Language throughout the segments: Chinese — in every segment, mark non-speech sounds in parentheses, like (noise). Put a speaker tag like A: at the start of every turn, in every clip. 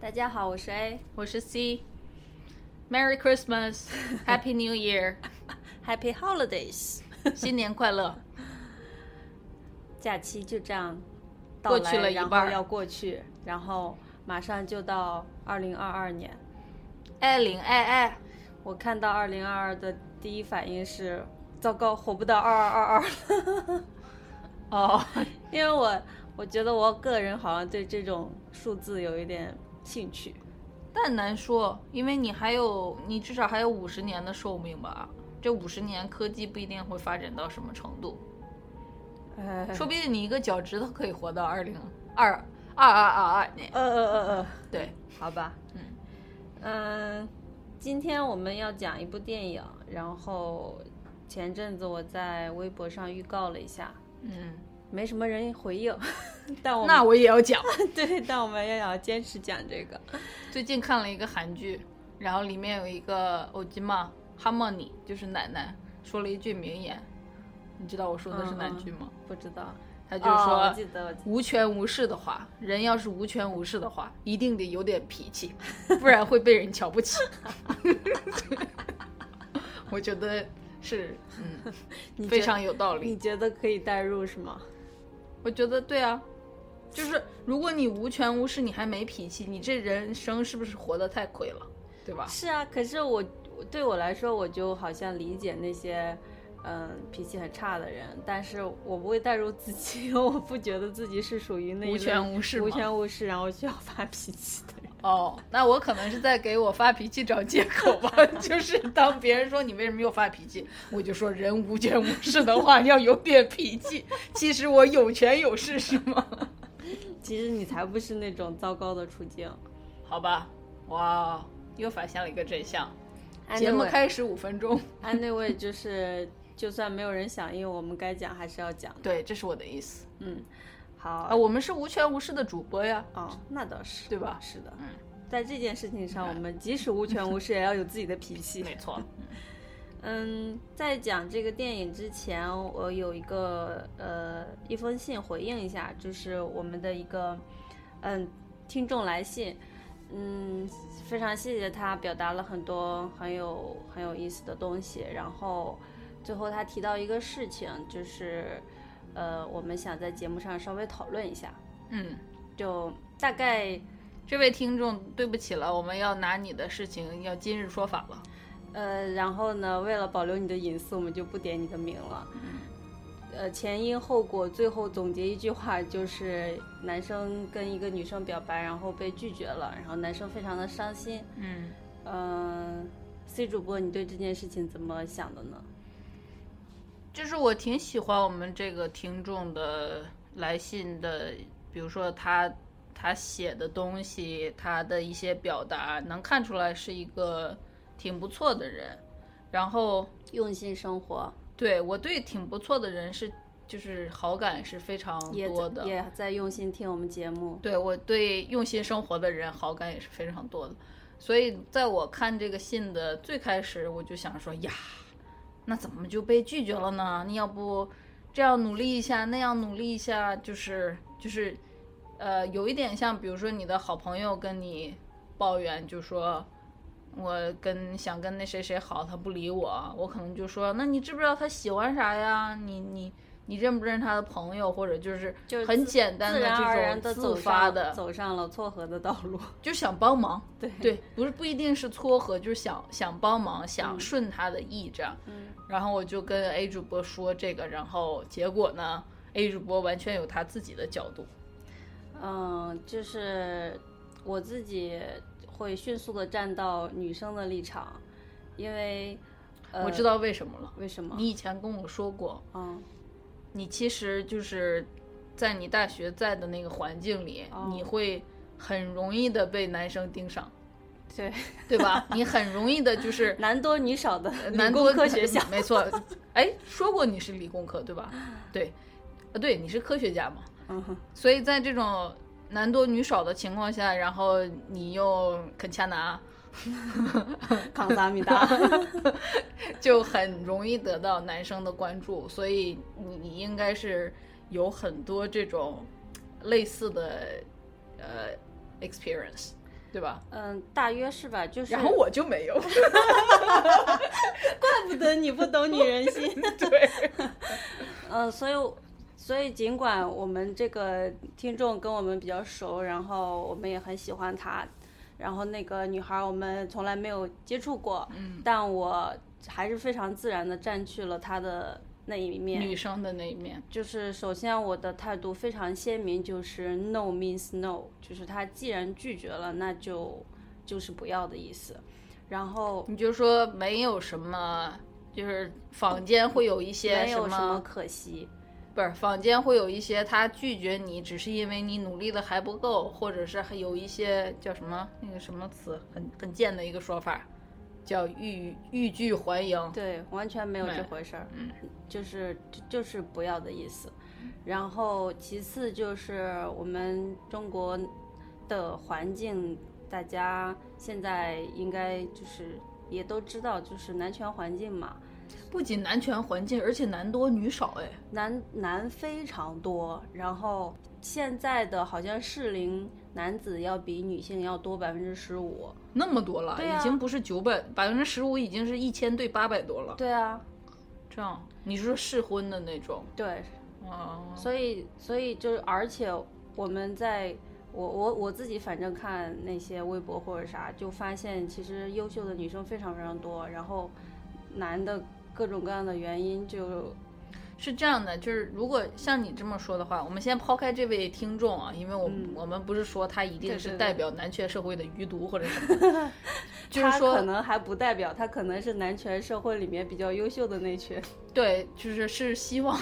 A: 大家好，我是 A，
B: 我是 C，Merry
A: (laughs)
B: Christmas，Happy New Year，
A: Happy Holidays，
B: 新年快乐。
A: 假期就这样到
B: 过
A: 来
B: 去了一
A: 然
B: 半
A: 后
B: 儿
A: 要过去，然后马上就到二零二二年。
B: 爱玲爱爱，
A: 我看到二零二二的第一反应是，糟糕，活不到二二二二了，
B: 哦，
A: (laughs) 因为我我觉得我个人好像对这种数字有一点兴趣。
B: 但难说，因为你还有你至少还有五十年的寿命吧。这五十年科技不一定会发展到什么程度，
A: 哎，
B: 说不定你一个脚趾头可以活到二零二二二二二年。
A: 呃呃呃呃，
B: 对，
A: 好吧，
B: 嗯
A: 嗯、今天我们要讲一部电影，然后前阵子我在微博上预告了一下，
B: 嗯，
A: 没什么人回应， (laughs) 但我们
B: 那我也要讲。 (laughs)
A: 对，但我们 (laughs) 也要坚持讲这个。
B: 最近看了一个韩剧，然后里面有一个欧吉玛哈莫尼，就是奶奶说了一句名言，你知道我说的是哪句吗？
A: 不知道，
B: 她
A: 他
B: 就是
A: 我
B: 说
A: 记得，我记得
B: 无权无势的话，人要是无权无势的话，一定得有点脾气， (laughs) 不然会被人瞧不起。 (laughs) 我觉得是，嗯，
A: 你觉
B: 非常有道理
A: 你。觉得可以代入是吗？
B: 我觉得对啊，就是如果你无权无势，你还没脾气，你这人生是不是活得太亏了，对吧？
A: 是啊，可是我我对我来说，我就好像理解那些。嗯，脾气很差的人，但是我不会代入自己， (laughs) 因为我不觉得自己是属于那一
B: 无
A: 类
B: 权无势
A: 无
B: 吗
A: 权无势，然后需要发脾气的人。 (laughs)
B: 哦，那我可能是在给我发脾气找借口吧， (laughs) 就是当别人说你为什么又发脾气，我就说人无权无势的话要有点脾气。其实我有权有势是吗？
A: 其实你才不是那种糟糕的处境。
B: 好吧，哇，又发现了一个真相。
A: Anyway,
B: 节目开始五分钟， (laughs)
A: ，anyway，就是就算没有人响应，我们该讲还是要讲。
B: 对，这是我的意思
A: 嗯，好
B: 啊。我们是无权无势的主播呀，
A: 哦，那倒是，
B: 对吧
A: 是的，
B: 嗯，
A: 在这件事情上，我们即使无权无势，也要有自己的脾气。
B: 没错。
A: 嗯，在讲这个电影之前，我有一个呃一封信回应一下，就是我们的一个嗯听众来信。嗯，非常谢谢他表达了很多很有很有意思的东西。然后最后他提到一个事情，就是呃，我们想在节目上稍微讨论一下，
B: (laughs) 嗯，
A: 就大概
B: 这位听众，对不起了，我们要拿你的事情要今日说法了。
A: 呃，然后呢，为了保留你的隐私，我们就不点你的名了。呃，前因后果，最后总结一句话，就是男生跟一个女生表白，然后被拒绝了，然后男生非常的伤心。
B: 嗯，
A: 嗯、c 主播，你对这件事情怎么想的呢？
B: 就是我挺喜欢我们这个听众的来信的，比如说他他写的东西，他的一些表达，能看出来是一个挺不错的人。然后
A: 用心生活，
B: 对我对挺不错的人是就是好感是非常
A: 也
B: 多的，
A: 也在用心听我们节目。
B: 对我对用心生活的人好感也是非常多的，所以在我看这个信的最开始，我就想说呀，那怎么就被拒绝了呢？你要不这样努力一下，那样努力一下，就是就是，呃，有一点像，比如说你的好朋友跟你抱怨，就说。我跟想跟那谁谁好，他不理我，我可能就说，那你知不知道他喜欢啥呀？你你你认不认识他的朋友，或者就是
A: 就是
B: 很
A: 自
B: 简单
A: 自
B: 的
A: 然而然
B: 这
A: 的
B: 种自
A: 走
B: 发
A: 上
B: 的，
A: 走上了撮合的道路，
B: 就想帮忙，
A: 对
B: 对，不是不一定是撮合，就是想想帮忙，想顺他的意这样。
A: 嗯
B: 然后我就跟 A 主播说这个，然后结果呢，A 主播完全有他自己的角度，
A: 嗯，就是我自己会迅速的站到女生的立场，因为、呃、
B: 我知道为什么了。
A: 为什么，
B: 你以前跟我说过，
A: 嗯
B: 你其实就是在你大学在的那个环境里，
A: 哦
B: 你会很容易的被男生盯上，
A: 对，
B: 对吧？你很容易的就是
A: (laughs) 男多女少的
B: 南
A: 理
B: 呃多，
A: 工科学校
B: 没错。哎，说过你是理工科对吧？对，啊，对，你是科学家嘛。
A: (laughs) 嗯 (laughs) 哼，
B: 所以在这种男多女少的情况下，然后你又肯掐拿，
A: 康萨
B: (laughs)
A: 米达，
B: 就很容易得到男生的关注。所以你你应该是有很多这种类似的呃 experience，对吧？
A: 嗯，大约是吧，就是
B: 然后我就没有，
A: 怪不得你不懂女人心，
B: (laughs)
A: (laughs)
B: 对，
A: 嗯，所以。所以，尽管我们这个听众跟我们比较熟，然后我们也很喜欢她，然后那个女孩儿我们从来没有接触过，
B: 嗯，
A: 但我还是非常自然的占据了她的那一面。
B: 女生的那一面，
A: 就是首先我的态度非常鲜明，就是 no means no，就是她既然拒绝了，那就就是不要的意思。然后
B: 你就说没有什么。就是坊间会有一些
A: 没有什么可惜，
B: 不是，坊间会有一些他拒绝你，只是因为你努力的还不够，或者是还有一些叫什么那个什么词，很很贱的一个说法，叫欲欲拒还迎。
A: 对，嗯完全没有
B: 没
A: 这回事儿，就是就就是不要的意思。然后其次就是我们中国的环境，大家现在应该就是也都知道，就是男权环境嘛，
B: 不仅男权环境，而且男多女少，哎，
A: 男男非常多，然后现在的好像适龄男子要比女性要多百分之十五。
B: 那么多了，
A: 对啊
B: 已经不是九百百分之十五，已经是一千对八百多了。
A: 对啊，
B: 这样，你是说适婚的那种？
A: 对，
B: 哦，
A: 所以所以就是，而且我们在我我我自己反正看那些微博或者啥，就发现其实优秀的女生非常非常多，然后男的各种各样的原因就是
B: 这样的，就是如果像你这么说的话，我们先抛开这位听众啊，因为我、
A: 嗯
B: 我们不是说他一
A: 对
B: 定
A: 对
B: 是
A: 对
B: 代表男权社会的余毒或者什么的，
A: (laughs)
B: 就是
A: 他可
B: 说
A: 能还不代表他可能是男权社会里面比较优秀的那群。
B: 对，就是是希望，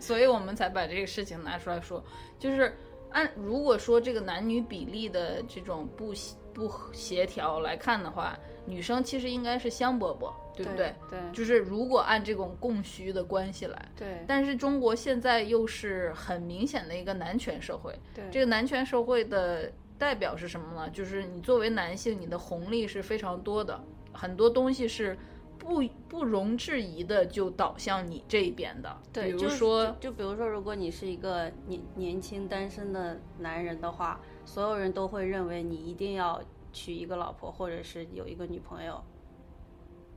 B: 所以我们才把这个事情拿出来说，就是按如果说这个男女比例的这种不协不协调来看的话，女生其实应该是香饽饽，对不
A: 对？对
B: 就是如果按这种供需的关系来，
A: 对
B: 但是中国现在又是很明显的一个男权社会，
A: 对
B: 这个男权社会的代表是什么呢？就是你作为男性，你的红利是非常多的，很多东西是不不容置疑的就倒向你这一边的。
A: 对，
B: 比
A: 就
B: 如
A: 是
B: 说
A: 就，就比如说，如果你是一个年年轻单身的男人的话，所有人都会认为你一定要娶一个老婆，或者是有一个女朋友。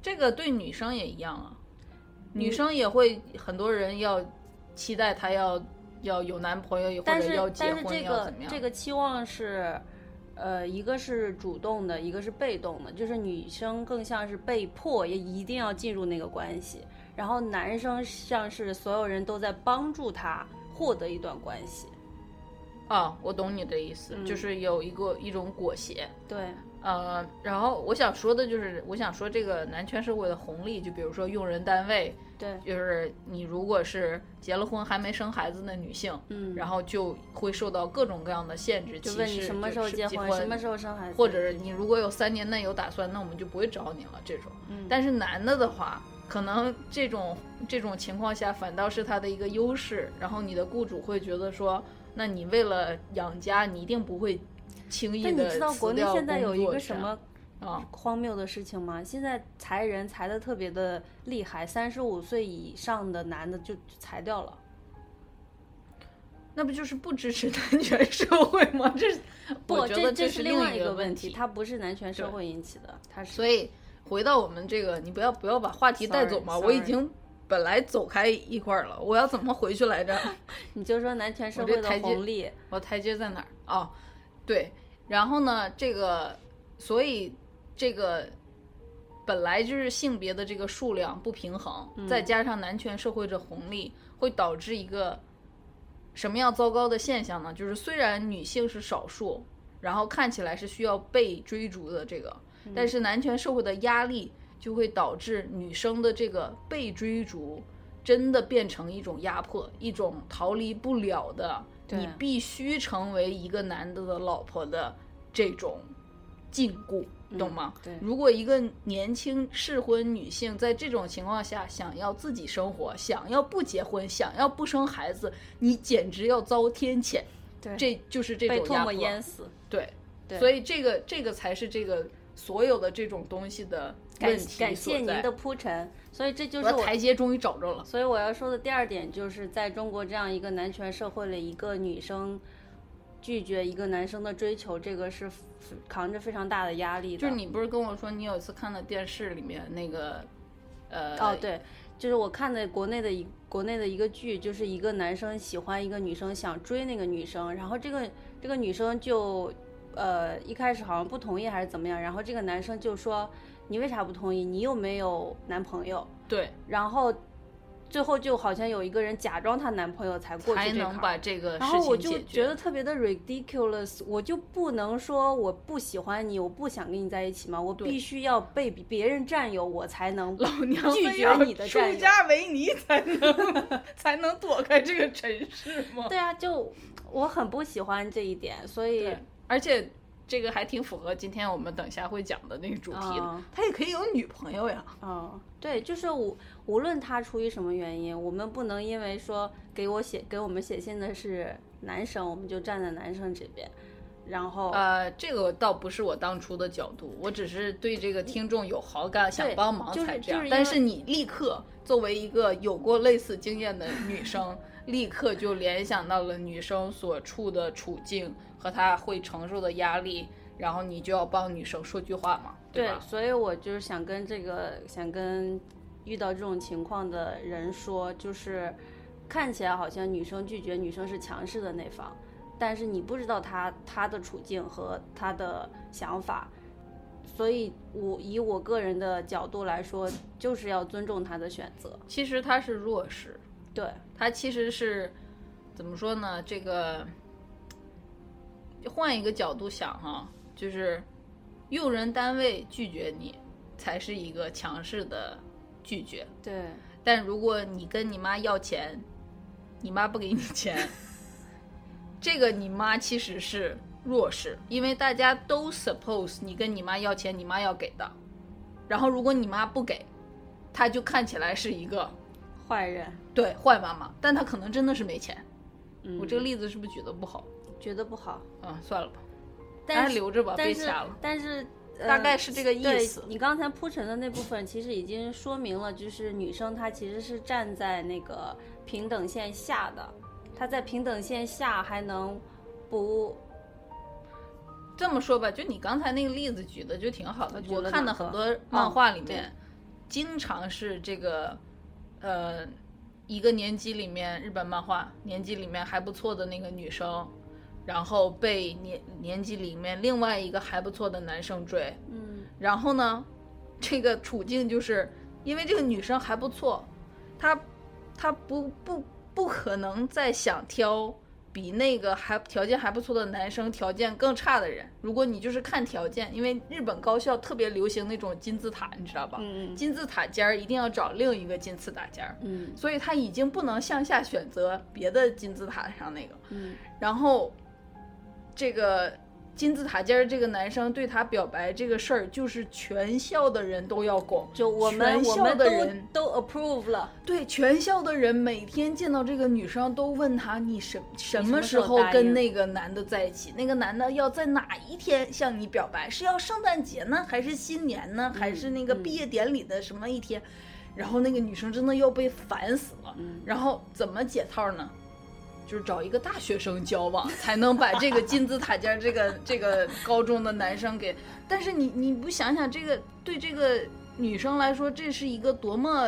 B: 这个对女生也一样啊，女生也会很多人要期待她要要有男朋友，或
A: 但
B: 者
A: 是
B: 要结
A: 但是
B: 婚，
A: 这
B: 要
A: 个
B: 怎么样？
A: 这个期望是，呃，一个是主动的，一个是被动的，就是女生更像是被迫也一定要进入那个关系，然后男生像是所有人都在帮助他获得一段关系。
B: 啊，我懂你的意
A: 嗯
B: 思，就是有一个一种裹挟。
A: 对，
B: 呃，然后我想说的就是，我想说这个男权社会的红利，就比如说用人单位，
A: 对，
B: 就是你如果是结了婚还没生孩子的女性，
A: 嗯，
B: 然后就会受到各种各样的限制，
A: 就
B: 歧
A: 问
B: 视
A: 你什么
B: 就
A: 时候
B: 是
A: 结
B: 结
A: 婚，什么时候生孩子，
B: 或者是你如果有三年内有打算，那我们就不会找你了这种。
A: 嗯
B: 但是男的的话，可能这种这种情况下反倒是他的一个优势，然后你的雇主会觉得说，那你为了养家，你一定不会轻易的。
A: 但你知道国内现在有一个什么
B: 啊
A: 荒谬的事情吗？现在裁人裁的特别的厉害，三十五岁以上的男的就就裁掉了。
B: 那不就是不支持男权社会吗？这是
A: 不，
B: 我觉得
A: 这
B: 是
A: 是
B: 另
A: 外
B: 一
A: 个
B: 问
A: 题，它不是男权社会引起的，它是
B: 所以回到我们这个，你不要不要把话题带走嘛
A: Sorry，
B: 我已
A: sorry
B: 经本来走开一块儿了，我要怎么回去来着？
A: 你就说男权社
B: 这
A: 会的
B: 台阶
A: 红利，
B: 我台阶在哪儿？哦，对，然后呢，这个，所以这个本来就是性别的这个数量不平衡，
A: 嗯
B: 再加上男权社会的红利，会导致一个什么样糟糕的现象呢？就是虽然女性是少数，然后看起来是需要被追逐的这个，但是男权社会的压力就会导致女生的这个被追逐。真的变成一种压迫，一种逃离不了的，
A: 对
B: 你必须成为一个男的的老婆的这种禁锢，懂吗？
A: 嗯对
B: 如果一个年轻适婚女性在这种情况下想要自己生活，想要不结婚，想要不生孩子，你简直要遭天谴。
A: 对
B: 这就是这
A: 被
B: 种
A: 唾
B: 压
A: 沫
B: 迫。
A: 淹死。
B: 对，
A: 对
B: 所以这个这个才是这个所有的这种东西的
A: 感
B: 问题
A: 感
B: 所
A: 谢您
B: 在
A: 的铺陈，所以这就
B: 我
A: 是
B: 的
A: 我
B: 台阶终于找着了。
A: 所以我要说的第二点就是，在中国这样一个男权社会里，一个女生拒绝一个男生的追求，这个是扛着非常大的压力的。
B: 就是你不是跟我说你有一次看的电视里面那个，呃，
A: 哦，对，就是我看的国内的一国内的一个剧，就是一个男生喜欢一个女生，想追那个女生，然后这个这个女生就呃一开始好像不同意还是怎么样，然后这个男生就说你为啥不同意？你又没有男朋友，
B: 对，
A: 然后最后就好像有一个人假装她男朋友才过
B: 才
A: 去这
B: 能
A: 坎儿
B: 把这个
A: 然
B: 事
A: 后我
B: 情
A: 就
B: 解
A: 觉
B: 决。
A: 得特别的 ridiculous，我就不能说我不喜欢你，我不想跟你在一起吗？我必须要被别人占有，我才能
B: 老娘
A: 拒
B: 非
A: 绝
B: 要
A: 你的
B: 出
A: 占有。
B: 家为尼才能才能躲开这个尘世吗？
A: 对啊，就我很不喜欢这一点，所以
B: 对，嗯而且这个还挺符合今天我们等下会讲的那个主题的
A: 啊。
B: 他也可以有女朋友呀，
A: 嗯，对，就是无无论他出于什么原因，我们不能因为说给我写给我们写信的是男生，我们就站在男生这边，然后
B: 呃，这个倒不是我当初的角度，我只是对这个听众有好感，想帮忙
A: 就是
B: 才这样。
A: 就是因为
B: 但是你立刻作为一个有过类似经验的女 (laughs) 生，立刻就联想到了女生所处的处境和她会承受的压力，然后你就要帮女生说句话嘛，对吧？
A: 所以我就是想跟这个想跟遇到这种情况的人说，就是看起来好像女生拒绝女生是强势的那方，但是你不知道她她的处境和她的想法，所以我以我个人的角度来说，就是要尊重她的选择。
B: 其实她是弱势，
A: 对，
B: 它其实是怎么说呢？这个换一个角度想哈，就是用人单位拒绝你，才是一个强势的拒绝。
A: 对，
B: 但如果你跟你妈要钱，你妈不给你钱，这个你妈其实是弱势，因为大家都 suppose 你跟你妈要钱，你妈要给的。然后如果你妈不给，她就看起来是一个
A: 坏人，
B: 对，坏妈妈，但她可能真的是没钱。
A: 嗯
B: 我这个例子是不是举的不好？
A: 觉得不好，
B: 嗯，算了吧，
A: 但
B: 还是留着吧，
A: 但
B: 被
A: 是
B: 掐了。
A: 但是、呃、
B: 大概是这个意
A: 对
B: 思
A: 你刚才铺陈的那部分其实已经说明了，就是女生她其实是站在那个平等线下的，她在平等线下还能不
B: 这么说吧，就你刚才那个例子举的就挺好的
A: 举，
B: 我
A: 了
B: 看
A: 哪
B: 的很
A: 个哦
B: 多漫画里
A: 对
B: 面，经常是这个，呃，一个年级里面日本漫画年级里面还不错的那个女生，然后被年年级里面另外一个还不错的男生追，
A: 嗯
B: 然后呢，这个处境就是因为这个女生还不错，她她不不不可能再想挑比那个还条件还不错的男生条件更差的人。如果你就是看条件，因为日本高校特别流行那种金字塔，你知道吧？
A: 嗯
B: 金字塔尖儿一定要找另一个金字塔尖儿，
A: 嗯
B: 所以她已经不能向下选择别的金字塔上那个。
A: 嗯
B: 然后这个金字塔尖儿这个男生对她表白这个事儿，就是全校的人都要拱，
A: 就我们
B: 全
A: 我
B: 校
A: 们
B: 的
A: 都
B: 人
A: 都 approve 了，
B: 对全校的人每天见到这个女生都问她你什什么时候
A: 你什么时候答应
B: 跟那个男的在一起？那个男的要在哪一天向你表白？是要圣诞节呢，还是新年呢，还是那个
A: 嗯
B: 毕业典礼的什么一天？然后那个女生真的要被烦死了。
A: 嗯
B: 然后怎么解套呢？就是找一个大学生交往，才能把这个金字塔尖儿这个这个高中的男生给。但是你你不想想，这个对这个女生来说，这是一个多么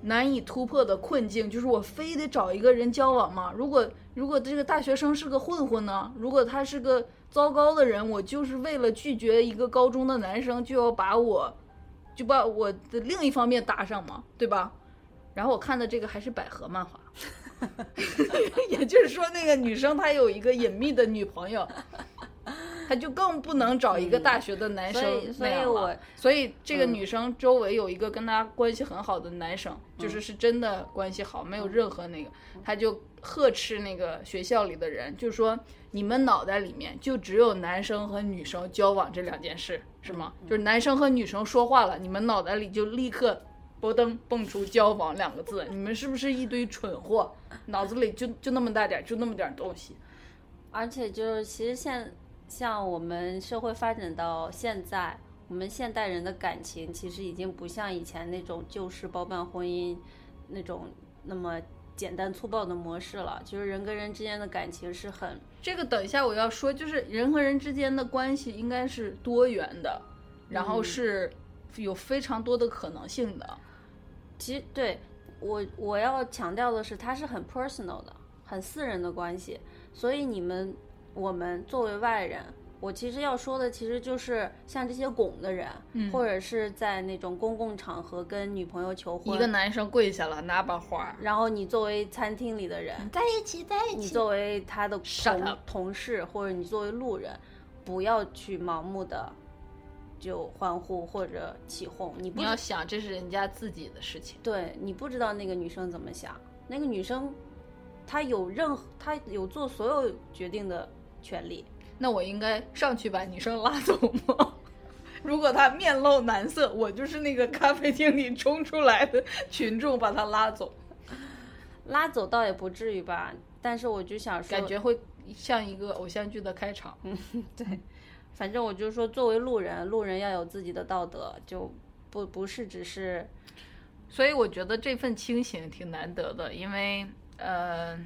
B: 难以突破的困境。就是我非得找一个人交往吗？如果如果这个大学生是个混混呢？如果他是个糟糕的人，我就是为了拒绝一个高中的男生，就要把我就把我的另一方面搭上嘛，对吧？然后我看的这个还是百合漫画， (laughs) 也就是说，那个女生她有一个隐秘的女朋
A: (laughs)
B: 友，她就更不能找一个大学的男生
A: 所以所
B: 那
A: 以
B: 样了
A: 我嗯
B: 所以这个女生周围有一个跟她关系很好的男生，就是是真的关系好，没有任何那个，
A: 嗯
B: 她就呵斥那个学校里的人，就说你们脑袋里面就只有男生和女生交往这两件事，是吗？
A: 嗯
B: 就是男生和女生说话了，你们脑袋里就立刻。波登蹦出“交往”两个字，你们是不是一堆蠢货？脑子里就就那么大点儿，就那么点儿东西。
A: 而且就是其实现像我们社会发展到现在，我们现代人的感情其实已经不像以前那种旧式包办婚姻那种那么简单粗暴的模式了。就是人跟人之间的感情是很
B: 这个等一下我要说，就是人和人之间的关系应该是多元的，然后是有非常多的可能性的。
A: 其实对我我要强调的是，它是很 personal 的，很私人的关系。所以你们我们作为外人，我其实要说的其实就是像这些拱的人，
B: 嗯
A: 或者是在那种公共场合跟女朋友求婚，
B: 一个男生跪下了，拿把花儿，
A: 然后你作为餐厅里的人，
B: 在一起，在一
A: 你作为他的
B: 哎 Shut
A: 同
B: up
A: 同事或者你作为路人，不要去盲目的就欢呼或者起哄，你不
B: 你要想，这是人家自己的事情。
A: 对你不知道那个女生怎么想，那个女生她有任何她有做所有决定的权利，
B: 那我应该上去把女生拉走吗？ (laughs) 如果她面露难色，我就是那个咖啡厅里冲出来的群众，把她拉走，
A: 拉走倒也不至于吧，但是我就想说，
B: 感觉会像一个偶像剧的开场。
A: 反正我就说作为路人，路人要有自己的道德，就不不是只是
B: 所以我觉得这份清醒挺难得的，因为呃，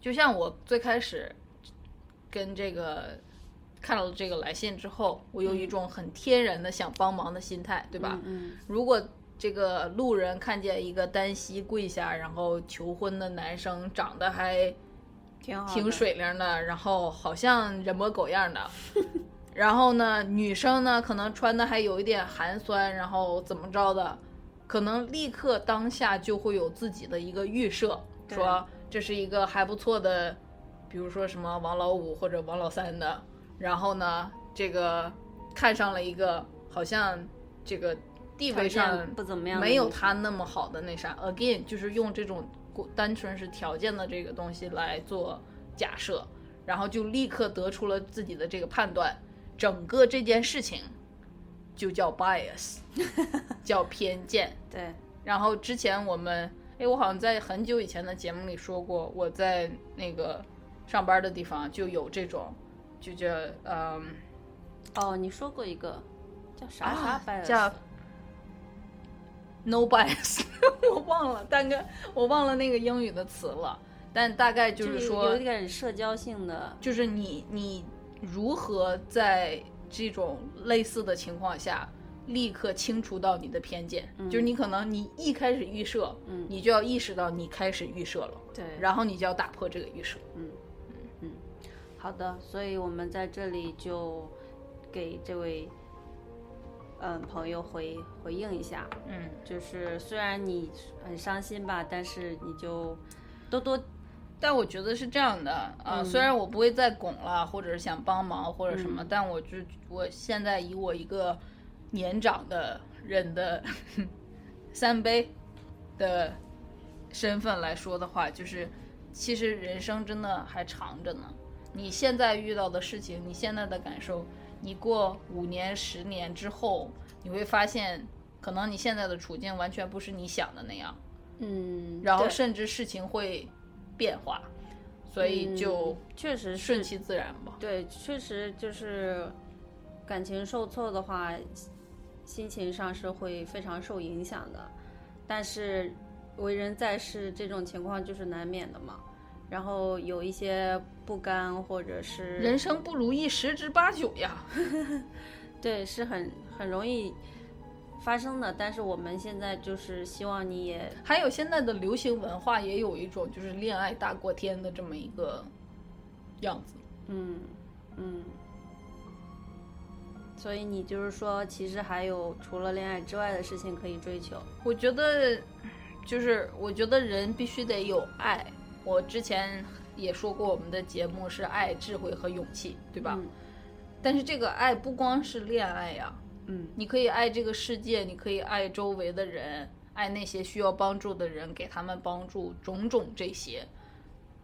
B: 就像我最开始跟这个看到这个来信之后，我有一种很天然的想帮忙的心态，对吧？
A: 嗯
B: 如果这个路人看见一个单膝跪下然后求婚的男生，长得还
A: 挺好，
B: 挺。水灵的，然后好像人模狗
A: (laughs)
B: 样的。然后呢，女生呢可能穿的还有一点寒酸，然后怎么着的，可能立刻当下就会有自己的一个预设，
A: 对
B: 说这是一个还不错的，比如说什么王老五或者王老三的。然后呢，这个看上了一个好像这个地位
A: 条
B: 上
A: 件不怎么样的
B: 没有
A: 女生
B: 他那么好的那啥。Again，就是用这种单纯是条件的这个东西来做假设，然后就立刻得出了自己的这个判断。整个这件事情就叫
A: (laughs)
B: bias，叫偏见。
A: 对，
B: 然后之前我们，哎，我好像在很久以前的节目里说过，我在那个上班的地方就有这种，就叫嗯
A: 哦，你说过一个叫啥
B: 啊
A: 拜尔斯
B: 叫 no bias，我 (laughs) 忘了，大概我忘了那个英语的词了，但大概就
A: 就是有
B: 说
A: 有，点社交性的，
B: 就是你你如何在这种类似的情况下，立刻清除到你的偏见？就是你可能你一开始预设，
A: 嗯
B: 你就要意识到你开始预设了，
A: 对，
B: 然后你就要打破这个预设。
A: 好的，所以我们在这里就给这位嗯朋友回回应一下，
B: 嗯，
A: 就是虽然你很伤心吧，但是你就多多
B: 但我觉得是这样的啊，虽然我不会再拱了，或者是想帮忙或者什么，但我就我现在以我一个年长的人的三杯的身份来说的话，就是其实人生真的还长着呢。你现在遇到的事情，你现在的感受，你过五年、十年之后，你会发现，可能你现在的处境完全不是你想的那样。
A: 嗯，
B: 然后
A: 对
B: 甚至事情会变化，所以
A: 嗯
B: 就
A: 确实是
B: 顺其自然吧。
A: 对，确实就是感情受挫的话，心心情上是会非常受影响的。但是为人在世，这种情况就是难免的嘛。然后有一些不甘，或者是
B: 人生不如意十之八九呀， (laughs)
A: 对，是很很容易发生的。但是我们现在就是希望你也
B: 还有现在的流行文化也有一种就是恋爱大过天的这么一个样子。
A: 嗯，嗯，所以你就是说，其实还有除了恋爱之外的事情可以追求。
B: 我觉得，就是我觉得人必须得有爱。我之前也说过，我们的节目是爱、智慧和勇气，对吧？
A: 嗯
B: 但是这个爱不光是恋爱呀、
A: 嗯
B: 你可以爱这个世界，你可以爱周围的人，爱那些需要帮助的人，给他们帮助，种种这些，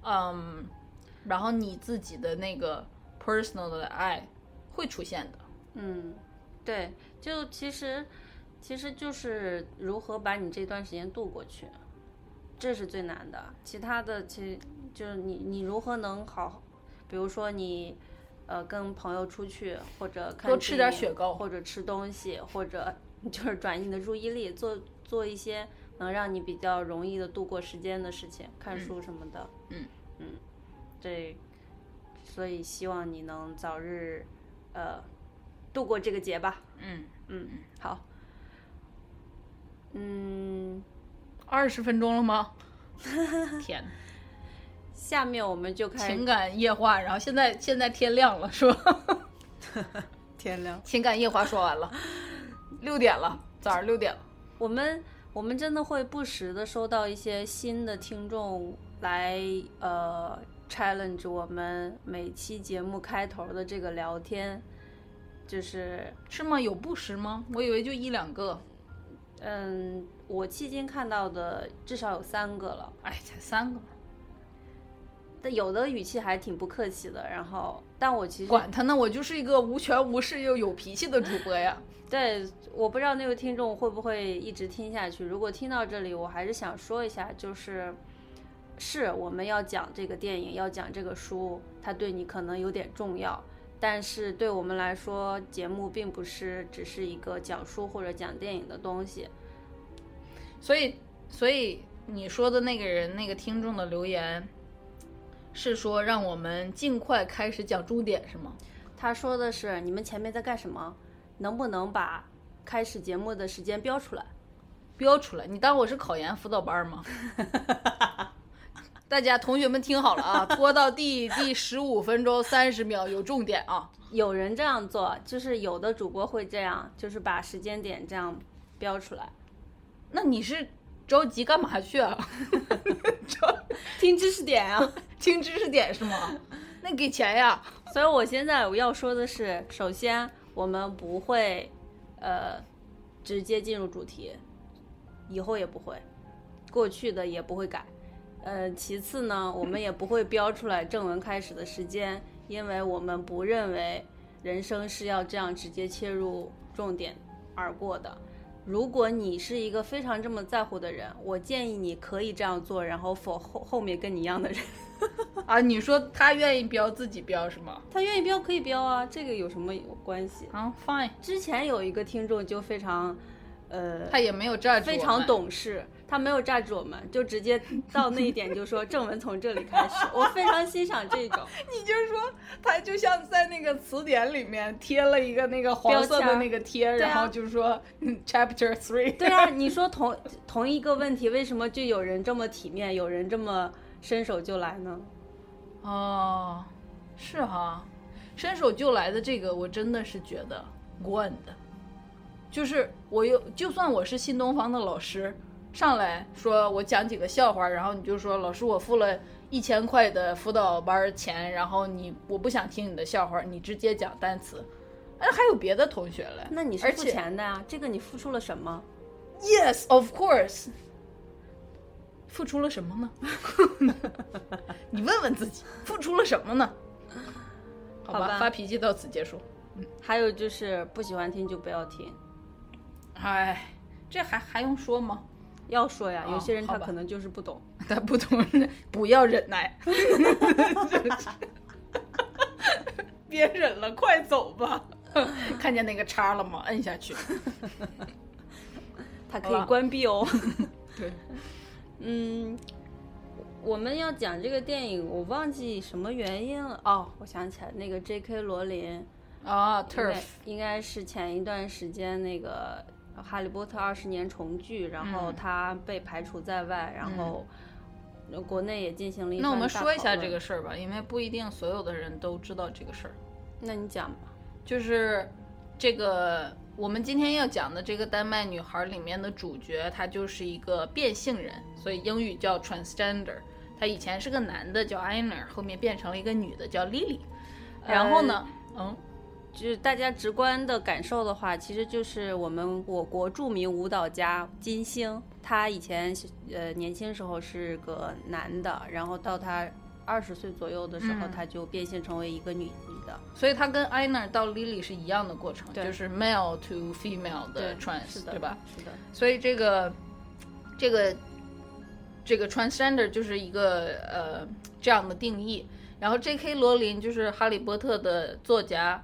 B: 嗯，然后你自己的那个 personal 的爱会出现的，
A: 嗯，对，就其实其实就是如何把你这段时间度过去，这是最难的。其他的其实就是你你如何能好，比如说你。呃，跟朋友出去，或者看
B: 多吃点
A: 电影
B: 雪糕
A: 或者吃东西，或者 (laughs) 就是转移你的注意力，做做一些能让你比较容易的度过时间的事情，看书什么的。
B: 嗯
A: 嗯，这，所以希望你能早日呃度过这个节吧。
B: 嗯，
A: 嗯，好。嗯，
B: 二十分钟了吗？天哪，
A: 下面我们就
B: (laughs)
A: 开
B: 情感夜话，然后现在现在天亮了， (laughs) 是吧？
A: 天亮。
B: 情感夜话说完了，六点了，早上六点了，
A: 我们我们真的会不时的收到一些新的听众来呃 challenge 我们每期节目开头的这个聊天，就是
B: 是吗？有不时吗？我以为就一两个，
A: 嗯，我迄今看到的至少有三个了，
B: 哎，才三个嘛，
A: 但有的语气还挺不客气的，然后但我其实
B: 管他呢，我就是一个无权无势又有脾气的主播呀。
A: 对，我不知道那位听众会不会一直听下去。如果听到这里，我还是想说一下，就是是我们要讲这个电影，要讲这个书，它对你可能有点重要，但是对我们来说，节目并不是只是一个讲书或者讲电影的东西。
B: 所以，所以你说的那个人，那个听众的留言，是说让我们尽快开始讲重点，是吗？
A: 他说的是你们前面在干什么，能不能把开始节目的时间标出来？
B: 标出来，你当我是考研辅导班吗？ (laughs) 大家同学们听好了啊，拖到第第十五分钟三十秒有重点啊。
A: 有人这样做，就是有的主播会这样，就是把时间点这样标出来。
B: 那你是着急干嘛去啊？ (laughs)
A: 听知识点啊。
B: 听知识点是吗？那给钱呀。
A: 所以我现在我要说的是，首先我们不会，呃，直接进入主题，以后也不会，过去的也不会改。呃，其次呢，我们也不会标出来正文开始的时间，因为我们不认为人生是要这样直接切入重点而过的。如果你是一个非常这么在乎的人，我建议你可以这样做，然后否后后面跟你一样的人，
B: 啊，你说他愿意标自己标是吗？
A: 他愿意标可以标啊，这个有什么关系？
B: 啊，fine，
A: 之前有一个听众就非常，呃，
B: 他也没有占
A: 非常懂事，他没有榨制我们，就直接到那一点就说正文从这里开
B: (laughs)
A: 始，我非常欣赏这种。
B: 你就说他就像在那个词典里面贴了一个那个黄色
A: 标
B: 的
A: 签
B: 那个贴，
A: 对啊
B: 然后就说嗯 Chapter Three。
A: 对啊，你说同同一个问题，为什么就有人这么体面，有人这么伸手就来呢？
B: (laughs) 哦，是哈，伸手就来的这个，我真的是觉得惯的，就是我有，就算我是新东方的老师，上来说我讲几个笑话，然后你就说老师我付了一千块的辅导班钱，然后你我不想听你的笑话，你直接讲单词，哎，还有别的同学嘞
A: 那你是
B: 而
A: 付
B: 且
A: 钱的呀、这个你付出了什么？
B: Yes, of course。付出了什么呢？ (laughs) 你问问自己，付出了什么呢？好吧，
A: 好吧
B: 发脾气到此结束。
A: 还有就是不喜欢听就不要听，
B: 哎，这还还用说吗？
A: 要说呀，
B: 哦
A: 有些人
B: 好
A: 他
B: 吧
A: 可能就是不懂。
B: (laughs) 他不懂，不要忍耐， (laughs) 别忍了，快走吧。 (laughs) 看见那个叉了吗？摁下去。
A: 它可
B: 好了
A: 以关闭哦。
B: (laughs) 对，
A: 嗯，我们要讲这个电影，我忘记什么原因了。哦，我想起来，那个 J.K. 罗琳
B: 啊
A: 应
B: ，turf
A: 该。应该是前一段时间那个《哈利波特》二十年重聚，然后
B: 嗯
A: 他被排除在外，然后国内也进行了一
B: 那我
A: 番
B: 们
A: 大
B: 说一
A: 讨
B: 下
A: 论
B: 这个，事儿吧，因为不一定所有的人都知道这个事儿。
A: 那你讲吧。
B: 就是这个我们今天要讲的这个丹麦女孩里面的主角，她就是一个变性人，所以英语叫 transgender。她以前是个男的叫 Einer，后面变成了一个女的叫 Lily。然后呢，嗯，
A: 就是大家直观的感受的话，其实就是我们我国著名舞蹈家金星，他以前呃年轻时候是个男的，然后到他二十岁左右的时候，
B: 嗯
A: 他就变性成为一个女女的。
B: 所以她跟 Einer 到 Lily 是一样的过程，
A: 呃对
B: 就是 male to female 的
A: 对
B: trans，
A: 是的，
B: 对吧？？
A: 是的，
B: 所以这个这个这个 transgender 就是一个呃这样的定义。然后 J.K. 罗琳就是《哈利波特》的作家，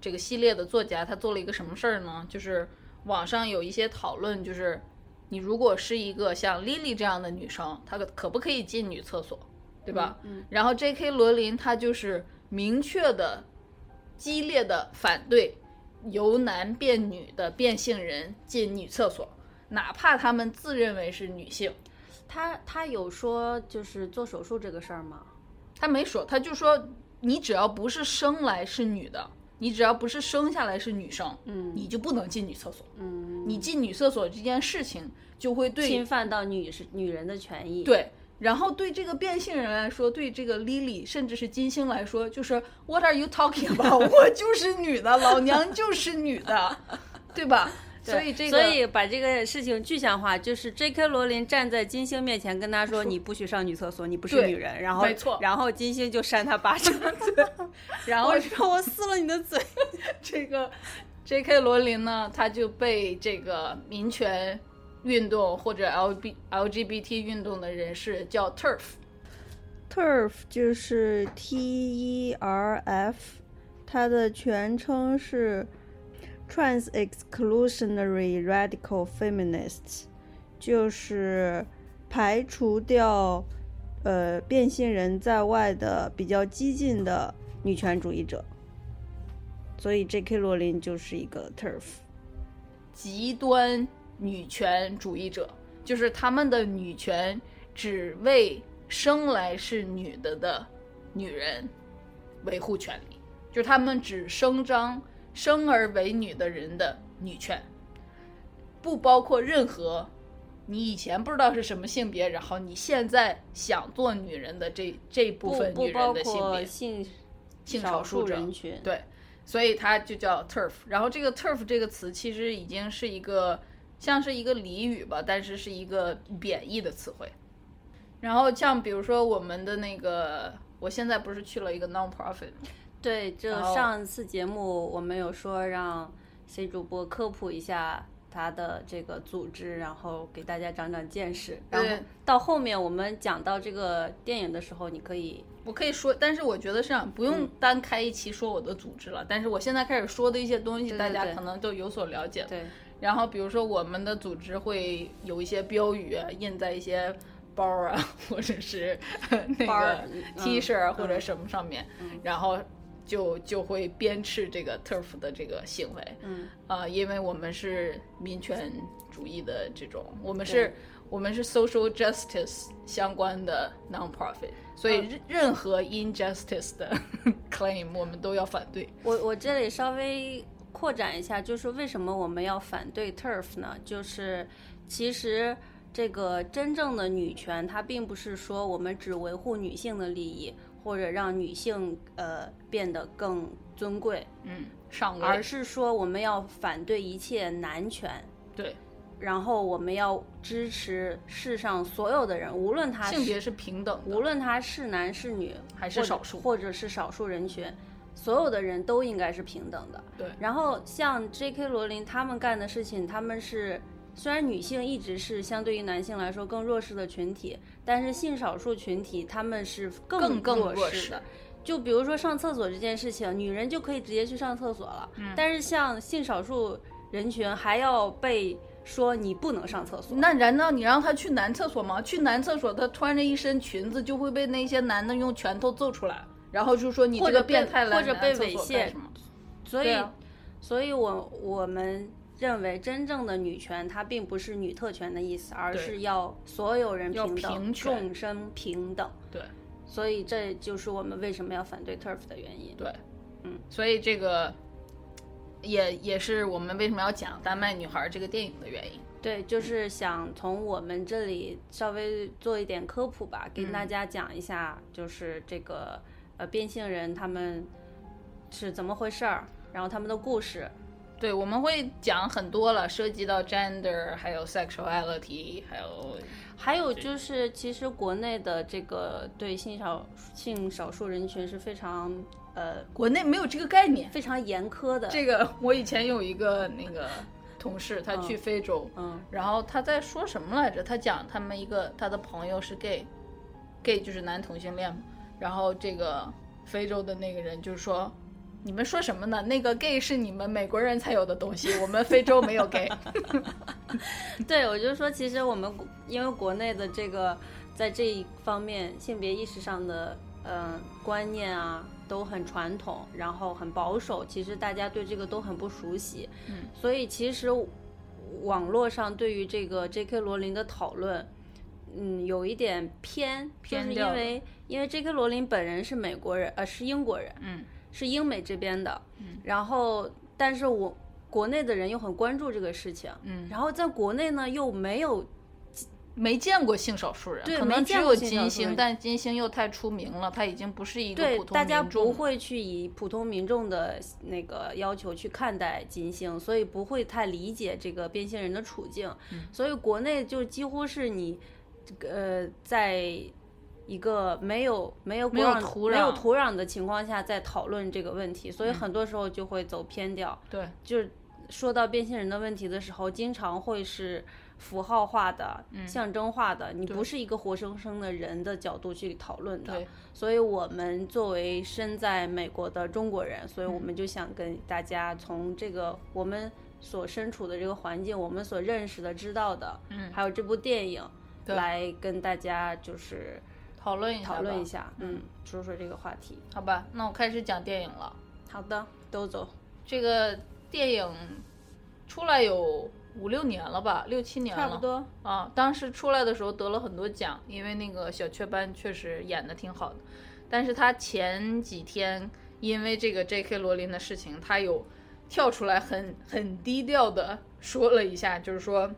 B: 这个系列的作家，他做了一个什么事儿呢？就是网上有一些讨论，就是你如果是一个像 Lily 这样的女生，她可可不可以进女厕所，对吧？
A: 嗯，
B: 然后 J.K. 罗琳她就是明确的、激烈的反对由男变女的变性人进女厕所，哪怕他们自认为是女性。
A: 他他有说就是做手术这个事儿吗？
B: 他没说，他就说你只要不是生来是女的，你只要不是生下来是女生，
A: 嗯
B: 你就不能进女厕所。
A: 嗯，
B: 你进女厕所这件事情就会对
A: 侵犯到女是女人的权益。，
B: 对，然后对这个变性人来说，对这个 Lily 甚至是金星来说，就是 What are you talking
A: (laughs)
B: about？我就是女的，老娘就是女的，对吧？所以这个，
A: 所以把这个事情具象化，就是 J.K. 罗琳站在金星面前跟他说：“你不许上女厕所，你不是
B: 对
A: 女人。”然后，
B: 没错
A: 然后金星就扇他巴
B: (laughs)
A: 掌，
B: 然
A: 然
B: 后
A: 后说：“我撕了你的嘴。
B: 这个 J.K. 罗琳呢，她就被这个民权运动或者 L B L G B T 运动的人士叫 TERF。
C: TERF 就是 T E R F，它的全称是 Trans Exclusionary Radical Feminists，就是排除掉呃变性人在外的比较激进的女权主义者。所以 J.K. 罗琳就是一个 TERF。
B: 极端女权主义者，就是他们的女权只为生来是女的的女人维护权利，就是他们只声张生而为女的人的女权，不包括任何你以前不知道是什么性别，然后你现在想做女人的这这部
A: 不”
B: 分
A: 不
B: 女人
A: 包
B: 的性
A: 括
B: 别。
A: 性
B: 性少
A: 少
B: 数者
A: 人群。
B: 对所以它就叫 turf。然后这个 turf 这个词其实已经是一个像是一个俚语吧，但是是一个贬义的词汇。然后像比如说我们的那个，我现在不是去了一个 non-profit，
A: 对，就
B: 然后
A: 上次节目我们有说让 C 主播科普一下他的这个组织，然后给大家长长见识。然
B: 对
A: 后到后面我们讲到这个电影的时候，你可以。
B: 我可以说，但是我觉得是这样，不
A: 嗯
B: 用单开一期说我的组织了。但是我现在开始说的一些东西，
A: 对
B: 大
A: 对
B: 家
A: 对
B: 可能都有所了解了。
A: 对，
B: 然后比如说我们的组织会有一些标语啊印在一些包儿啊，或者
A: (laughs)
B: 是那
A: 包儿
B: 个
A: 嗯
B: T 恤儿或者
A: 嗯
B: 什么上面，
A: 嗯
B: 然后就就会鞭笞这个 turf 的这个行为。
A: 嗯
B: 啊，因为我们是民权主义的这种，我们
A: 对
B: 是，我们是 social justice 相关的 nonprofit，所
A: 嗯
B: 以任任何 injustice 的 (laughs) claim 我们都要反对。
A: 我我这里稍微扩展一下，就是为什么我们要反对 TERF 呢？就是其实这个真正的女权，它并不是说我们只维护女性的利益，或者让女性呃变得更尊贵，
B: 嗯，上位
A: 而是说我们要反对一切男权。
B: 对
A: 然后我们要支持世上所有的人，无论他
B: 性
A: 是
B: 别是平等的，
A: 无论他是男是女，
B: 还是
A: 或者
B: 少数
A: 或者是少数人群，所有的人都应该是平等的。
B: 对
A: 然后像 J.K. 罗琳他们干的事情，他们是虽然女性一直是相对于男性来说更弱势的群体，但是性少数群体他们是
B: 更更
A: 弱
B: 弱
A: 势
B: 势
A: 的。就比如说上厕所这件事情，女人就可以直接去上厕所了，
B: 嗯
A: 但是像性少数人群还要被说你不能上厕所。
B: 那难道你让他去男厕所吗？去男厕所，他穿着一身裙子就会被那些男的用拳头揍出来，然后就说你
A: 或
B: 这
A: 者
B: 个变
A: 被
B: 态来
A: 或者
B: 男
A: 被
B: 厕
A: 猥
B: 所
A: 亵
B: 干什么？
A: 所以，
B: 对啊
A: 所以我我们认为真正的女权，它并不是女特权的意思，而
B: 对
A: 是要所有人
B: 要
A: 平等，
B: 平权
A: 众生平等。
B: 对。
A: 所以这就是我们为什么要反对 TERF 的原因。
B: 对，
A: 嗯，
B: 所以这个也也是我们为什么要讲《丹麦女孩》这个电影的原因。
A: 对，就是想从我们这里稍微做一点科普吧，跟
B: 嗯
A: 大家讲一下，就是这个呃变性人他们是怎么回事儿，然后他们的故事。
B: 对，我们会讲很多了，涉及到 gender，还有 sexuality，还有
A: 还有就是，其实国内的这个对性少性少数人群是非常呃
B: 国内没有这个概念。
A: 非常严苛的。
B: 这个我以前有一个那个同事，他去非洲，
A: 嗯
B: 然后他在说什么来着？他讲他们一个他的朋友是 gay，gay 就是男同性恋嘛。然后这个非洲的那个人就说：“你们说什么呢？那个 gay 是你们美国人才有的东西，我们非洲没有
A: (laughs)
B: gay。
A: 对我就说，其实我们国因为国内的这个在这一方面性别意识上的呃观念啊都很传统，然后很保守，其实大家对这个都很不熟悉。
B: 嗯，
A: 所以其实网络上对于这个 J.K. 罗琳的讨论。嗯，有一点偏，
B: 偏
A: 就是
B: 掉
A: 因
B: 了
A: 为因为 J.K. 罗琳本人是美国人，呃，是英国人，
B: 嗯，
A: 是英美这边的，然后但是我国内的人又很关注这个事情，
B: 嗯
A: 然后在国内呢又没有
B: 没见过性少数人，
A: 对
B: 可
A: 没
B: 能只
A: 见
B: 有
A: 过性少
B: 金
A: 数人
B: 星，但金星又太出名了，他已经不是一个
A: 对
B: 普通
A: 大家
B: 民众
A: 不
B: 了。
A: 会去以普通民众的那个要求去看待金星，所以不会太理解这个变性人的处境，
B: 嗯
A: 所以国内就几乎是你这个呃在。一个没有没有
B: 没有土
A: 土壤没有
B: 壤嗯
A: 土壤的情况下，在讨论这个问题，所以很多时候就会走偏掉。
B: 对，
A: 就是说到变性人的问题的时候，经常会是符号化的、
B: 嗯
A: 象征化的，你不是一个活生生的人的角度去讨论的
B: 对。
A: 所以，我们作为身在美国的中国人，所以我
B: 嗯
A: 们就想跟大家从这个我们所身处的这个环境，我们所认识的、知道的，
B: 嗯
A: 还有这部电影，
B: 对
A: 来跟大家就是
B: 讨论一下吧，
A: 讨论一下，嗯，说说这个话题。
B: 好吧？那我开始讲电影了。
A: 好的，都走。
B: 这个电影出来有五六年了吧，六七年了，
A: 差不多
B: 啊。当时出来的时候得了很多奖，因为那个小雀斑确实演的挺好的。但是他前几天因为这个 J.K. 罗琳的事情，他有跳出来很很低调的说了一下，就是说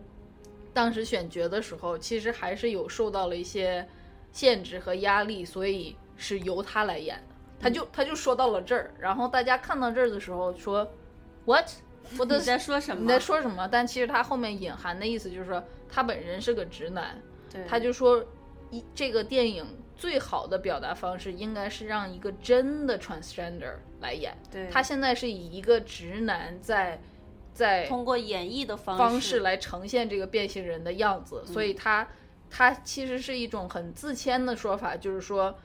B: 当时选角的时候，其实还是有受到了一些限制和压力，所以是由他来演的。他
A: 嗯
B: 就他就说到了这儿，然后大家看到这儿的时候说，what？我的
A: 你在说什么？
B: 你在说什么？但其实他后面隐含的意思就是说，他本人是个直男，
A: 对，
B: 他就说一这个电影最好的表达方式应该是让一个真的 transgender 来演。
A: 对
B: 他现在是以一个直男在在
A: 通过演绎的方
B: 方式来呈现这个变性人的
A: 嗯
B: 样子，所以他他其实是一种很自谦的说法，就是说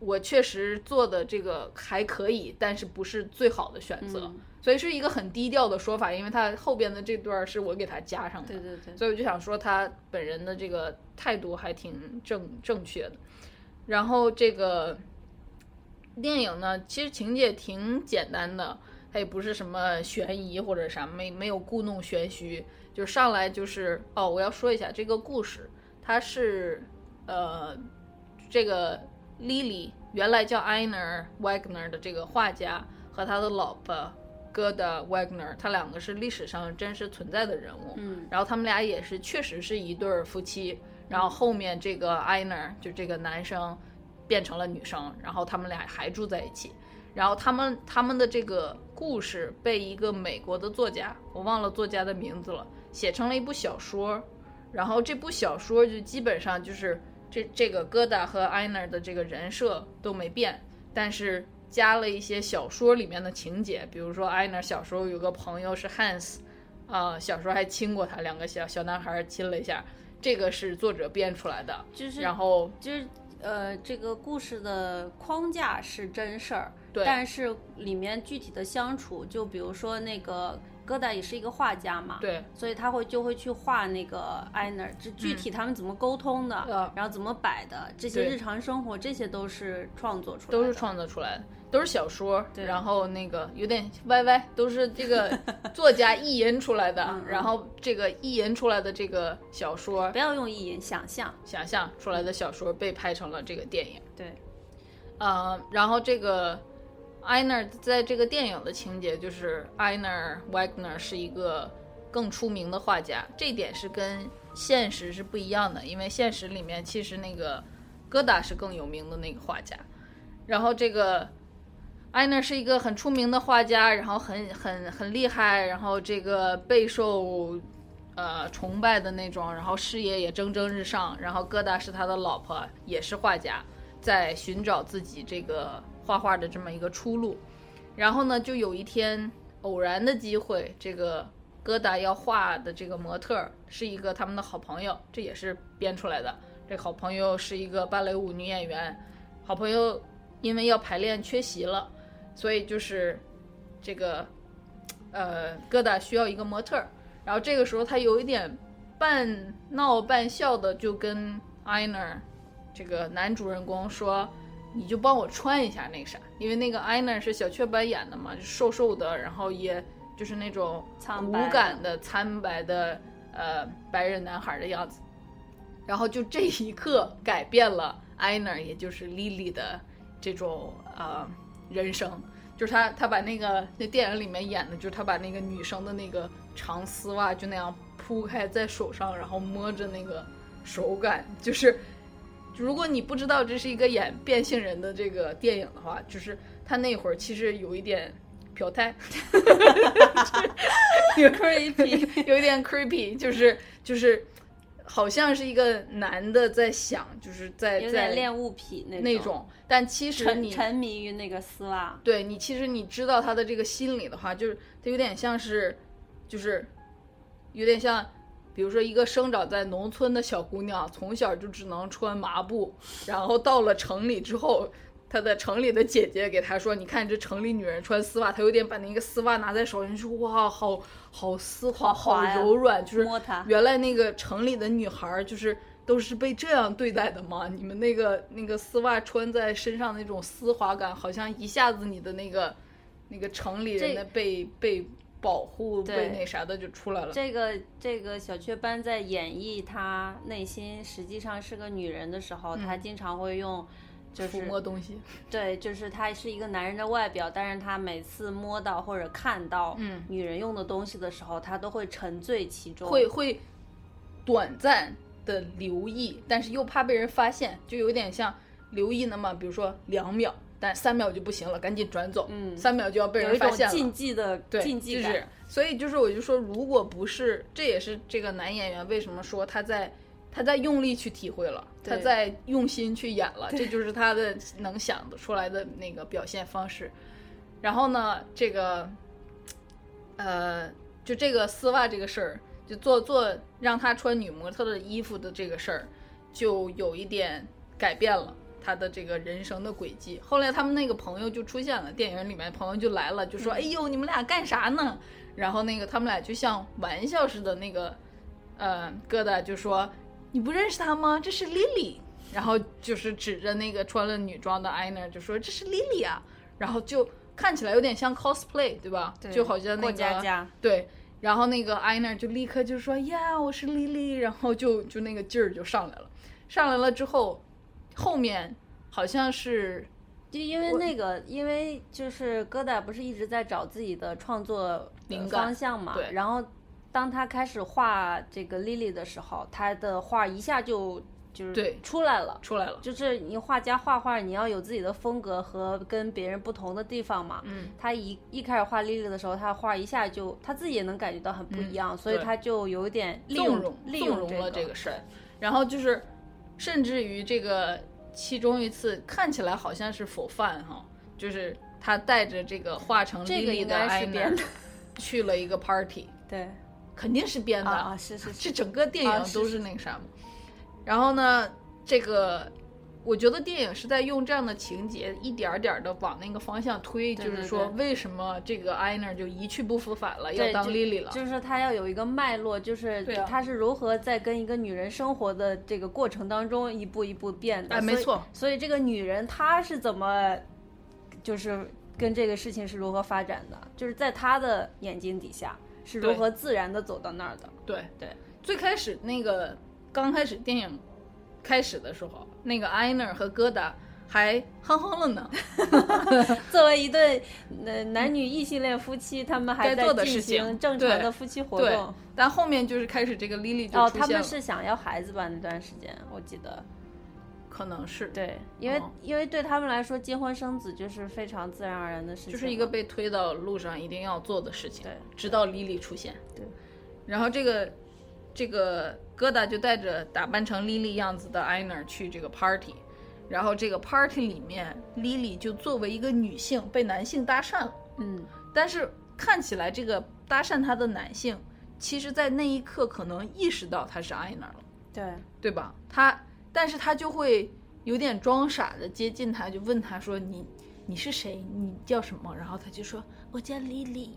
B: 我确实做的这个还可以，但是不是最好的选择，
A: 嗯
B: 所以是一个很低调的说法，因为他后边的这段是我给他加上的，
A: 对对对，
B: 所以我就想说他本人的这个态度还挺正正确的。然后这个电影呢，其实情节挺简单的，它也不是什么悬疑或者啥，没没有故弄玄虚，就上来就是哦，我要说一下这个故事，它是呃这个 Lily 原来叫 Einer Wagner 的这个画家和他的老婆。哥的 Wagner，他两个是历史上真实存在的人物，
A: 嗯
B: 然后他们俩也是确实是一对儿夫妻，然后后面这个 Einer 就这个男生变成了女生，然后他们俩还住在一起，然后他们他们的这个故事被一个美国的作家，我忘了作家的名字了，写成了一部小说，然后这部小说就基本上就是这这个戈达和 Einer 的这个人设都没变，但是加了一些小说里面的情节，比如说 Einer 小时候有个朋友是 Hans，啊、小时候还亲过他，两个小小男孩亲了一下，这个是作者编出来的，
A: 就是
B: 然后
A: 就是呃，这个故事的框架是真事儿，
B: 对
A: 但是里面具体的相处，就比如说那个戈达也是一个画家嘛，，
B: 对
A: 所以他会就会去画那个 Einer，就具体他们怎么沟通的，
B: 呃
A: 然后怎么摆的，这
B: 嗯
A: 些
B: 对
A: 日常生活，这些都是创作出来
B: 都
A: 的，
B: 是创作出来的，都是小说，
A: 对
B: 然后那个有点歪歪，都是这
A: (laughs)
B: 个作家意淫出来的
A: 嗯，嗯
B: 然后这个意淫出来的这个小说
A: 不要用意淫想象，
B: 想象出来的小说被拍成了这个电影。
A: 对，
B: 呃，然后这个 Einer 在这个电影的情节就是 Einer Wagner 是一个更出名的画家，这一点是跟现实是不一样的，因为现实里面其实那个戈达是更有名的那个画家，然后这个。Einer 是一个很出名的画家，然后很很很厉害，然后这个备受呃崇拜的那种，然后事业也蒸蒸日上。然后戈达是他的老婆，也是画家，在寻找自己这个画画的这么一个出路。然后呢，就有一天偶然的机会，这个戈达要画的这个模特儿是一个他们的好朋友，这也是编出来的。这好朋友是一个芭蕾舞女演员，好朋友因为要排练缺席了，所以就是这个呃，戈达需要一个模特儿。然后这个时候他有一点半闹半笑的，就跟 Einer 这个男主人公说：“你就帮我穿一下那啥，因为那个 Einer 是小雀斑演的嘛，就瘦瘦的，然后也就是那种
A: 苍
B: 骨
A: 白
B: 感的苍白的呃白人男孩的样子。”然后就这一刻改变了 Einer，也就是 Lily 的这种呃人生。就是他他把那个那电影里面演的，就是他把那个女生的那个长丝袜就那样铺开在手上，然后摸着那个手感，就是如果你不知道这是一个演变性人的这个电影的话，就是他那会儿其实有一点表
A: (laughs)
B: 态， (laughs)
A: creepy，
B: 有一点 creepy，就是就是好像是一个男的在想，就是在
A: 有
B: 在
A: 点恋物癖那
B: 那种，但其实
A: 沉
B: 你
A: 沉迷于那个丝袜，
B: 对你，其实你知道他的这个心理的话，就是他有点像是，就是有点像，比如说一个生长在农村的小姑娘，从小就只能穿麻布，然后到了城里之后，她的城里的姐姐给她说：“你看这城里女人穿丝袜，她有点把那个丝袜拿在手上，说哇，好好丝滑，好
A: 滑呀
B: 柔软，就是
A: 摸它
B: 原来那个城里的女孩儿就是都是被这样对待的吗？你们那个那个丝袜穿在身上那种丝滑感，好像一下子你的那个那个城里人
A: 这
B: 的被被保护
A: 对
B: 被那啥的就出来了。
A: 这个这个小雀斑在演绎她内心实际上是个女人的时候，她经常会用，就
B: 嗯抚
A: 是
B: 摸东西，
A: 对，就是她是一个男人的外表，但是她每次摸到或者看到
B: 嗯
A: 女人用的东西的时候，她都会沉醉其中，
B: 会会短暂的留意，但是又怕被人发现，就有点像留意那么，比如说两秒，但三秒就不行了，赶紧转走，
A: 嗯
B: 三秒就要被
A: 有一
B: 人
A: 种
B: 发现了，
A: 禁忌的
B: 对，
A: 禁忌
B: 就是
A: 感，，
B: 所以就是我就说，如果不是，这也是这个男演员为什么说他在他在用力去体会了，他
A: 对
B: 在用心去演了，这就是他的能想得出来的那个表现方式。然后呢，这个，呃，就这个丝袜这个事儿，就做做让他穿女模特的衣服的这个事儿，就有一点改变了。他的这个人生的轨迹。后来他们那个朋友就出现了，电影里面朋友就来了，就说：“哎呦，你们俩干啥呢？”然后那个他们俩就像玩笑似的，那个呃疙瘩就说：“你不认识他吗？这是 Lily。”然后就是指着那个穿了女装的 Ina 就说：“这是 Lily 啊。”然后就看起来有点像 cosplay，对吧？
A: 对
B: 就好像那
A: 过
B: 个
A: 家家，
B: 对，然后那个 Ina 就立刻就说呀，我是 Lily，然后就就那个劲儿就上来了，上来了之后，后面好像是
A: 就因为那个，因为就是疙瘩不是一直在找自己的创作
B: 灵
A: 呃
B: 感
A: 方向嘛，
B: 对
A: 然后当他开始画这个 Lily 的时候，他的画一下就就是
B: 对
A: 出来了。
B: 出来了，
A: 就是你画家画画，你要有自己的风格和跟别人不同的地方嘛。
B: 嗯，
A: 他一一开始画 Lily 的时候，他画一下就他自己也能感觉到很不一样，所以
B: 嗯对
A: 他就有点利
B: 纵
A: 用
B: 容
A: 利
B: 纵
A: 用
B: 容了这
A: 个
B: 个事儿，然后就是甚至于这个其中一次看起来好像是否犯哈，就是他带着这个画成
A: 这个
B: Lily
A: 应
B: 的
A: 该是
B: Ina
A: 编的
B: (laughs) 去了一个 party，
A: 对
B: 肯定是编的
A: 啊啊是是
B: 这
A: 是
B: 整个电
A: 啊
B: 影
A: 是
B: 都是那个啥嘛。然后呢，这个我觉得电影是在用这样的情节一点儿点儿的往那个方向推，
A: 对
B: 就是
A: 对
B: 说
A: 对
B: 为什么这个 Ina 就一去不复返了，要
A: 对
B: 当
A: 就
B: Lily 了。
A: 就是他要有一个脉络，就是
B: 对啊
A: 他是如何在跟一个女人生活的这个过程当中一步一步变的。
B: 哎没
A: 所以
B: 错
A: 所以这个女人她是怎么，就是跟这个事情是如何发展的，就是在她的眼睛底下是如
B: 对
A: 何自然的走到那儿的。 (laughs)
B: 对
A: 对，
B: 最开始那个刚开始电影开始的时候，那个 Ina 和疙瘩还哼哼了
A: (laughs)
B: 呢，
A: 作为一对呃男女异性恋夫妻，他们还
B: 该
A: 在
B: 做的
A: 进
B: 事情
A: 行正常
B: 对
A: 的夫妻活
B: 对
A: 动。。
B: 但后面就是开始这个 Lily 就
A: 哦，
B: 出
A: 他
B: 现
A: 们
B: 了，
A: 是想要孩子吧？那段时间我记得。
B: 可能是
A: 对，因为、
B: 哦
A: 因为对他们来说，结婚生子就是非常自然而然的事情，
B: 就是一个被推到路上一定要做的事情，
A: 对，
B: 直到 Lily 出现，
A: 对，
B: 然后这个这个疙瘩就带着打扮成 Lily 样子的 Ina 去这个 party，然后这个 party 里面 Lily 就作为一个女性被男性搭讪了，
A: 嗯，
B: 但是看起来这个搭讪她的男性，其实在那一刻可能意识到他是 Ina 了，
A: 对
B: 对吧？他，但是他就会有点装傻的接近他，就问他说：“你你是谁？你叫什么？”然后他就说：“我叫 Lily。”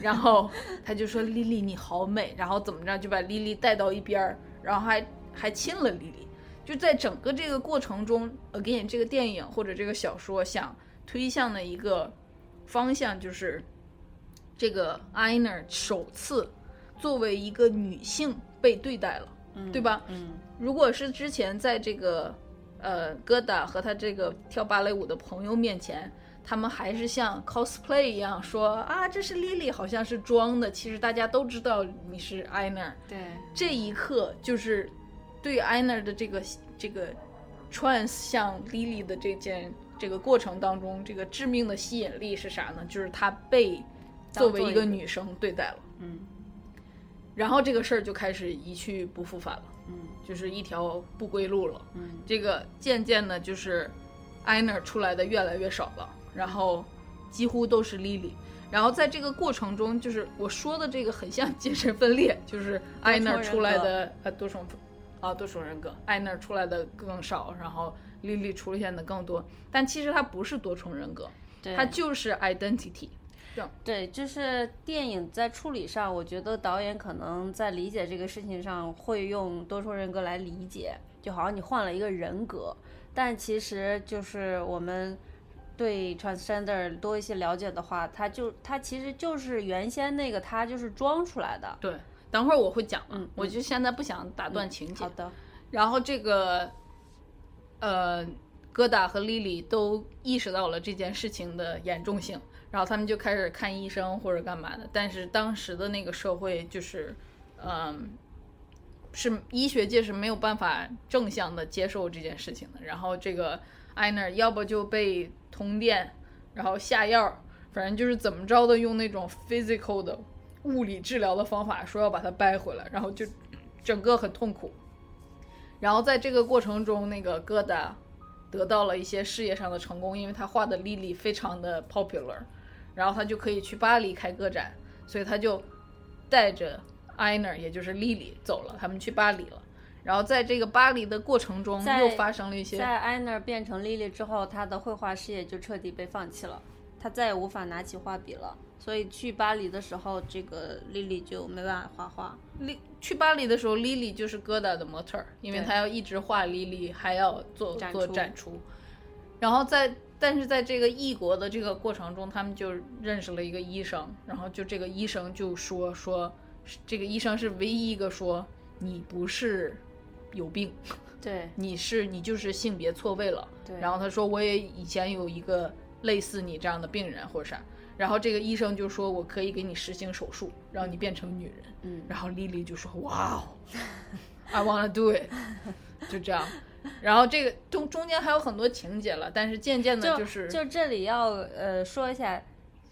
B: 然后他就说：“Lily 你好美。”然后怎么着就把 Lily 带到一边儿，然后还还亲了 Lily。就在整个这个过程中，again 这个电影或者这个小说想推向的一个方向就是，这个 Ina 首次作为一个女性被对待了，对吧？
A: 嗯，
B: 如果是之前在这个呃疙瘩和他这个跳芭蕾舞的朋友面前，他们还是像 cosplay 一样说啊，这是 Lily，好像是装的，其实大家都知道你是 Ina。
A: 对
B: 这一刻就是对 Ina 的这个这个 trans 向 Lily 的这件这个过程当中，这个致命的吸引力是啥呢？就是她被作为一个女生对待了，
A: 嗯
B: 然后这个事儿就开始一去不复返了。
A: 嗯
B: 就是一条不归路了。
A: 嗯，
B: 这个渐渐的，就是 Iner 出来的越来越少了，然后几乎都是 Lily。然后在这个过程中，就是我说的这个很像精神分裂，就是
A: 多重
B: Iner
A: 人
B: 出来
A: 格
B: 的呃多重啊多重人格，Iner 出来的更少，然后 Lily 出现的更多。但其实它不是多重人格，
A: 对
B: 它就是 identity。
A: 对，就是电影在处理上，我觉得导演可能在理解这个事情上会用多重人格来理解，就好像你换了一个人格，但其实就是我们对 transgender 多一些了解的话，他就他其实就是原先那个他就是装出来的。
B: 对，等会儿我会讲嘛，
A: 嗯
B: 我就现在不想打断情节。
A: 好的，
B: 然后这个，呃，疙瘩和莉莉都意识到了这件事情的严重性，然后他们就开始看医生或者干嘛的。但是当时的那个社会就是，嗯、是医学界是没有办法正向的接受这件事情的。然后这个艾 i 要不就被通电，然后下药，反正就是怎么着的，用那种 physical 的物理治疗的方法，说要把它掰回来，然后就整个很痛苦。然后在这个过程中，那个疙瘩得到了一些事业上的成功，因为他画的 Lily 非常的 popular，然后他就可以去巴黎开个展，所以他就带着 Iner，也就是 Lily 走了，他们去巴黎了。然后在这个巴黎的过程中，
A: 在
B: 又发生了一些
A: 在安娜变成莉莉之后，她的绘画事业就彻底被放弃了，她再也无法拿起画笔了。所以去巴黎的时候，这个莉莉就没办法画画。
B: 莉去巴黎的时候，莉莉就是疙瘩的模特儿，因为
A: 对
B: 她要一直画莉莉，还要做
A: 展
B: 做
A: 出
B: 展出。然后在但是在这个异国的这个过程中，他们就认识了一个医生，然后就这个医生就说说，这个医生是唯一一个说你不是有病，
A: 对
B: 你是你就是性别错位了。
A: 对，
B: 然后他说我也以前有一个类似你这样的病人或者啥，然后这个医生就说我可以给你实行手术，让你变成女人。
A: 嗯，
B: 然后莉莉就说：“哇哦，I wanna do it。”就 (laughs) 这样，然后这个中中间还有很多情节了，但是渐渐的
A: 就是就这里要呃说一下，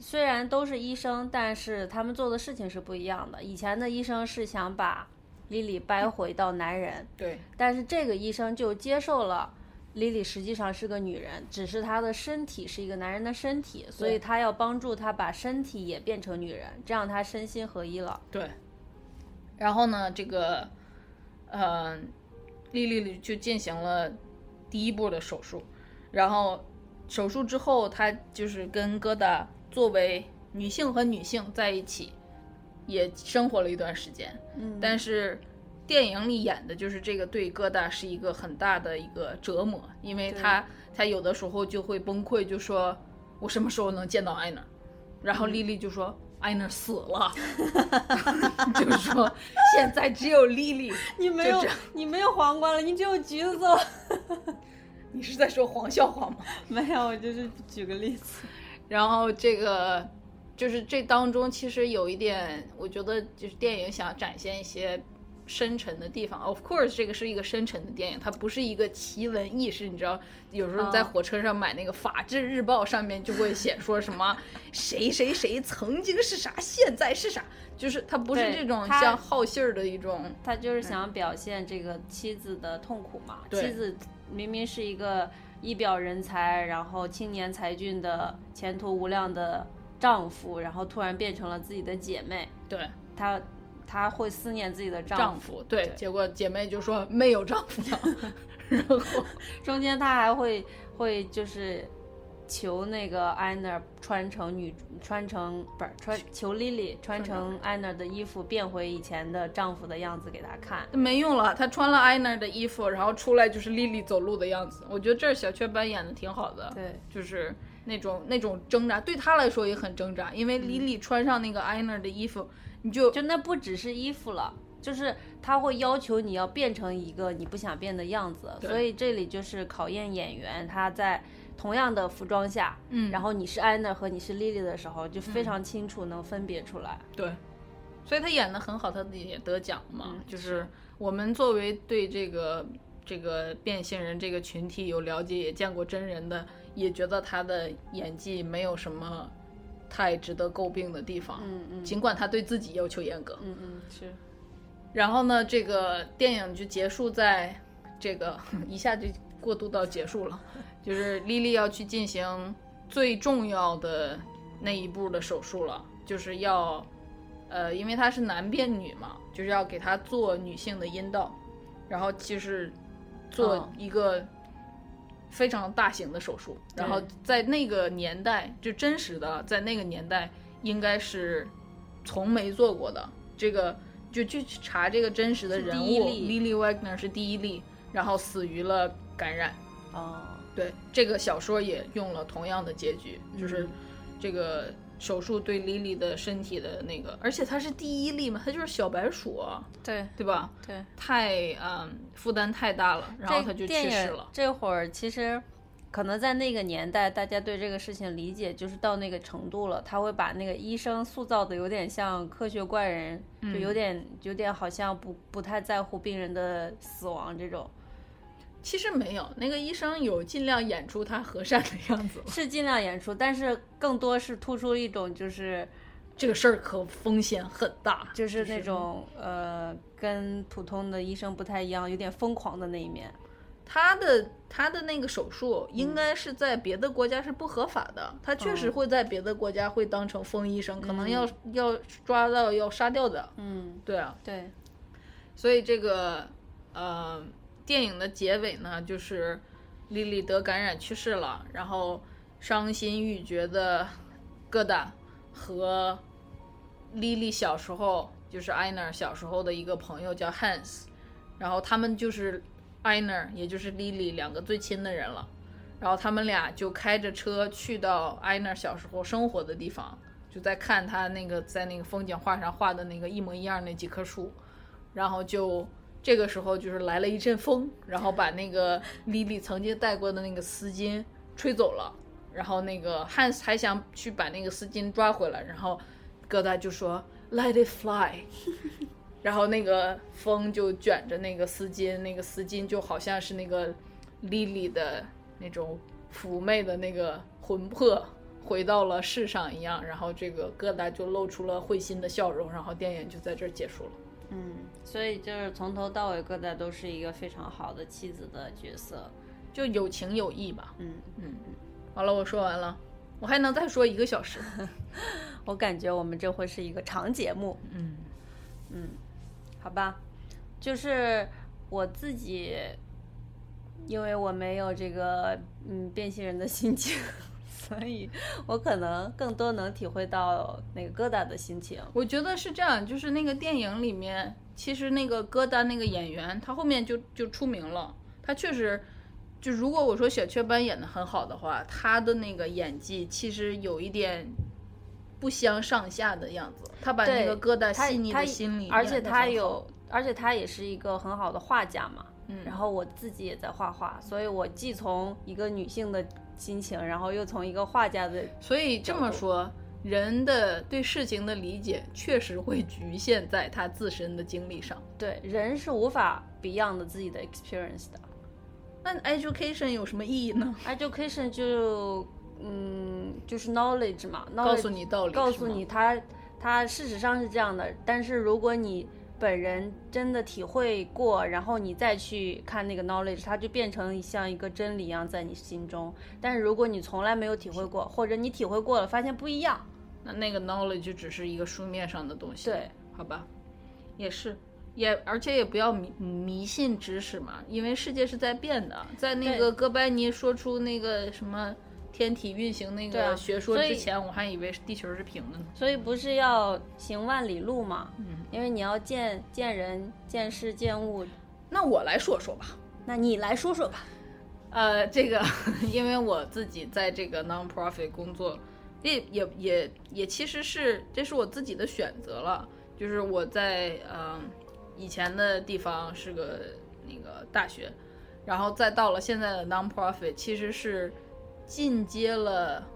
A: 虽然都是医生，但是他们做的事情是不一样的。以前的医生是想把莉莉掰回到男人，
B: 对
A: 但是这个医生就接受了。莉莉实际上是个女人，只是她的身体是一个男人的身体，所以他要帮助她把身体也变成女人，这样她身心合一了。
B: 对。然后呢，这个呃，莉莉就进行了第一步的手术，然后手术之后，她就是跟疙瘩作为女性和女性在一起，也生活了一段时间。
C: 嗯，
B: 但是电影里演的就是这个对疙瘩是一个很大的一个折磨，因为
A: 对
B: 他他有的时候就会崩溃，就说我什么时候能见到艾娜？然后莉莉就说。艾娜死了， (laughs) 就是说现在只有莉莉。
A: 你没
B: 有
A: 有，你没有皇冠了，你只有橘
B: (laughs)
A: 子。
B: 你是在说黄笑话吗？
A: 没有，我就是举个例子。
B: 然后这个就是这当中其实有一点，我觉得就是电影想展现一些深沉的地方。Of course，这个是一个深沉的电影，它不是一个奇闻异事。你知道，有时候在
A: 哦
B: 火车上买那个《法制日报》，上面就会写说什么谁谁谁曾经是啥，现在是啥，就是它不是
A: 对
B: 这种
A: 它
B: 像好信儿的一种。
A: 他就是想表现这个妻子的痛苦嘛。
B: 对
A: 妻子明明是一个一表人才，然后青年才俊的前途无量的丈夫，然后突然变成了自己的姐妹，
B: 对，
A: 她她会思念自己的丈
B: 丈
A: 夫，
B: 夫对，结果姐妹就说没有丈夫了， (laughs) 然后
A: 中间她还会会就是。求那个安娜穿成女穿成不是穿求莉莉穿成安娜的衣服变回以前的丈夫的样子给她看，
B: 没用了，她穿了艾娜的衣服，然后出来就是莉莉走路的样子。我觉得这儿小雀斑演的挺好的，
A: 对，
B: 就是那种那种挣扎，对她来说也很挣扎，因为莉莉穿上那个艾娜的衣服，你就
A: 嗯就那不只是衣服了，就是他会要求你要变成一个你不想变的样子，
B: 对
A: 所以这里就是考验演员他在同样的服装下，
B: 嗯
A: 然后你是安娜和你是莉莉的时候，就非常清楚能分别出来。
B: 嗯对，所以她演的很好，她也得奖嘛。
A: 嗯
B: 就是我们作为对这个这个变性人这个群体有了解，也见过真人的，也觉得她的演技没有什么太值得诟病的地方。
A: 嗯嗯
B: 尽管她对自己要求严格，
A: 嗯嗯，是
B: 然后呢，这个电影就结束在这个 (laughs) 一下就过渡到结束了，就是莉莉要去进行最重要的那一步的手术了，就是要，呃，因为她是男变女嘛，就是要给她做女性的阴道，然后就是做
A: 嗯
B: 一个非常大型的手术，然后
A: 对
B: 在那个年代就真实的在那个年代应该是从没做过的这个。就去查这个真实的
A: 是
B: 人
A: 第一
B: 物
A: 例
B: ，Lily Wagner 是第一例，然后死于了感染。
A: 哦，
B: 对，这个小说也用了同样的结局，就是
A: 嗯
B: 这个手术对 Lily 的身体的那个，而且她是第一例嘛，她就是小白鼠啊，
A: 对
B: 对吧？
A: 对，
B: 太嗯负担太大了，然后她就去世了。
A: 这会儿其实。可能在那个年代，大家对这个事情理解就是到那个程度了，他会把那个医生塑造的有点像科学怪人，就
B: 嗯
A: 有点有点好像不不太在乎病人的死亡这种，
B: 其实没有，那个医生有尽量演出她和善的样子了。
A: 是尽量演出，但是更多是突出一种就是
B: 这个事儿可风险很大，
A: 就是那种呃跟普通的医生不太一样，有点疯狂的那一面。
B: 他的他的那个手术应该是在别的国家是不合法的，他确实会在别的国家会当成疯医生，可能要要抓到要杀掉的。
A: 嗯，
B: 对啊，
A: 对，
B: 所以这个呃，电影的结尾呢，就是莉莉得感染去世了，然后伤心欲绝的疙瘩和莉莉小时候，就是 Ina 小时候的一个朋友叫 Hans，然后他们就是 Ina，也就是莉莉两个最亲的人了。然后他们俩就开着车去到 Ina 小时候生活的地方，就在看他那个在那个风景画上画的那个一模一样那几棵树，然后就这个时候就是来了一阵风，然后把那个莉莉曾经戴过的那个丝巾吹走了，然后那个汉斯还想去把那个丝巾抓回来，然后疙瘩就说 Let it fly，然后那个风就卷着那个丝巾，那个丝巾就好像是那个莉莉的那种妩媚的那个魂魄回到了世上一样，然后这个疙瘩就露出了会心的笑容，然后电影就在这儿结束了。
A: 嗯，所以就是从头到尾，疙瘩都是一个非常好的妻子的角色。
B: 就有情有义吧。
A: 嗯，
B: 好了，我说完了，我还能再说一个小时。 (laughs)
A: 我感觉我们这会是一个长节目。
B: 嗯，
A: 好吧，就是我自己，因为我没有这个嗯变性人的心情， (laughs) 所以我可能更多能体会到那个疙瘩的心情。
B: 我觉得是这样，就是那个电影里面，其实那个疙瘩那个演员，他后面就就出名了，他确实。就如果我说小雀斑演的很好的话，他的那个演技其实有一点不相上下的样子。他把那
A: 对
B: 个疙瘩
A: 他
B: 细腻
A: 他
B: 的心理演得很好，
A: 而且他有，而且他也是一个很好的画家嘛。
B: 嗯
A: 然后我自己也在画画，所以我既从一个女性的心情，然后又从一个画家的
B: 所以这么说，人的对事情的理解确实会局限在他自身的经历上。
A: 对人是无法 beyond 自己的 experience 的。
B: 那 education 有什么意义呢？
A: education 就嗯就是 knowledge 嘛，knowledge
B: 告诉你道理，
A: 呃告
B: 是
A: 诉
B: 吗
A: 你，它它事实上是这样的，但是如果你本人真的体会过，然后你再去看那个 knowledge，它就变成像一个真理一样在你心中。但是如果你从来没有体会过，或者你体会过了发现不一样，
B: 那那个 knowledge 就只是一个书面上的东西，
A: 对，
B: 好吧，也是。也而且也不要迷迷信知识嘛，因为世界是在变的。在那个哥白尼说出那个什么天体运行那
A: 对
B: 个
A: 啊
B: 学说
A: 所以
B: 之前，我还以为是地球是平的呢。
A: 所以不是要行万里路嘛？嗯，因为你要见见人、见事、见物。
B: 那我来说说吧，
A: 那你来说说吧。
B: 呃，这个 (laughs) 因为我自己在这个 nonprofit 工作，也也也也其实是这是我自己的选择了，就是我在嗯、呃以前的地方是个那个大学，然后再到了现在的 nonprofit，其实是进阶了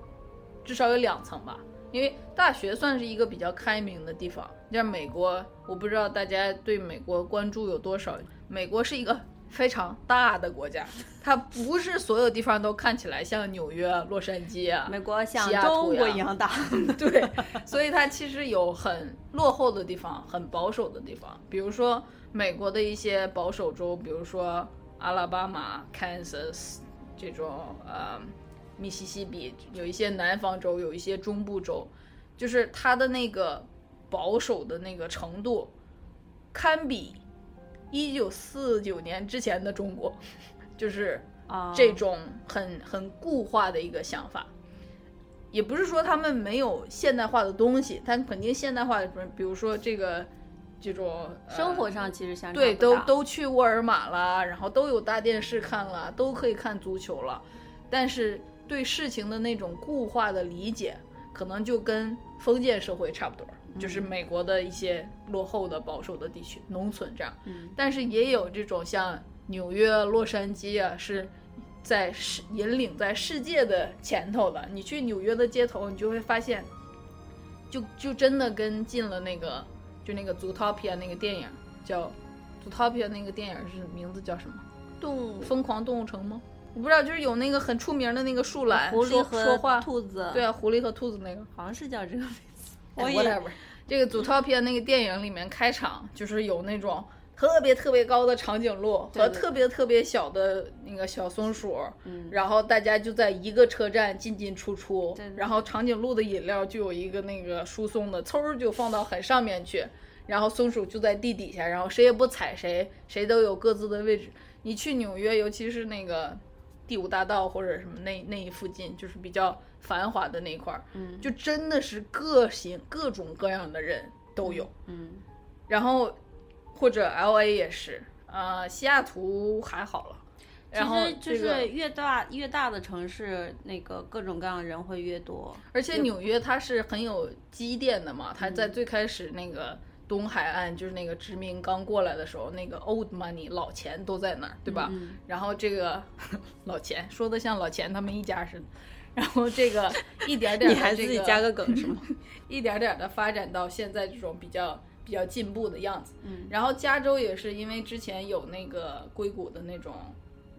B: 至少有两层吧，因为大学算是一个比较开明的地方。像美国，我不知道大家对美国关注有多少。美国是一个非常大的国家，它不是所有地方都看起来像纽约、洛杉矶啊。
A: 美国像
B: 西雅图
A: 中国
B: 呀嗯
A: 一样大，
B: 对，所以它其实有很落后的地方，很保守的地方，比如说美国的一些保守州，比如说阿拉巴马、Kansas 这种，呃，密西西比有一些南方州，有一些中部州，就是它的那个保守的那个程度，堪比一九四九年之前的中国，就是
A: 啊
B: 这种很很固化的一个想法。也不是说他们没有现代化的东西，但肯定现代化的，比如说这个这种、呃
A: 生活上其实相差
B: 对，
A: 不
B: 都
A: 大
B: 都去沃尔玛啦，然后都有大电视看了，都可以看足球了，但是对事情的那种固化的理解，可能就跟封建社会差不多，
A: 嗯
B: 就是美国的一些落后的、保守的地区、农村这样。
A: 嗯
B: 但是也有这种像纽约、洛杉矶啊，是在世引领在世界的前头的。你去纽约的街头，你就会发现，就就真的跟进了那个就那个《Zootopia》那个电影叫《Zootopia》那个电影是名字叫什么？
A: 动物
B: 疯狂动物城吗？我不知道，就是有那个很出名的那个树懒，
A: 狐狸
B: 说说
A: 和
B: 话，
A: 兔子，
B: 对啊，狐狸和兔子那个。
A: 好像是叫这个名字。
B: 哎
A: 也
B: whatever。这个《Zootopia》那个电影里面开场就是有那种特别特别高的长颈鹿
A: 对
B: 和
A: 对
B: 特别特别小的那个小松鼠，
A: 嗯
B: 然后大家就在一个车站进进出出
A: 对，对
B: 然后长颈鹿的饮料就有一个那个输送的，嗖儿就放到很上面去。然后松鼠就在地底下，然后谁也不踩谁，谁都有各自的位置。你去纽约，尤其是那个第五大道或者什么那那一附近，就是比较繁华的那一块儿，
A: 嗯
B: 就真的是各型各种各样的人都有。
A: 嗯
B: 然后或者 L A 也是，呃，西雅图还好了。
A: 其
B: 然后
A: 实就
B: 这个
A: 是越大越大的城市，那个各种各样的人会越多。
B: 而且纽约它是很有积淀的嘛，它
A: 嗯
B: 在最开始那个东海岸，就是那个殖民刚过来的时候，那个 old money 老钱都在那儿，对吧？
A: 嗯
B: 然后这个 (laughs) 老钱说的像老钱他们一家似的，然后这个一点点、
A: 你
B: 的
A: 还
B: 这
A: 自己加个梗是吗？
B: 一点点的发展到现在这种比较比较进步的样子。嗯，然后加州也是因为之前有那个硅谷的那种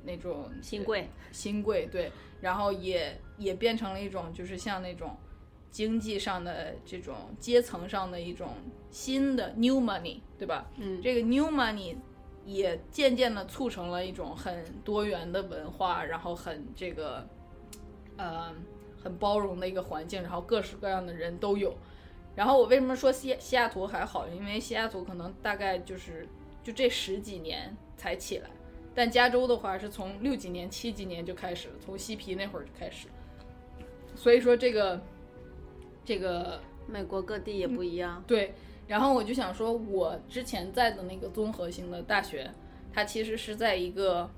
B: 那种
A: 新贵，
B: 新贵对，然后也也变成了一种就是像那种经济上的这种阶层上的一种新的 new money，对吧？
A: 嗯
B: 这个 new money 也渐渐的促成了一种很多元的文化，然后很这个，呃，很包容的一个环境，然后各式各样的人都有。然后我为什么说西西雅图还好？因为西雅图可能大概就是就这十几年才起来，但加州的话是从六几年、七几年就开始了，从嬉皮那会儿就开始。所以说这个这个
A: 美国各地也不一样。
B: 对，然后我就想说，我之前在的那个综合性的大学，它其实是在一个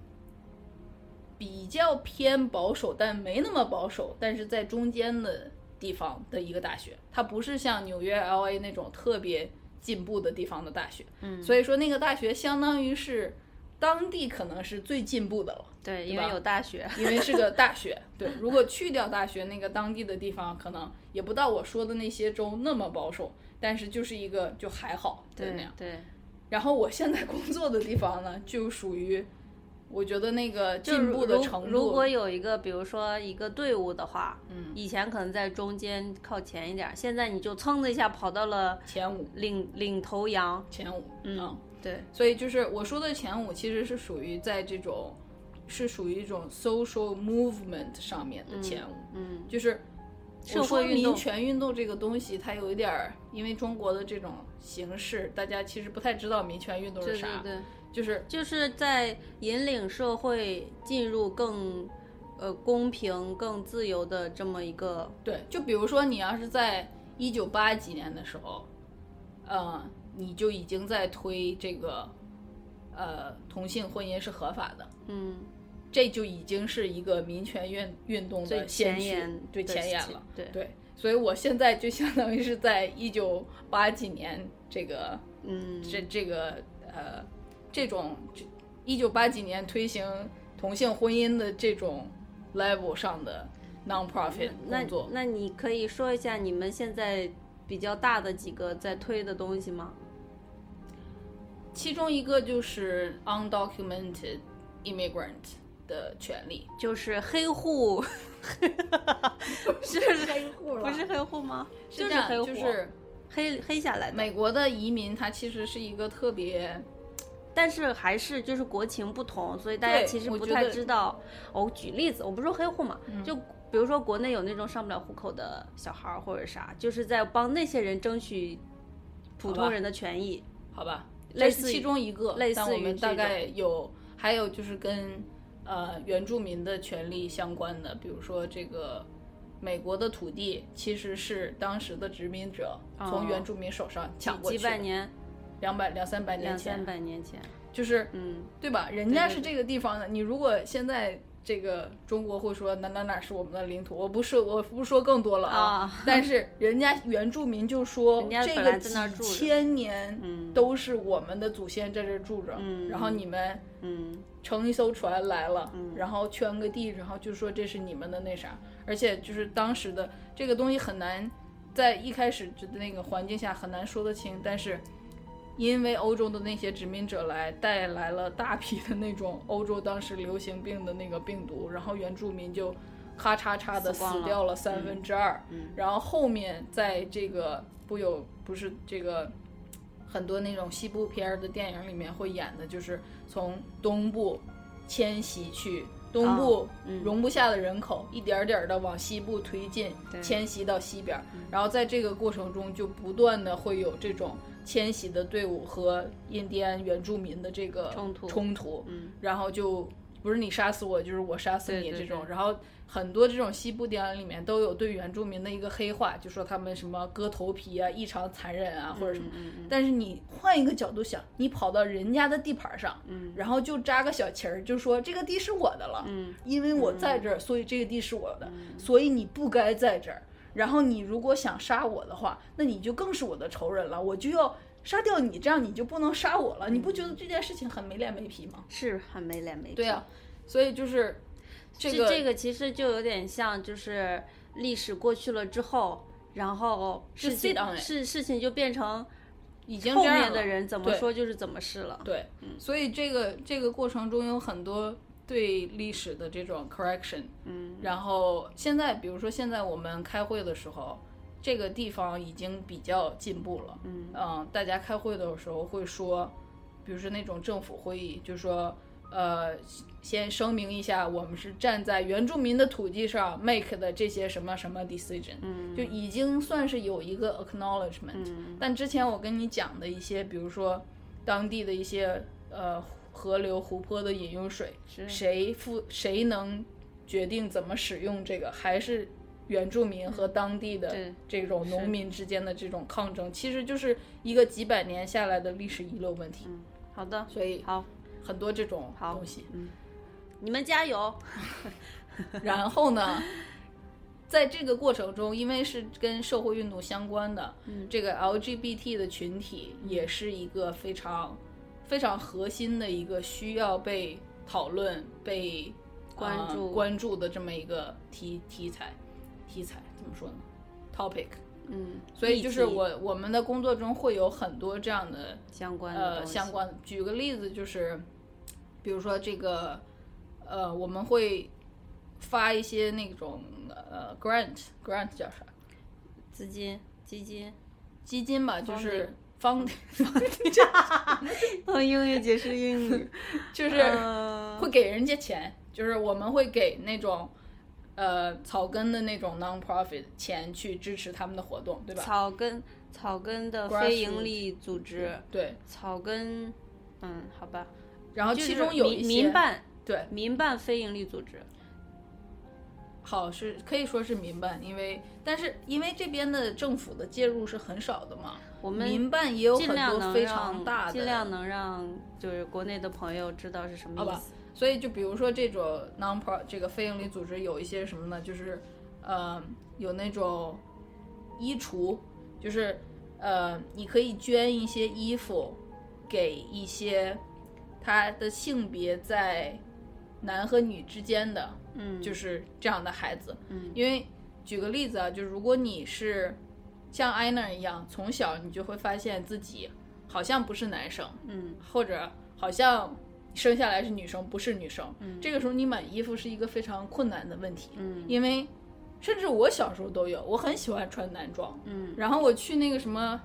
B: 比较偏保守，但没那么保守，但是在中间的地方的一个大学。它不是像纽约、L A 那种特别进步的地方的大学。嗯，所以说那个大学相当于是当地可能是最进步的了。
A: 对，
B: 对
A: 因为
B: 吧
A: 有大学。
B: 因为是个大学。对，如果去掉大学那个当地的地方，可能也不到我说的那些州那么保守，但是就是一个就还好的那
A: 对
B: 样。
A: 对，
B: 然后我现在工作的地方呢，就属于我觉得那个
A: 就
B: 进
A: 如
B: 步的程度，
A: 如如果有一个，比如说一个队伍的话，嗯，以前可能在中间靠前一点，现在你就噌的一下跑到了
B: 前五
A: 领领头羊。
B: 前五，嗯，
A: 对，
B: 所以就是我说的前五其实是属于在这种，是属于一种 social movement 上面的前五，
A: 嗯，
B: 就是
A: 社
B: 我说
A: 会运动
B: 民权运动这个东西，它有一点儿，因为中国的这种形式，大家其实不太知道民权运动是
A: 对
B: 啥，
A: 对对，
B: 就是
A: 就是在引领社会进入更呃公平、更自由的这么一个。
B: 对，就比如说你要是在一九八几年的时候，呃，你就已经在推这个，呃，同性婚姻是合法的，
A: 嗯，
B: 这就已经是一个民权运运动
A: 最
B: 的先
A: 前
B: 驱
A: 沿
B: 对
A: 的
B: 前沿
A: 事
B: 了，
A: 对
B: 对，所以我现在就相当于是在一九八几年这个
A: 嗯，
B: 这这个呃这种一九八几年推行同性婚姻的这种 level 上的 non-profit
A: 那
B: 工作。
A: 那你可以说一下你们现在比较大的几个在推的东西吗？
B: 其中一个就是 undocumented immigrant 的权利，
A: 就是黑户，
B: 是黑户
A: 不是黑户吗？
B: 是
A: 就
B: 这
A: 是
B: 样，
A: 黑户，
B: 就是
A: 黑黑下来的。
B: 美国的移民，他其实是一个特别
A: 但是还是就是国情不同，所以大家
B: 对
A: 其实
B: 我
A: 不
B: 觉
A: 太
B: 得嗯
A: 知道。哦我举例子，我不是说黑户嘛，就比如说国内有那种上不了户口的小孩儿或者啥，就是在帮那些人争取普
B: 吧
A: 通人的权益。
B: 好吧，
A: 类
B: 这
A: 似
B: 是其
A: 于
B: 中一个，
A: 类
B: 但
A: 似
B: 我
A: 于
B: 们
A: 这
B: 大
A: 种
B: 概有，还有就是跟呃原住民的权利相关的，比如说这个美国的土地其实是当时的殖民者
A: 哦
B: 从原住民手上抢过去
A: 几
B: 的，
A: 百年、
B: 两百两三百年
A: 两
B: 前
A: 三，百年前，
B: 就是
A: 嗯，
B: 对吧？人
A: 对
B: 家
A: 对
B: 是这个地方的，你如果现在这个中国会说哪哪哪是我们的领土，我不是我不说更多了啊，
A: 啊
B: (laughs) 但是人家原住民就说
A: 人家
B: 这
A: 本
B: 个
A: 来在那儿
B: 几
A: 住着
B: 千年
A: 嗯
B: 都是我们的祖先在这儿住着，
A: 嗯
B: 然后你们
A: 嗯
B: 乘一艘船来了，然后圈个地，然后就说这是你们的那啥，而且就是当时的这个东西很难在一开始就那个环境下很难说得清，但是因为欧洲的那些殖民者来带来了大批的那种欧洲当时流行病的那个病毒，然后原住民就咔嚓嚓的
A: 死光
B: 死
A: 了嗯
B: 掉了三分之二，然后后面在这个不有不是这个。很多那种西部片儿的电影里面会演的，就是从东部迁徙去东部
A: 嗯
B: 容不下的人口，一点点的往西部推进，
A: 对嗯
B: 迁徙到西边儿。然后在这个过程中，就不断的会有这种迁徙的队伍和印第安原住民的这个
A: 冲突
B: 冲突，
A: 嗯
B: 然后就不是你杀死我，就是我杀死
A: 对
B: 你
A: 对
B: 这种。
A: 对
B: 然后很多这种西部电影里面都有对原住民的一个黑化，就说他们什么割头皮啊、异常残忍啊，或者什么。
A: 嗯嗯
B: 但是你换一个角度想，你跑到人家的地盘上，
A: 嗯
B: 然后就扎个小旗儿，就说这个地是我的了，
A: 嗯
B: 因为我在这儿，所以这个地是我的，所以你不该在这儿。然后你如果想杀我的话，那你就更是我的仇人了，我就要杀掉你，这样你就不能杀我了。你不觉得这件事情很没脸没皮吗？
A: 是很没脸没皮。
B: 对啊，所以就是这
A: 这
B: 个
A: 这个其实就有点像，就是历史过去了之后，然后
B: 是
A: 事情
B: sit on it
A: 事事情就变成
B: 已经
A: 后
B: 这样
A: 面
B: 了
A: 的人怎么
B: 对
A: 说就是怎么是了。
B: 对，所以这个这个过程中有很多对历史的这种 correction，嗯，然后现在比如说现在我们开会的时候，这个地方已经比较进步了，嗯大家开会的时候会说，比如说那种政府会议，就说。呃，先声明一下，我们是站在原住民的土地上 make 的这些什么什么 decision，、就已经算是有一个 acknowledgement、但之前我跟你讲的一些，比如说当地的一些呃河流、湖泊的饮用水，谁负谁能决定怎么使用这个，还是原住民和当地的
A: 对
B: 这种农民之间的这种抗争，其实就是一个几百年下来的历史遗留问题。
A: 好的，
B: 所以
A: 嗯好，
B: 很多这种东西。
A: 你们加油。 (laughs)
B: 然后呢，在这个过程中，因为是跟社会运动相关的，
A: 嗯
B: 这个 LGBT 的群体也是一个非常非常核心的一个需要被讨论、被
A: 关
B: 呃
A: 注
B: 关注的这么一个题题材题材怎么说呢？topic。
A: 嗯，
B: 所以就是
A: 议题
B: 我我们的工作中会有很多这样的
A: 相关的
B: 呃
A: 东西
B: 相关。举个例子，就是比如说这个呃，我们会发一些那种呃 grant grant 叫啥
A: 资金基金，
B: 基金吧，就是方 (laughs)
A: 用英语解释英语，
B: 就是
A: 嗯
B: (laughs) 会给人家钱，就是我们会给那种。呃，草根的那种 non-profit 钱去支持他们的活动，对吧？
A: 草根草根的
B: Grassroot
A: 非盈利组织，
B: 对，
A: 草根，嗯，好吧，
B: 然后
A: 就
B: 其
A: 是
B: 中有
A: 民
B: 一些
A: 民办
B: 对
A: 民办非盈利组织，
B: 好是可以说是民办，因为但是因为这边的政府的介入是很少的嘛，
A: 我们
B: 民办也有很
A: 尽量
B: 多
A: 能
B: 非常
A: 让
B: 大的，
A: 尽量能让就是国内的朋友知道是什么意思。
B: 所以就比如说这种 non pro 这个非营利组织有一些什么呢？就是呃有那种衣橱，就是呃你可以捐一些衣服给一些他的性别在男和女之间的，
A: 嗯，
B: 就是这样的孩子。
A: 嗯，
B: 因为举个例子啊，就是如果你是像 i n a 一样，从小你就会发现自己好像不是男生，
A: 嗯，
B: 或者好像生下来是女生，不是女生。嗯，这个时候你买衣服是一个非常困难的问题。嗯，因为甚至我小时候都有，我很喜欢穿男装。
A: 嗯，
B: 然后我去那个什么。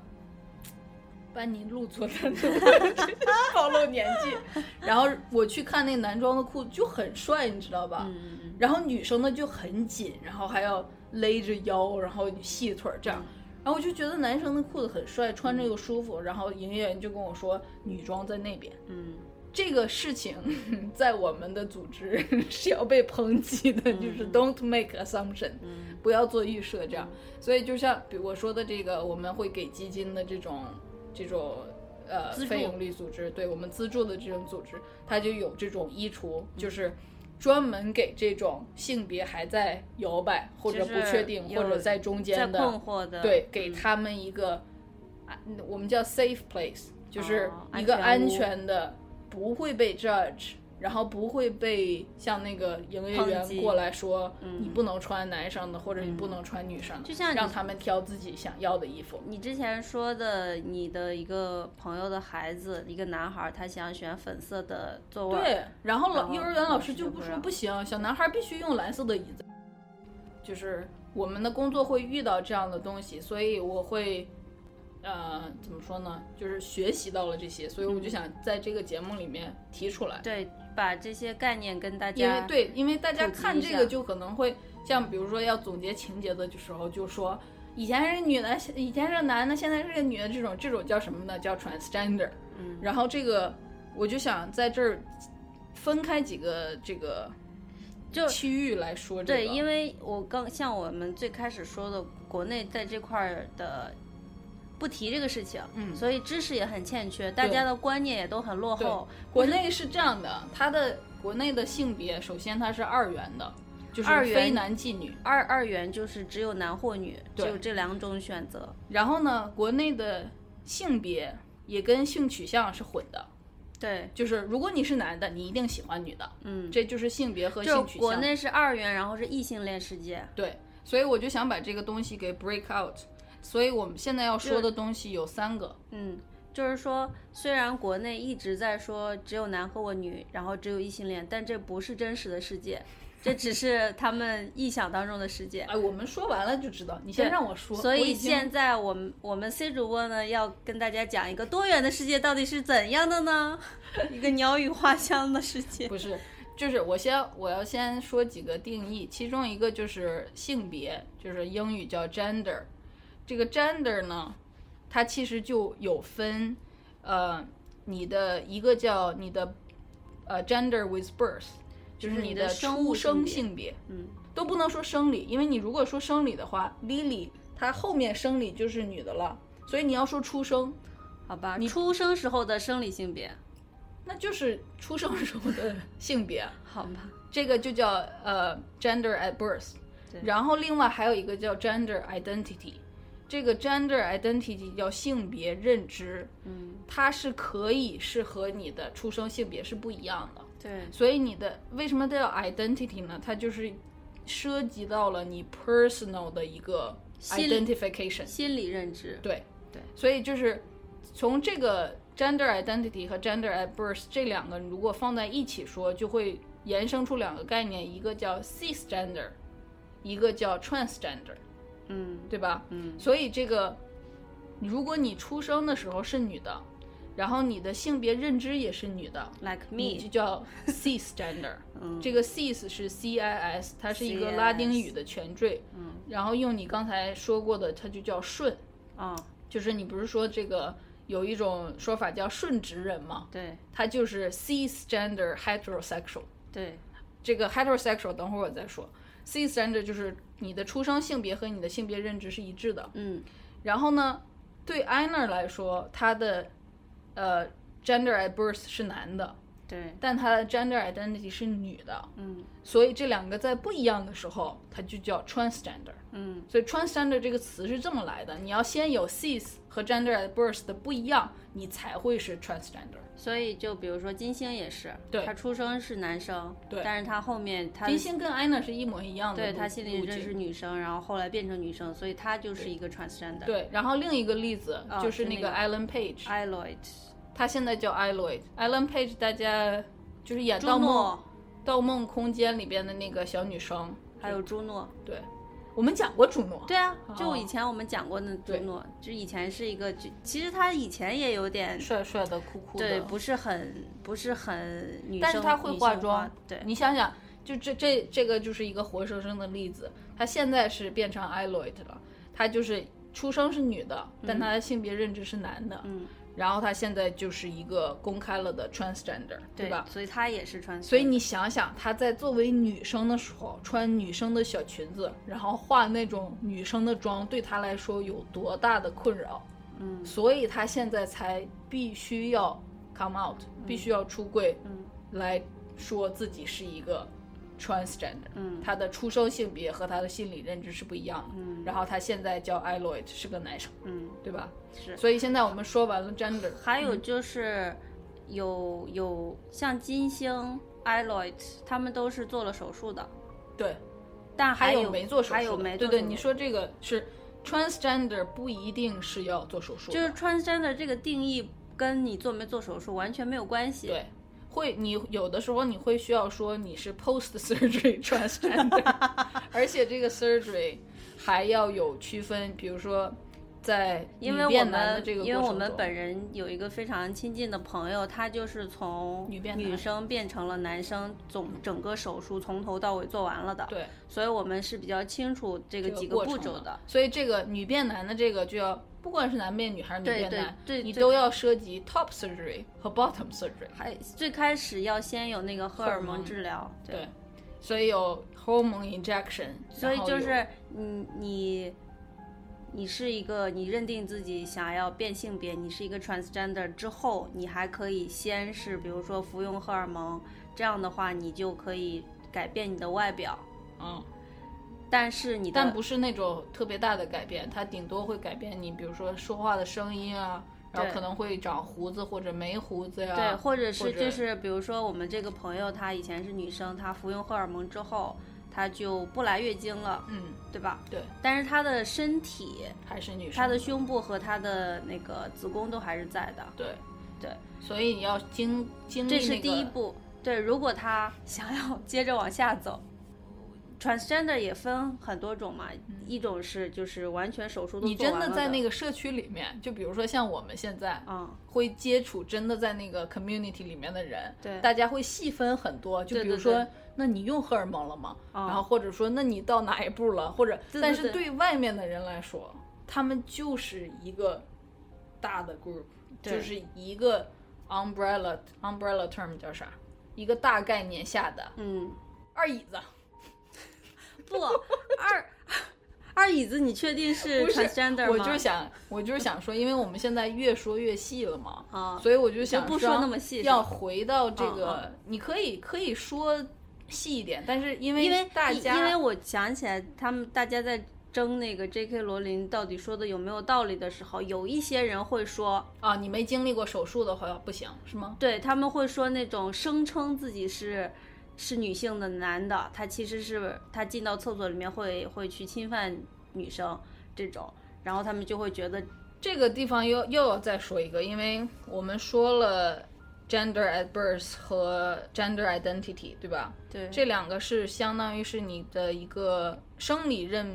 B: 班尼路做男装， (laughs) 暴露年纪。然后我去看那男装的裤子就很帅，你知道吧？
A: 嗯嗯
B: 然后女生呢就很紧，然后还要勒着腰，然后细腿儿这样。
A: 嗯
B: 然后我就觉得男生的裤子很帅，穿着又舒服。然后营业员就跟我说，女装在那边。
A: 嗯
B: 这个事情 (laughs) 在我们的组织 (laughs) 是要被抨击
A: 嗯
B: 的，就是 don't make assumption，、不要做预设这样。所以就像比我说的这个，我们会给基金的这种这种呃
A: 资助
B: 非盈利组织，对我们资助的这种组织，它就有这种衣橱，
A: 嗯
B: 就是。专门给这种性别还在摇摆或者
A: 就
B: 不
A: 是
B: 确定
A: 有
B: 或者在中
A: 在
B: 间的
A: 困惑的
B: 对，给他们一个，啊我们叫 safe place，就是
A: 哦
B: 一个安
A: 安全屋
B: 全的，不会被 judge，然后不会被像那个营业
A: 抨
B: 员
A: 击嗯
B: 过来说你不能穿男生的，或者你不能穿女生的，
A: 就像你
B: 让他们挑自己想要的衣服。
A: 你之前说的，你的一个朋友的孩子，一个男孩，他想选粉色的座位，
B: 对，然后
A: 然
B: 老
A: 后
B: 幼儿园老师
A: 老师
B: 就
A: 就
B: 不
A: 不
B: 说
A: 让
B: 不行，小男孩必须用蓝色的椅子。就是我们的工作会遇到这样的东西，所以我会，呃，嗯怎么说呢？就是学习到了这些，所以我就想在这个节目里面提出来。
A: 对，把这些概念跟大
B: 因为
A: 家
B: 对，因为大家
A: 普及
B: 看
A: 一
B: 这个
A: 下
B: 就可能会像比如说要总结情节的时候，就说以前是女的，现以前是男的，现在是个女的，这种这种叫什么呢？叫 transgender。
A: 嗯
B: 然后这个我就想在这儿分开几个这个
A: 就
B: 区域来说这个，
A: 对，因
B: 为
A: 为我刚像我们最开始说的，国内在这块儿的不提这个事情，
B: 嗯
A: 所以知识也很欠缺，大家的观念也都很落后。
B: 国内是这样的，它的国内的性别首先它是二元的，就是
A: 二元
B: 非男即女。
A: 二二元就是只有男或女，只
B: 对
A: 有这两种选择。
B: 然后呢，国内的性别也跟性取向是混的，
A: 对，
B: 就是如果你是男的，你一定喜欢女的，
A: 嗯，
B: 这就是性别和性
A: 就
B: 取
A: 国
B: 向。
A: 内是二元，然后是异性恋世界。
B: 对，所以我就想把这个东西给 break out。所以我们现在要说的东西有三个，
A: 嗯，就是说，虽然国内一直在说只有男和女，然后只有异性恋，但这不是真实的世界，这只是他们臆想当中的世界。
B: 哎，我们说完了就知道，你先让我说。
A: 所
B: 我已
A: 以
B: 经
A: 现在我们我们 C 主播呢，要跟大家讲一个多元的世界到底是怎样的呢？ (laughs) 一个鸟语花香的世界。
B: 不是，就是我先我要先说几个定义，其中一个就是性别，就是英语叫 gender。这个 gender 呢，它其实就有分，呃，你的一个叫你的呃 gender with birth，就是
A: 是
B: 你
A: 你的生
B: 出
A: 物
B: 生
A: 性别
B: 性别，
A: 嗯，
B: 都不能说生理，因为你如果说生理的话，Lily 她后面生理就是女的了，所以你要说出生，
A: 好吧，你出生时候的生理性别，
B: 那就是出生时候的性别。啊 (laughs)
A: 好吧，
B: 这个就叫呃 gender at birth，
A: 对
B: 然后另外还有一个叫 gender identity，这个 gender identity 叫性别认知，
A: 嗯，
B: 它是可以是和你的出生性别是不一样的，
A: 对，
B: 所以你的为什么叫 identity 呢？它就是涉及到了你 personal 的一个
A: 心理
B: identification，
A: 心理认知，
B: 对
A: 对，
B: 所以就是从这个 gender identity 和 gender at birth 这两个如果放在一起说，就会衍生出两个概念，一个叫 cisgender，一个叫 transgender，
A: 嗯
B: 对吧？
A: 嗯
B: 所以这个，如果你出生的时候是女的，然后你的性别认知也是女的。
A: ，like
B: 你就
A: me，嗯
B: 叫
A: (laughs)
B: cisgender，、这个 cis 是 c i s，它是一个拉丁语的前缀，
A: 嗯
B: 然后用你刚才说过的，它就叫顺，
A: 啊、
B: 就是你不是说这个有一种说法叫顺直人吗？
A: 对
B: 他就是 cisgender heterosexual。
A: 对，
B: 这个 heterosexual 等会儿我再说。cisgender 就是你的出生性别和你的性别认知是一致的。
A: 嗯
B: 然后呢，对 Ainer 来说，他的呃 gender at birth 是男的，
A: 对，
B: 但他的 gender identity 是女的，
A: 嗯
B: 所以这两个在不一样的时候，它就叫 transgender。
A: 嗯
B: 所以 transgender 这个词是这么来的，你要先有 cis 和 gender at birth 的不一样，你才会是 transgender。
A: 所以就比如说金星也是，
B: 对
A: 他出生是男生，
B: 对
A: 但是他后面他
B: 金星跟 Anna 是一模一样的
A: 对
B: 路，
A: 他心里
B: 路
A: 认
B: 径
A: 是女生，然后后来变成女生，所以他就是一个 transgender。
B: 对，然后另一个例子、
A: 啊
B: 就是
A: 是
B: 那
A: 那
B: 个
A: 个哎
B: Alan Page，、
A: i l o i d
B: 他现在叫 Alloyd。Alan Page 大家就是演《
A: 朱
B: 盗梦
A: 诺，
B: 盗梦空间》里边的那个小女生，
A: 还有朱诺，
B: 对，我们讲过朱诺，
A: 对啊，
B: 哦
A: 就以前我们讲过的朱
B: 对
A: 诺，就以前是一个，就其实他以前也有点
B: 帅帅的、酷酷的，
A: 对，不是很不是很女生，
B: 但是他会
A: 女性
B: 化
A: 化
B: 妆，
A: 对，
B: 你想想，就这这这个就是一个活生生的例子。她现在是变成 Eloyd 了，她就是出生是女的，但她的性别认知是男的。
A: 嗯，
B: 然后她现在就是一个公开了的 transgender，对
A: 对
B: 吧？
A: 所以他也是穿，
B: 所以你想想，她在作为女生的时候，穿女生的小裙子，然后化那种女生的妆，对她来说有多大的困扰？
A: 嗯
B: 所以她现在才必须要 come out，必须要出柜，
A: 嗯
B: 来说自己是一个 transgender。
A: 嗯
B: 她的出生性别和她的心理认知是不一样的。
A: 嗯
B: 然后她现在叫 Eloyd，是个男生，
A: 嗯
B: 对吧？
A: 是。
B: 所以现在我们说完了 gender，
A: 还有就是有有像金星、i l o i d 他们都是做了手术的，
B: 对，
A: 但
B: 还
A: 有
B: 没做手术的，
A: 还有没
B: 对
A: 做
B: 对，
A: 手
B: 你
A: 术
B: 说这个是 transgender 不一定是要做手术的，
A: 就是 transgender 这个定义跟你做没做手术完全没有关系。
B: 对。会，你有的时候你会需要说你是 post (laughs) surgery transgender，而且这个 surgery 还要有区分，比如说在
A: 因
B: 你
A: 为我
B: 变男的
A: 们
B: 这个
A: 因为
B: 过
A: 我
B: 程
A: 们
B: 中
A: 本人有一个非常亲近的朋友，他就是从
B: 女变
A: 女
B: 男
A: 生变成了男生，总整个手术从头到尾做完了的。
B: 对
A: 所以我们是比较清楚这个
B: 这
A: 几
B: 个过
A: 步
B: 程
A: 骤
B: 的，所以这个女变男的这个就要，不管是男变女还是女
A: 对
B: 变
A: 对
B: 男，
A: 对
B: 你
A: 对
B: 都要涉及 top surgery 和 bottom surgery。
A: 还最开始要先有那个荷尔蒙
B: 蒙
A: 治疗，对，
B: 对，所以有 hormone injection，
A: 所以
B: 然后
A: 就
B: 有
A: 是你你你是一个你认定自己想要变性别，你是一个 transgender 之后，你还可以先是比如说服用荷尔蒙，这样的话你就可以改变你的外表，
B: 嗯，
A: 但是你的
B: 但不是那种特别大的改变，它顶多会改变你，比如说说话的声音啊，然后
A: 对
B: 可能会长胡子或者没胡子呀、
A: 对，或者
B: 啊或者
A: 是就是比如说我们这个朋友她以前是女生，她服用荷尔蒙之后，她就不来月经了，
B: 嗯，
A: 对吧？
B: 对，
A: 但是她的身体。
B: 还是女生，
A: 她的胸部和她的那个子宫都还是在的，
B: 对
A: 对，
B: 所以你要经经历、
A: 这
B: 嗯那个、
A: 是第一步。对，如果她 (laughs) 想要接着往下走，transgender 也分很多种嘛，一种是就是完全手术
B: 嗯
A: 都
B: 你真
A: 的
B: 的在那
A: 个，
B: 个社区里面，就比如说像我们现在，
A: 嗯，
B: 会接触真的在那个 community 里面的人，
A: 对
B: 大家会细分很多，就
A: 对
B: 比如
A: 对
B: 说，
A: 对
B: 那你用荷尔蒙了吗？
A: 哦
B: 然后或者说，那你到哪一步了？或者，
A: 对对
B: 但是
A: 对
B: 对外面的人来说，他们就是一个大的 group，
A: 对
B: 就是一个 umbrella umbrella term 叫啥？一个大概念下的
A: 嗯，
B: 二椅子，
A: 不，二 (laughs) 二椅子，你确定是
B: 不是
A: transgender 吗？
B: 我就是想，我就是想说，因为我们现在越说越细了嘛，
A: 啊，
B: 所以我就想
A: 就不说那么细是吧
B: 要回到这
A: 嗯
B: 个，你可以可以说细一点，但是因为
A: 因为
B: 大
A: 因
B: 家
A: 因为我想起来，他们大家在争那个 J.K. 罗琳到底说的有没有道理的时候，有一些人会说，
B: 啊，你没经历过手术的话不行，是吗？
A: 对他们会说那种声称自己是是女性的男的，他其实是他进到厕所里面会会去侵犯女生这种，然后他们就会觉得
B: 这个地方又又要再说一个，因为我们说了 gender at birth 和 gender identity，对吧？
A: 对
B: 这两个是相当于是你的一个生理认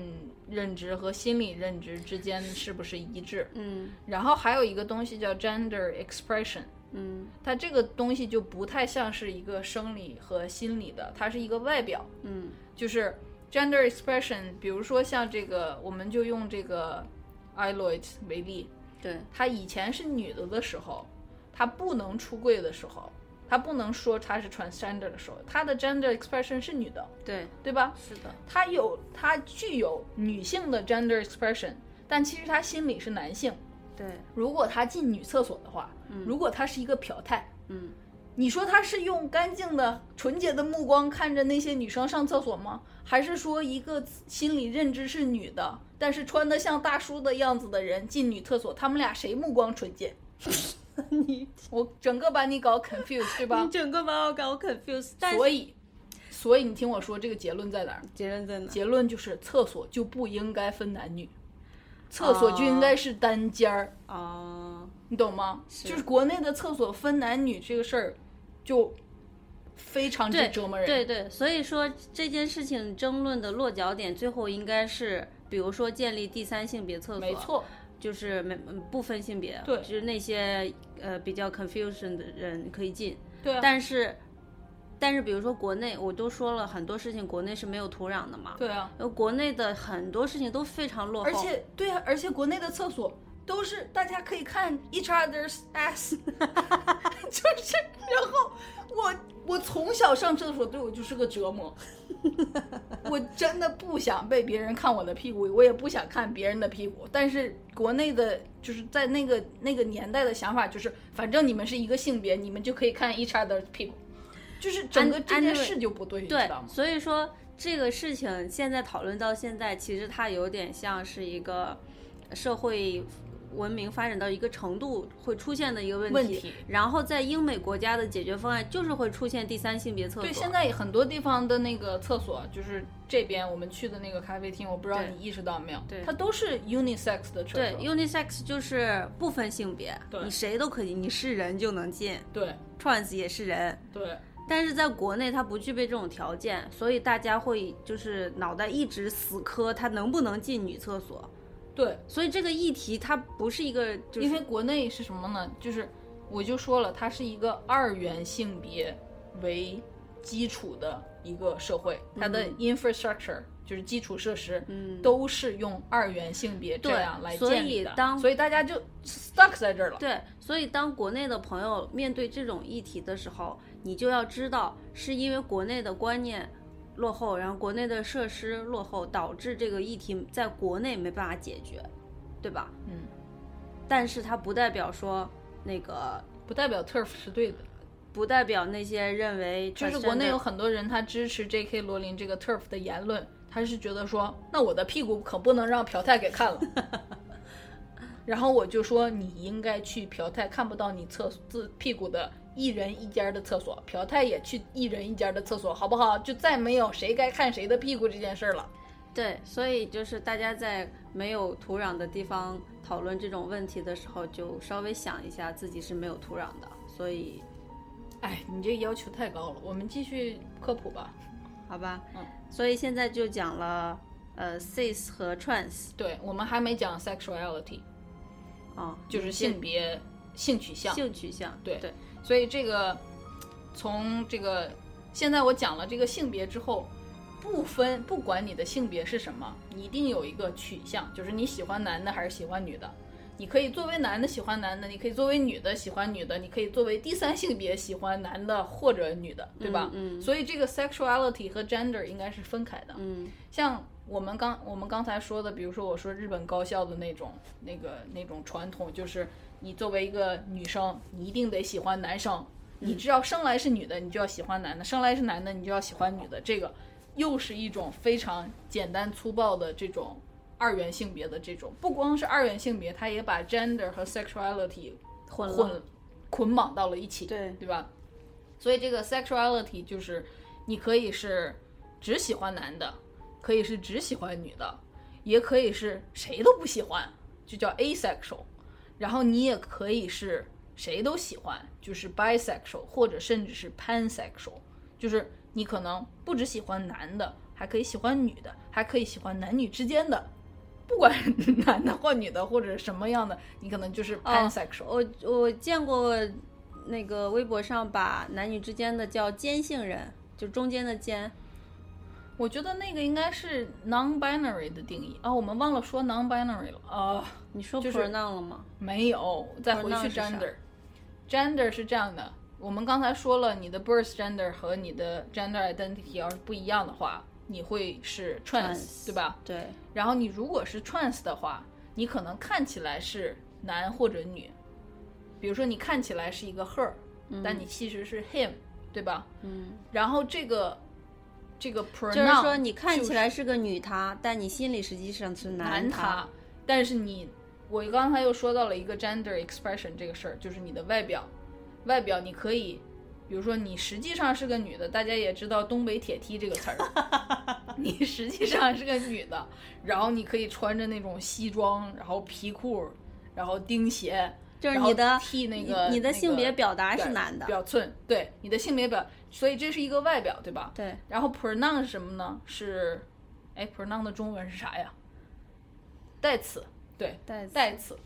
B: 认知和心理认知之间是不是一致？
A: 嗯
B: 然后还有一个东西叫 gender expression，
A: 嗯
B: 它这个东西就不太像是一个生理和心理的，它是一个外表，
A: 嗯
B: 就是 gender expression。比如说像这个，我们就用这个 Iloid 为例，
A: 对
B: 她以前是女的的时候，她不能出柜的时候，她不能说她是 transgender 的时候，她的 gender expression 是女的，
A: 对
B: 对吧？
A: 是的
B: 她有她具有女性的 gender expression，但其实她心里是男性。
A: 对
B: 如果她进女厕所的话，如果她是一个嫖太，
A: 嗯
B: 你说他是用干净的、纯洁的目光看着那些女生上厕所吗？还是说一个心理认知是女的，但是穿得像大叔的样子的人进女厕所，他们俩谁目光纯洁？
A: (laughs) 你
B: 我整个把你搞 confused，对吧
A: 你？整个把我搞 confused，但
B: 所
A: 是
B: 以，所以你听我说，这个结论在哪儿？
A: 结论在哪？
B: 结论就是厕所就不应该分男女，厕所就应该是单间儿。
A: 哦。
B: 你懂吗？就是国内的厕所分男女这个事儿，就非常之
A: 对
B: 折磨人。
A: 对对，所以说这件事情争论的落脚点，最后应该是，比如说建立第三性别厕所，
B: 没，错，
A: 就是没嗯不分性别，
B: 对
A: 就是那些呃比较 confusion 的人可以进，
B: 对啊，
A: 但是但是比如说国内，我都说了很多事情，国内是没有土壤的嘛，
B: 对啊，
A: 呃，国内的很多事情都非常落后，
B: 而且对啊，而且国内的厕所都是大家可以看 each other's ass，就是然后我我从小上厕所对我就是个折磨， (laughs) 我真的不想被别人看我的屁股，我也不想看别人的屁股，但是国内的就是在那个那个年代的想法就是，反正你们是一个性别，你们就可以看 each other's 屁股。就是整个这件
A: Anyway，
B: 事就不对，你知
A: 对
B: 道吗，？
A: 所以说这个事情现在讨论到现在，其实它有点像是一个社会文明发展到一个程度会出现的一个问题。
B: 问题
A: 然后在英美国家的解决方案就是会出现第三性别厕所。
B: 对，现在很多地方的那个厕所，就是这边我们去的那个咖啡厅，我不知道
A: 对
B: 你意识到没有，
A: 对
B: 它都是 unisex 的厕
A: 对
B: 所。
A: unisex 就是不分性别，
B: 对
A: 你谁都可以，你是人就能进
B: 对
A: ，trans 也是人。
B: 对
A: 但是在国内，它不具备这种条件，所以大家会就是脑袋一直死磕，它能不能进女厕所？
B: 对，
A: 所以这个议题它不是一个，就是、
B: 因为国内是什么呢？就是我就说了，它是一个二元性别为基础的一个社会，它的 infrastructure、就是基础设施，
A: 嗯
B: 都是用二元性别这
A: 对
B: 样来
A: 所
B: 建
A: 以
B: 立的，
A: 当
B: 所以大家就 stuck 在这儿了。
A: 对，所以当国内的朋友面对这种议题的时候，你就要知道，是因为国内的观念落后，然后国内的设施落后，导致这个议题在国内没办法解决，对吧？
B: 嗯，
A: 但是它不代表说那个，
B: 不代表 turf 是对的，
A: 不代表那些认为
B: 就是国内有很多人他支持 J.K. 罗琳这个 turf 的言论，他是觉得说，那我的屁股可不能让朴泰给看了。 (laughs) 然后我就说，你应该去朴泰看不到你厕自屁股的一人一间的厕所，朴泰也去一人一间的厕所，好不好？就再没有谁该看谁的屁股这件事儿了。
A: 对，所以就是大家在没有土壤的地方讨论这种问题的时候，就稍微想一下自己是没有土壤的，所以
B: 哎，你这要求太高了，我们继续科普吧。
A: 好吧，
B: 嗯，
A: 所以现在就讲了呃 cis 和 trans
B: 对我们还没讲 sexuality，
A: 啊，
B: 就是性别、性取向。
A: 性取向，
B: 对
A: 对，
B: 所以这个从这个现在我讲了这个性别之后，不分不管你的性别是什么，你一定有一个取向，就是你喜欢男的还是喜欢女的。你可以作为男的喜欢男的，你可以作为女的喜欢女的，你可以作为第三性别喜欢男的或者女的，对吧？
A: 嗯嗯
B: 所以这个 sexuality 和 gender 应该是分开的。
A: 嗯
B: 像我们刚我们刚才说的，比如说我说日本高校的那种那个那种传统，就是你作为一个女生，你一定得喜欢男生，你
A: 嗯
B: 只要生来是女的，你就要喜欢男的；生来是男的，你就要喜欢女的。这个又是一种非常简单粗暴的这种二元性别的这种，不光是二元性别，它也把 gender 和 sexuality
A: 混了
B: 混捆绑到了一起。
A: 对
B: 对吧？所以这个 sexuality 就是你可以是只喜欢男的，可以是只喜欢女的，也可以是谁都不喜欢，就叫 asexual。然后你也可以是谁都喜欢，就是 bisexual 或者甚至是 pansexual，就是你可能不只喜欢男的，还可以喜欢女的，还可以喜欢男女之间的。不管 (laughs) 是男的或女的或者什么样的，你可能就是
A: 哦
B: pansexual。
A: 我我见过那个微博上把男女之间的叫兼性人，就中间的兼，
B: 我觉得那个应该是 non-binary 的定义啊、我们忘了说 non-binary 了啊、
A: 你说
B: 就是
A: pronoun 了吗？
B: 没有，再回去
A: Pronoun 哦是啥
B: gender。gender 是这样的，我们刚才说了，你的 birth gender 和你的 gender identity 要是不一样的话，你会是 trans，,
A: Trans
B: 对吧？
A: 对，
B: 然后你如果是 trans 的话，你可能看起来是男或者女，比如说你看起来是一个 her，、但你其实是 him，对吧？
A: 嗯，
B: 然后这个这个 pronoun
A: 就是说你看
B: 就
A: 起
B: 是
A: 来是个女她，但你心里实际上是
B: 难
A: 她。
B: 他，但是你，我刚才又说到了一个 gender expression 这个事儿，就是你的外表，外表你可以，比如说你实际上是个女的，大家也知道东北铁梯这个词儿，
A: (laughs)
B: 你实际上是个女的，然后你可以穿着那种西装，然后皮裤，然后钉鞋，
A: 就是
B: 然后
A: 你的
B: 替那个
A: 你你的
B: 那个
A: 性别表达
B: 对
A: 是男的，
B: 表寸，对你的性别表，所以这是一个外表，对吧？
A: 对，
B: 然后 pronoun 是什么呢？是，哎，pronoun 的中文是啥呀？代词，对，
A: 代词
B: 代词。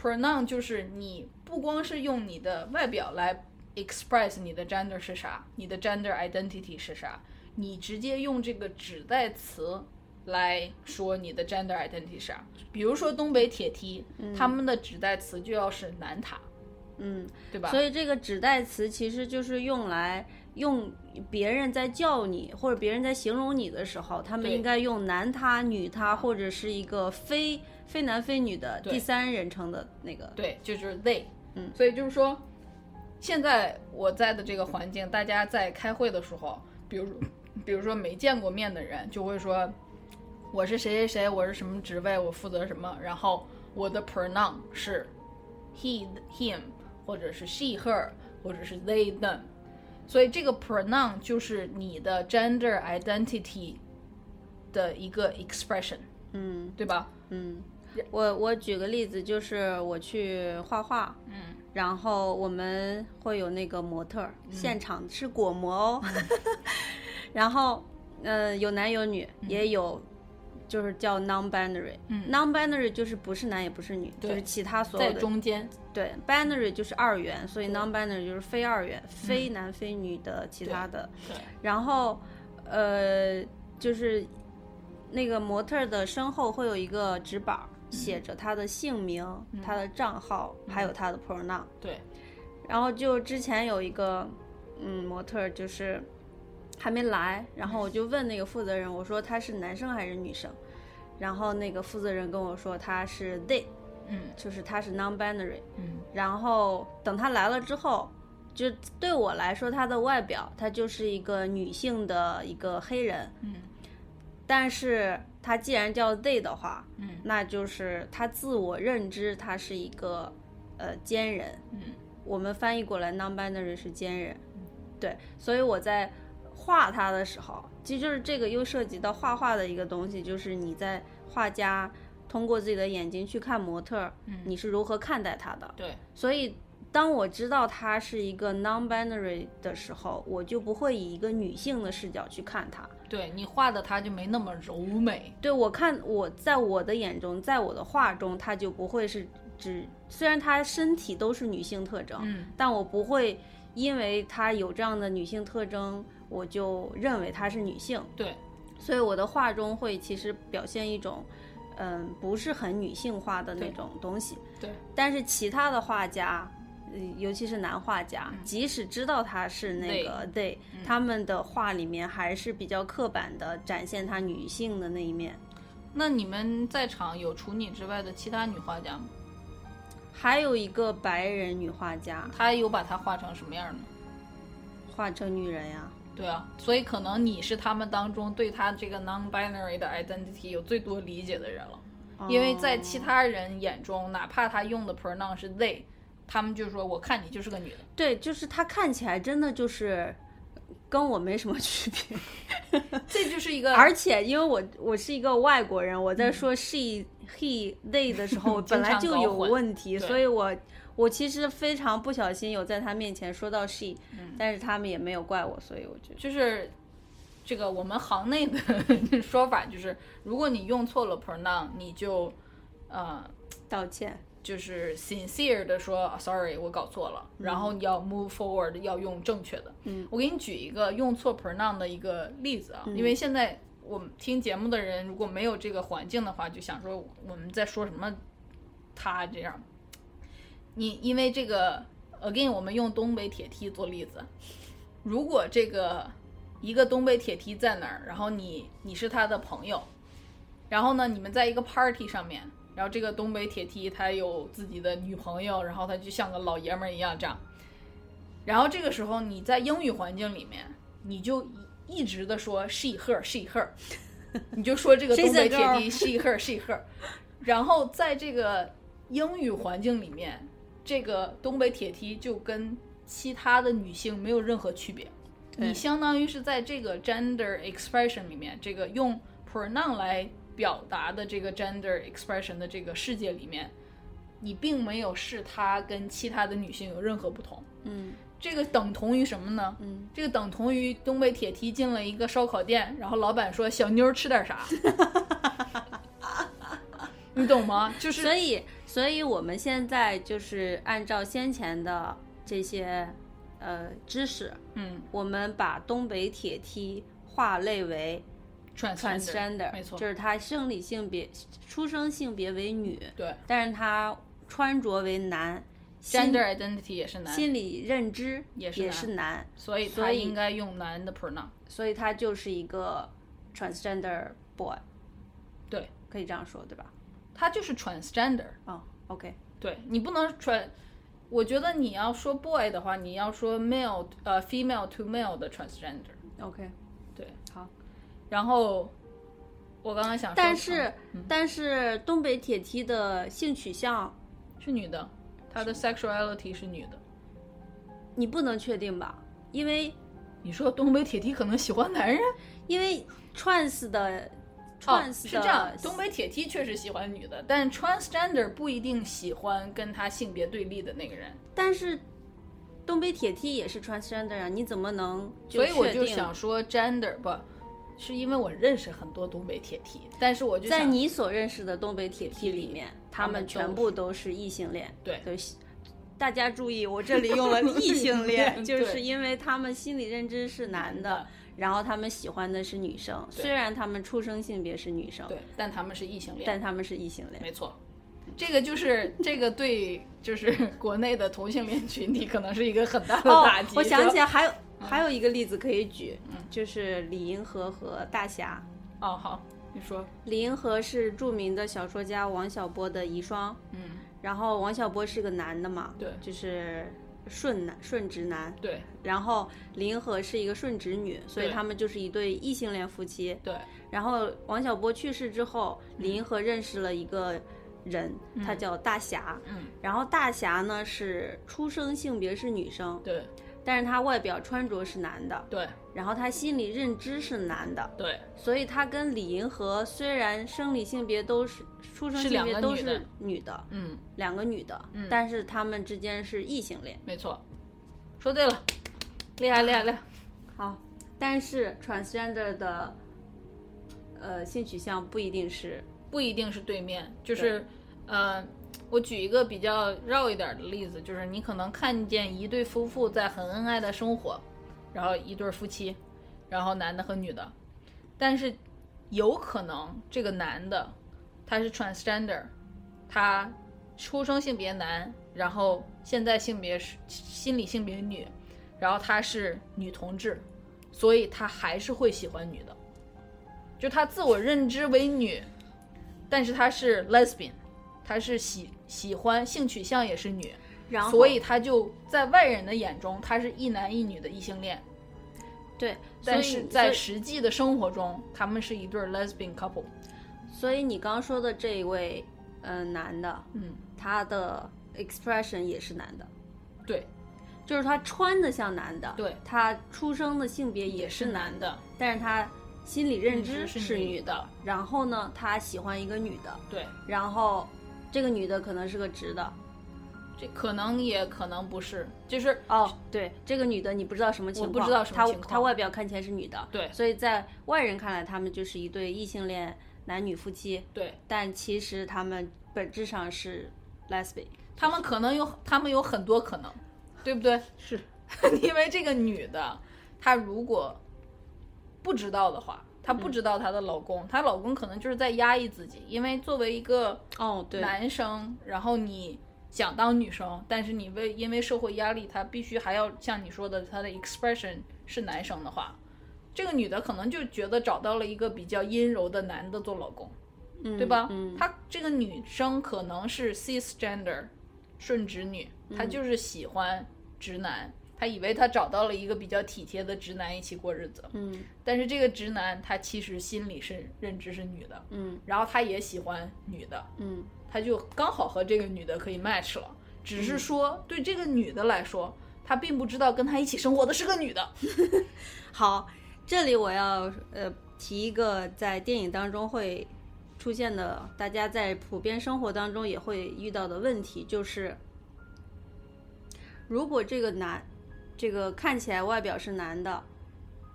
B: pronoun 就是你不光是用你的外表来 express 你的 gender 是啥，你的 gender identity 是啥，你直接用这个指代词来说你的 gender identity 是啥。比如说东北铁梯，他们的指代词就要是南塔，
A: 嗯，
B: 对吧？
A: 所以这个指代词其实就是用来用别人在叫你或者别人在形容你的时候，他们
B: 对
A: 应该用男他、女他或者是一个非非男非女的
B: 对
A: 第三人称的那个。
B: 对，就是 they。
A: 嗯
B: 所以就是说，现在我在的这个环境，大家在开会的时候，比如比如说没见过面的人就会说，我是谁谁谁，我是什么职位，我负责什么，然后我的 pronoun 是 he him 或者是 she her 或者是 they them。所以这个 pronoun 就是你的 gender identity 的一个 expression，
A: 嗯
B: 对吧？
A: 嗯，我我举个例子，就是我去画画，
B: 嗯，
A: 然后我们会有那个模特儿，现场是
B: 嗯
A: (laughs) 裹模哦，然后嗯、呃有男有女，也有就是叫 non-binary，non-binary、
B: 嗯
A: non-binary 就是不是男也不是女，就
B: 对
A: 是其他所
B: 在
A: 有的
B: 中间，
A: 对 binary 就是二元，所以 non-binary 就是非二元，非男非女的其他的。
B: 嗯对，
A: 然后，呃，就是那个模特儿的身后会有一个纸板儿，
B: 嗯
A: 写着她的姓名、她的账号，还有她的 pronoun。
B: 对，
A: 然后就之前有一个嗯模特儿就是还没来，然后我就问那个负责人，我说他是男生还是女生？然后那个负责人跟我说他是 they，
B: 嗯
A: 就是他是 non-binary。
B: 嗯
A: 然后等他来了之后，就对我来说，他的外表他就是一个女性的一个黑人，
B: 嗯
A: 但是他既然叫 they 的话，
B: 嗯
A: 那就是他自我认知他是一个呃奸人，
B: 嗯
A: 我们翻译过来 non-binary 是奸人，对，所以我在画它的时候，其实就是这个又涉及到画画的一个东西，就是你在画家通过自己的眼睛去看模特，
B: 嗯
A: 你是如何看待他的。
B: 对，
A: 所以当我知道他是一个 non-binary 的时候，我就不会以一个女性的视角去看他。
B: 对你画的它就没那么柔美，
A: 对我看我在我的眼中，在我的画中，他就不会是只虽然他身体都是女性特征，
B: 嗯
A: 但我不会因为她有这样的女性特征，我就认为她是女性。
B: 对，
A: 所以我的画中会其实表现一种，嗯，不是很女性化的那
B: 对
A: 种东西。
B: 对
A: 但是其他的画家，呃尤其是男画家，即使知道他是那
B: They
A: 个 they，、他们的画里面还是比较刻板的展现他女性的那一面。
B: 那你们在场有除你之外的其他女画家吗？
A: 还有一个白人女画家
B: 她有把它画成什么样呢？
A: 画成女人呀，
B: 对啊，所以可能你是他们当中对他这个 non-binary 的 identity 有最多理解的人了，因为在其他人眼中，哪怕他用的 pronoun 是 they，他们就说我看你就是个女的。
A: 对，就是她看起来真的就是跟我没什么 (laughs) 区
B: (laughs)
A: 别，
B: 这就是一个，
A: 而且因为我我是一个外国人，我在
B: 嗯
A: 说 she、he、they 的时候，
B: (laughs)
A: 本来就有问题，
B: 对
A: 所以我我其实非常不小心有在他面前说到 she，、但是
B: 嗯
A: 他们也没有怪我，所以我觉得
B: 就是这个我们行内的 (laughs) 说法就是，如果你用错了 pronoun，你就呃
A: 道歉。
B: 就是 sincere 的说啊 sorry 我搞错了，然后你要 move forward 要用正确的。
A: 嗯，
B: 我给你举一个用错 pronoun 的一个例子啊，因为现在我们听节目的人如果没有这个环境的话，就想说我们在说什么他这样。你因为这个 again 我们用东北铁梯做例子，如果这个一个东北铁梯在哪儿，然后你你是他的朋友，然后呢，你们在一个 party 上面，然后这个东北铁梯他有自己的女朋友，然后他就像个老爷们儿一样这样。然后这个时候你在英语环境里面，你就一一直的说 she her she her，你就说这个
A: She's a
B: 东北铁梯 she her she her，然后在这个英语环境里面，这个东北铁梯就跟其他的女性没有任何区别。
A: 对
B: 你相当于是在这个 gender expression 里面，这个用 pronoun 来表达的这个 gender expression 的这个世界里面，你并没有视她跟其他的女性有任何不同。
A: 嗯
B: 这个等同于什么呢？
A: 嗯，
B: 这个等同于东北铁梯进了一个烧烤店，然后老板说：“小妞儿吃点啥？”
A: (laughs)
B: 你懂吗？就是
A: 所以所以我们现在就是按照先前的这些呃知识，
B: 嗯
A: 我们把东北铁梯划类为
B: transgender，
A: transgender，
B: 没错，
A: 就是她生理性别、出生性别为女，
B: 对
A: 但是她穿着为男，心
B: ，gender identity 也是男，
A: 心理认知
B: 也是
A: 是
B: 男
A: 男，
B: 所以
A: 所
B: 他
A: 以
B: 应该用男的 pronoun。
A: 所以她就是一个 transgender boy，
B: 对，
A: 可以这样说对吧？
B: 他就是 transgender。
A: 哦，OK，
B: 对你不能 trans，我觉得你要说 boy 的话，你要说 male 呃 female to male 的 transgender。
A: OK，
B: 对，
A: 好。
B: 然后我刚刚想说，
A: 但是、
B: 嗯
A: 但是东北铁梯的性取向
B: 是女的，她的 sexuality 是女的。
A: 你不能确定吧？因为
B: 你说东北铁梯可能喜欢男
A: (laughs)
B: 人？
A: 因为 trans 的
B: 哦，
A: trans
B: 是
A: 的、
B: 这样，东北铁梯确实喜欢女的，但 transgender 不一定喜欢跟他性别对立的那个人。
A: 但是东北铁梯也是 transgender 啊，你怎么能就
B: 所以我
A: 确
B: 就
A: 定
B: 想说 gender 不是因为我认识很多东北铁蹄，但是我就
A: 在
B: 想
A: 你所认识的东北铁梯里面，他
B: 们
A: 们
B: 都
A: 全部都是异性恋。
B: 对
A: 都是大家注意，我这里用
B: (laughs)
A: 了异性恋，
B: 对
A: 就是因为他们心理认知是男的，然后他们喜欢的是女生，
B: 对
A: 虽然他们出生性别是女生，
B: 对，但他们是异性恋，
A: 但他们是异性恋。
B: 没错，这个就是这个对，就是 (laughs) 国内的同性恋群体可能是一个很大嗯的
A: 哦
B: 打击。，
A: 我想起
B: 来，
A: 来还有还有一个例子可以举，
B: 嗯
A: 就是李银河和大侠。
B: 哦，好，你说，
A: 李银河是著名的小说家王小波的遗孀，
B: 嗯，
A: 然后王小波是个男的嘛，
B: 对
A: 就是顺男顺直男，
B: 对
A: 然后李银河是一个顺直女，所以
B: 对
A: 他们就是一对异性恋夫妻。
B: 对，嗯
A: 然后王小波去世之后，李银河认识了一个人，他叫大侠，
B: 嗯，
A: 然后大侠呢是出生性别是女生，
B: 对
A: 但是他外表穿着是男的，
B: 对
A: 然后他心理认知是男的，
B: 对
A: 所以她跟李银河虽然生理性别都是出生
B: 是
A: 性
B: 两
A: 别
B: 个
A: 都
B: 女的
A: 是女的，
B: 嗯，
A: 两个女的，但是她们之间是异性恋。
B: 没错，说对了，厉害厉害厉害，
A: 好，但是 transgender 的呃性取向不一定是
B: 不一定是对面，就是，呃。我举一个比较绕一点儿的例子，就是你可能看见一对夫妇在很恩爱的生活，然后一对夫妻，然后男的和女的，但是有可能这个男的他是 transgender，他出生性别男，然后现在性别是心理性别女，然后他是女同志，所以他还是会喜欢女的，就他自我认知为女，但是他是 lesbian，他是喜喜欢性取向也是女，
A: 然后
B: 所以他就在外人的眼中他是一男一女的异性恋。
A: 对，
B: 但
A: 所以
B: 是在
A: 所以
B: 实际的生活中，他们是一对儿 lesbian couple。
A: 所以你刚说的这一位呃男的，
B: 嗯，
A: 他的 expression 也是男的，
B: 对，
A: 就是他穿的像男的，
B: 对
A: 他出生的性别
B: 也
A: 是
B: 是男
A: 的
B: 的，
A: 但是他心理认
B: 认
A: 知
B: 嗯知是
A: 是
B: 女
A: 女
B: 的
A: 的。然后呢，他喜欢一个女的，
B: 对，
A: 然后这个女的可能是个直的。
B: 这可能也可能不是，就是
A: 哦，对，这个女的你不知道什么情况，
B: 我不知道什么情
A: 她
B: 况
A: 她外表看起来是女的，
B: 对
A: 所以在外人看来，他们就是一对异性恋男女夫妻，
B: 对
A: 但其实他们本质上是 lesbian。
B: 他们可能有，他们有很多可能，对不对？是， (laughs) 因为这个女的，她如果不知道的话，她不知道她的老公，她老公可能就是在压抑自己，因为作为一个
A: 哦，对，
B: 男生，然后你想当女生，但是你为因为社会压力，他必须还要像你说的，他的 expression 是男生的话，这个女的可能就觉得找到了一个比较阴柔的男的做老公，对吧？
A: 嗯
B: 她这个女生可能是 cisgender 顺直女，
A: 嗯
B: 她就是喜欢直男，她以为她找到了一个比较体贴的直男一起过日子，
A: 嗯
B: 但是这个直男他其实心里是认知是女的，
A: 嗯
B: 然后他也喜欢女的，
A: 嗯，
B: 他就刚好和这个女的可以 match 了。只是说对这个女的来说，他并不知道跟他一起生活的是个女的。
A: 好，这里我要呃提一个在电影当中会出现的，大家在普遍生活当中也会遇到的问题，就是如果这个男，这个看起来外表是男的，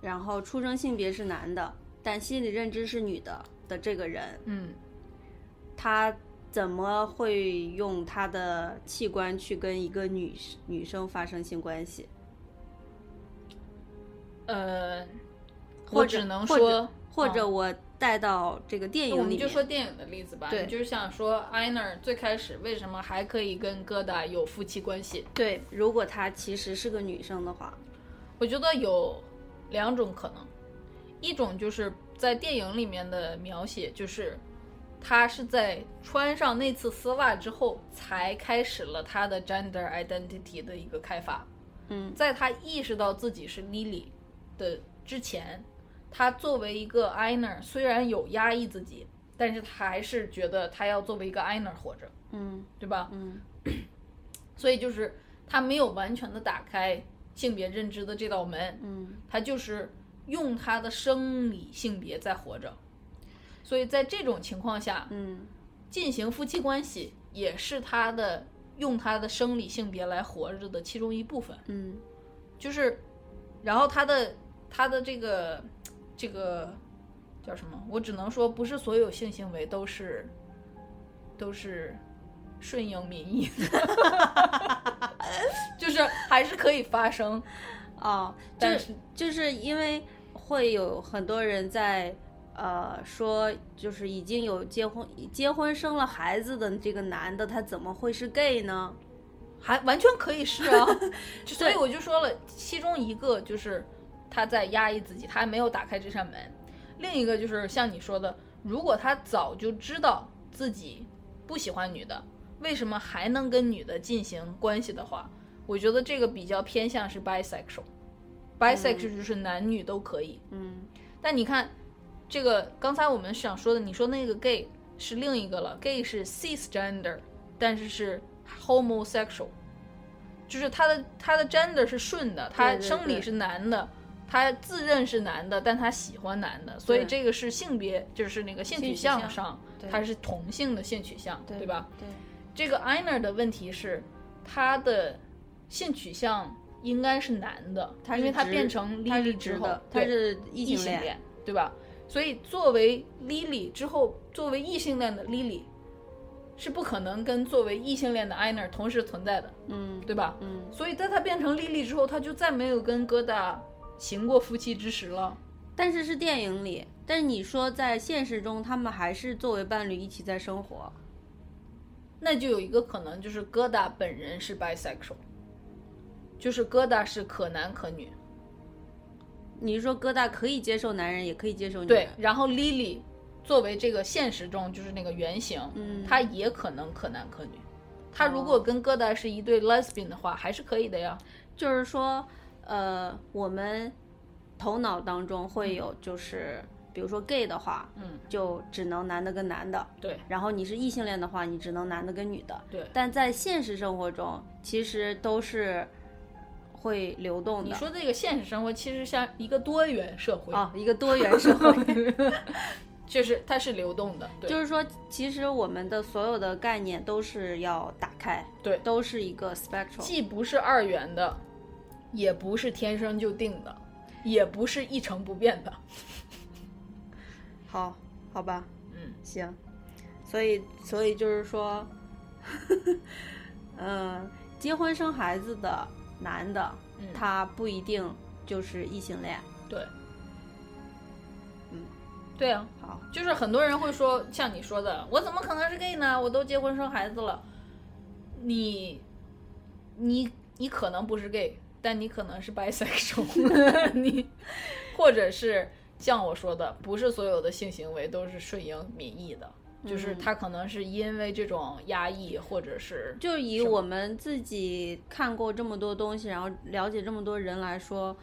A: 然后出生性别是男的，但心理认知是女的的这个人，
B: 嗯，
A: 他怎么会用他的器官去跟一个女女生发生性关系？
B: 呃，
A: 或
B: 我
A: 者
B: 只能
A: 或者
B: 说，
A: 或者
B: 嗯
A: 我带到这个电影
B: 我
A: 里
B: 们
A: 面，
B: 就说电影的例子吧。
A: 对
B: 你就是想说艾 i 最开始为什么还可以跟疙瘩有夫妻关系？
A: 对，如果她其实是个女生的话，
B: 我觉得有两种可能，一种就是在电影里面的描写，就是他是在穿上那次丝袜之后，才开始了他的 gender identity 的一个开发。
A: 嗯
B: 在他意识到自己是 Lily 的之前，他作为一个 Iner，虽然有压抑自己，但是他还是觉得他要作为一个 Iner 活着，
A: 嗯
B: 对吧？
A: 嗯
B: 所以就是他没有完全的打开性别认知的这道门，
A: 嗯
B: 他就是用他的生理性别在活着。所以在这种情况下，
A: 嗯
B: 进行夫妻关系也是他的用他的生理性别来活着的其中一部分。
A: 嗯
B: 就是，然后他的他的这个这个叫什么？我只能说，不是所有性行为都是都是顺应民意的， (laughs) 就是还是可以发生。
A: 啊，就
B: 但
A: 是
B: 是
A: 就是因为会有很多人在呃说，就是已经有结婚结婚生了孩子的这个男的，他怎么会是 gay 呢？
B: 还完全可以是啊，就所以我就说了，其中一个就是他在压抑自己，他还没有打开这扇门；另一个就是像你说的，如果他早就知道自己不喜欢女的，为什么还能跟女的进行关系的话，我觉得这个比较偏向是 bisexual。bisexual 就是男女都可以，
A: 嗯
B: 但你看，这个刚才我们想说的，你说那个 gay 是另一个了，gay 是 cisgender，但是是 homosexual，就是他的他的 gender 是顺的，他
A: 对对
B: 生理是男的，他自认是男的，但他喜欢男的，所以
A: 对
B: 这个是性别，就是那个性
A: 性
B: 取
A: 取向
B: 向上
A: 对，
B: 他是同性的性取向，
A: 对
B: 对吧？
A: 对，
B: 这个 Iner 的问题是，他的性取向应该是男的，
A: 他是
B: 因为他
A: 直
B: 变成
A: 他是
B: Lily 之
A: 直
B: 后
A: 的，，他
B: 对
A: 是异
B: 异
A: 性
B: 性，恋，对吧？所以作为 Lily 之后，作为异性恋的 Lily 是不可能跟作为异性恋的 Iner 同时存在的，
A: 嗯
B: 对吧？
A: 嗯，
B: 所以在他变成 Lily 之后，他就再没有跟疙瘩行过夫妻之实了。
A: 但是是电影里，但是你说在现实中，他们还是作为伴侣一起在生活，
B: 那就有一个可能就是疙瘩本人是 bisexual，就是疙瘩是可男可女。
A: 你是说疙瘩可以接受男人，也可以接受女
B: 对
A: 人，，
B: 然后 Lily 作为这个现实中就是那个原型，
A: 嗯哦
B: 她也可能可男可女。她如果跟疙瘩是一对 lesbian 的话，还是可以的呀。
A: 就是说，呃，我们头脑当中会有，就是比如说 gay 的话，
B: 嗯，
A: 就只能男的跟男的；
B: 对
A: 然后你是异性恋的话，你只能男的跟女的。
B: 对。
A: 但在现实生活中，其实都是会流动的。
B: 你说这个现实生活其实像一个多元社会，
A: 啊，一个多元社会，
B: (laughs) 就是它是流动的，对，
A: 就是说，其实我们的所有的概念都是要打开，
B: 对
A: 都是一个 spectrum。
B: 既不是二元的，也不是天生就定的，也不是一成不变的。
A: 好，好吧，
B: 嗯，
A: 行，所以所以就是说， (laughs) 嗯，结婚生孩子的男的，
B: 嗯
A: 他不一定就是异性恋。
B: 对，
A: 嗯，
B: 对啊，
A: 好，
B: 就是很多人会说，像你说的，我怎么可能是 gay 呢？我都结婚生孩子了，你，你，你可能不是 gay，但你可能是
A: (laughs)
B: bisexual，你， (laughs) 或者是像我说的，不是所有的性行为都是顺应民意的，就是
A: 嗯
B: 他可能是因为这种压抑，或者是
A: 就以我们自己看过这么多东西，然后了解这么多人来说。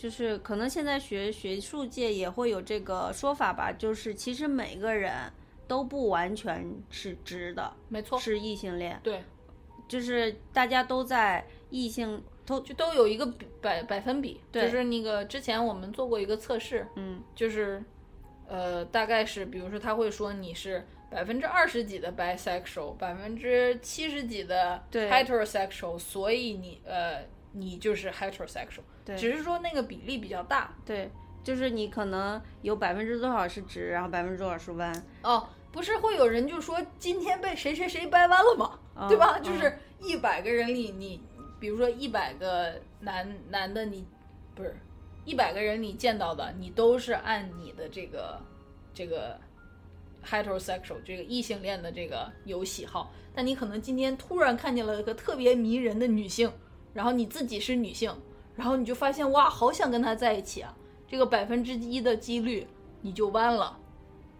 A: 就是可能现在学学术界也会有这个说法吧，就是其实每个人都不完全是直的，
B: 没错，
A: 是异性恋，
B: 对，
A: 就是大家都在异性都
B: 就都有一个比百百分比，
A: 对
B: 就是那个之前我们做过一个测试，
A: 嗯
B: 就是，呃，大概是，比如说他会说你是百分之二十几的 bisexual，百分之七十几的
A: 对
B: heterosexual，所以你呃，你就是 heterosexual，
A: 对
B: 只是说那个比例比较大
A: 对，就是你可能有百分之多少是直，然后百分之多少是弯。
B: 哦。不是会有人就说今天被谁谁谁掰弯了吗？对吧？
A: 嗯
B: 就是一百个人里你，比如说一百个男男的你，不是一百个人你见到的，你都是按你的这个这个 heterosexual 这个异性恋的这个有喜好，但你可能今天突然看见了一个特别迷人的女性，然后你自己是女性，然后你就发现哇，好想跟她在一起啊，这个百分之一的几率你就弯了。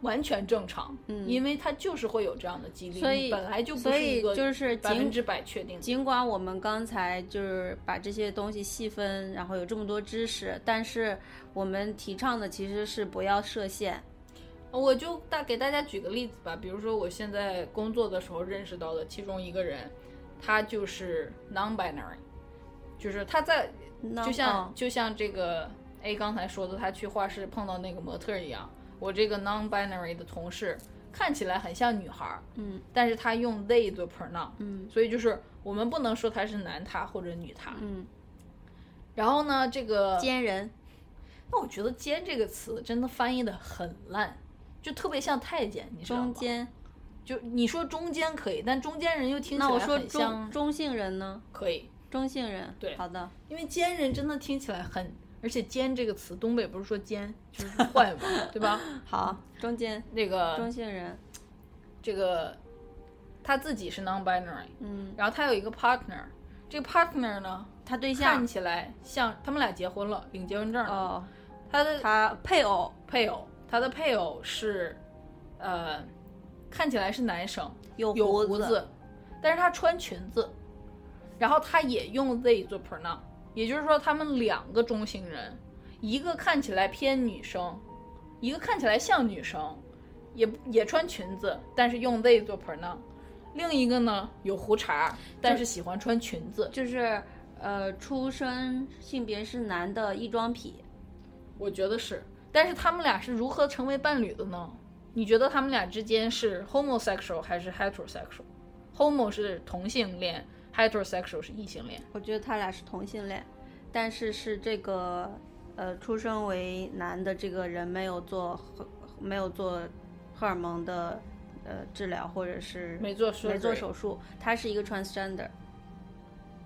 B: 完全正常，
A: 嗯
B: 因为它就是会有这样的几率，
A: 所以
B: 你本来就不
A: 所
B: 是一
A: 以
B: 个
A: 就是
B: 百分
A: 尽
B: 之百确定的。
A: 尽管我们刚才就是把这些东西细分，然后有这么多知识，但是我们提倡的其实是不要设限。
B: 我就大给大家举个例子吧，比如说我现在工作的时候认识到的其中一个人，他就是 non-binary，就是他在
A: 那
B: 就像、
A: 嗯
B: 就像这个 A 刚才说的，他去画室碰到那个模特儿一样，我这个 non-binary 的同事看起来很像女孩儿，
A: 嗯
B: 但是他用 they 做 pronoun，
A: 嗯
B: 所以就是我们不能说他是男他或者女他。
A: 嗯，
B: 然后呢，这个
A: 奸人
B: 那我觉得“奸”这个词真的翻译的很烂，就特别像太监，你知道吗
A: 中，间，
B: 就你说中间可以，但中间人又听起
A: 那
B: 来
A: 我说
B: 很像
A: 中中性人呢？
B: 可以，
A: 中性人，
B: 对
A: 好的，
B: 因为奸人真的听起来很，而且“奸”这个词，东北不是说奸就是坏嘛，对吧？
A: 好，中间
B: 那
A: 中
B: 个
A: 性人，
B: 这个他自己是 non-binary，
A: 嗯，
B: 然后他有一个 partner，这个 partner 呢，
A: 他对
B: 看
A: 象，
B: 起来像他们俩结婚了，领结婚证了，
A: 哦，
B: 他的
A: 他配偶，
B: 配偶，他的配偶是，呃，看起来是男生，
A: 有
B: 有
A: 胡
B: 胡
A: 子
B: 子，但是他穿裙子，然后他也用 they 做 pronoun，也就是说他们两个中性人，一个看起来偏女生，一个看起来像女生，也也穿裙子，但是用 they 做 pronoun。另一个呢有胡茬，但是喜欢穿裙子。
A: 就是呃，出生性别是男的异装癖，
B: 我觉得是，但是他们俩是如何成为伴侣的呢？你觉得他们俩之间是 homosexual 还是 heterosexual？homo 是同性恋，heterosexual 是异性恋。
A: 我觉得他俩是同性恋，但是是这个呃，出生为男的这个人没有做荷没有做荷尔蒙的呃治疗，或者是
B: 没做手术
A: 没做手术，他是一个 transgender。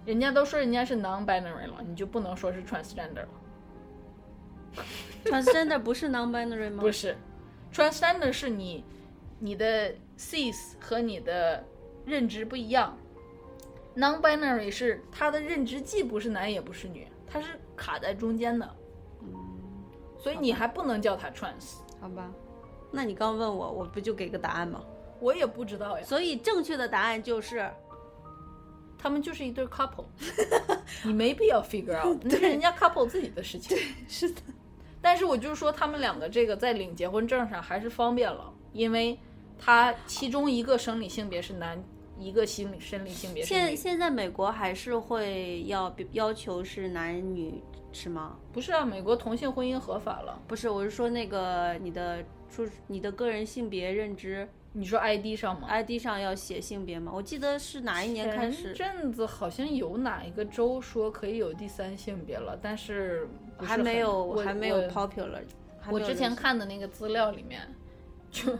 B: 人家都说人家是 non-binary 了，你就不能说是 transgender 了？
A: transgender (laughs) 不是 non-binary 吗？
B: 不，是，transgender 是你你的 cis 和你的认知不一样，non-binary 是他的认知既不是男也不是女，他是卡在中间的，
A: 嗯，
B: 所以你还不能叫他 trans。
A: 好吧。那你刚问我，我不就给个答案吗？
B: 我也不知道呀，
A: 所以正确的答案就是
B: 他们就是一对 couple，你没必要 figure out，那
A: (laughs)
B: 是人家 couple 自己的事情。
C: 是的，
B: 但是我就是说，他们两个这个在领结婚证上还是方便了，因为他其中一个生理性别是男，一个心理生理性别是
A: 现
B: 女。
A: 现在美国还是会要要求是男女是吗？
B: 不是啊，美国同性婚姻合法了。
A: 不是，我是说那个你的出你的个人性别认知
B: 你说 ID 上吗？
A: ID 上要写性别吗？我记得是哪一年开
B: 前
A: 始，
B: 阵子好像有哪一个州说可以有第三性别了，但是不是
A: 还没
B: 很
A: 有
B: 我
A: 还没有
B: 我
A: popular 还没有流行。
B: 我之前看的那个资料里面，就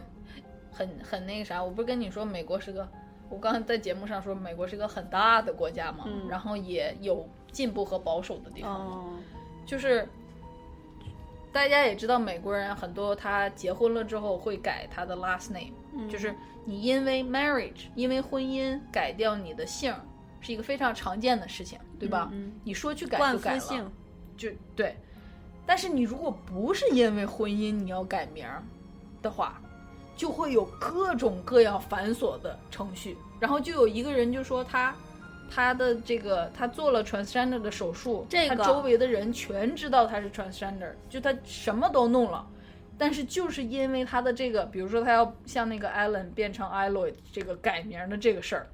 B: 很很那个啥，我不是跟你说美国是个，我刚刚在节目上说美国是个很大的国家嘛，
A: 嗯
B: 然后也有进步和保守的地方，
A: 哦，
B: 就是大家也知道美国人很多他结婚了之后会改他的 last name，、
A: 嗯
B: 就是你因为 marriage 因为婚姻改掉你的姓儿是一个非常常见的事情，对吧？
A: 嗯
B: 你说去改
A: 冠
B: 就改
A: 夫
B: 了，
A: 姓，
B: 就对。但是你如果不是因为婚姻你要改名儿的话，就会有各种各样繁琐的程序。然后就有一个人就说他他的这个他做了 transgender 的手术，
A: 这个
B: 他周围的人全知道他是 transgender，就他什么都弄了。但是就是因为他的这个，比如说他要像那个 Allen 变成 i l o y d 这个改名儿的这个事儿，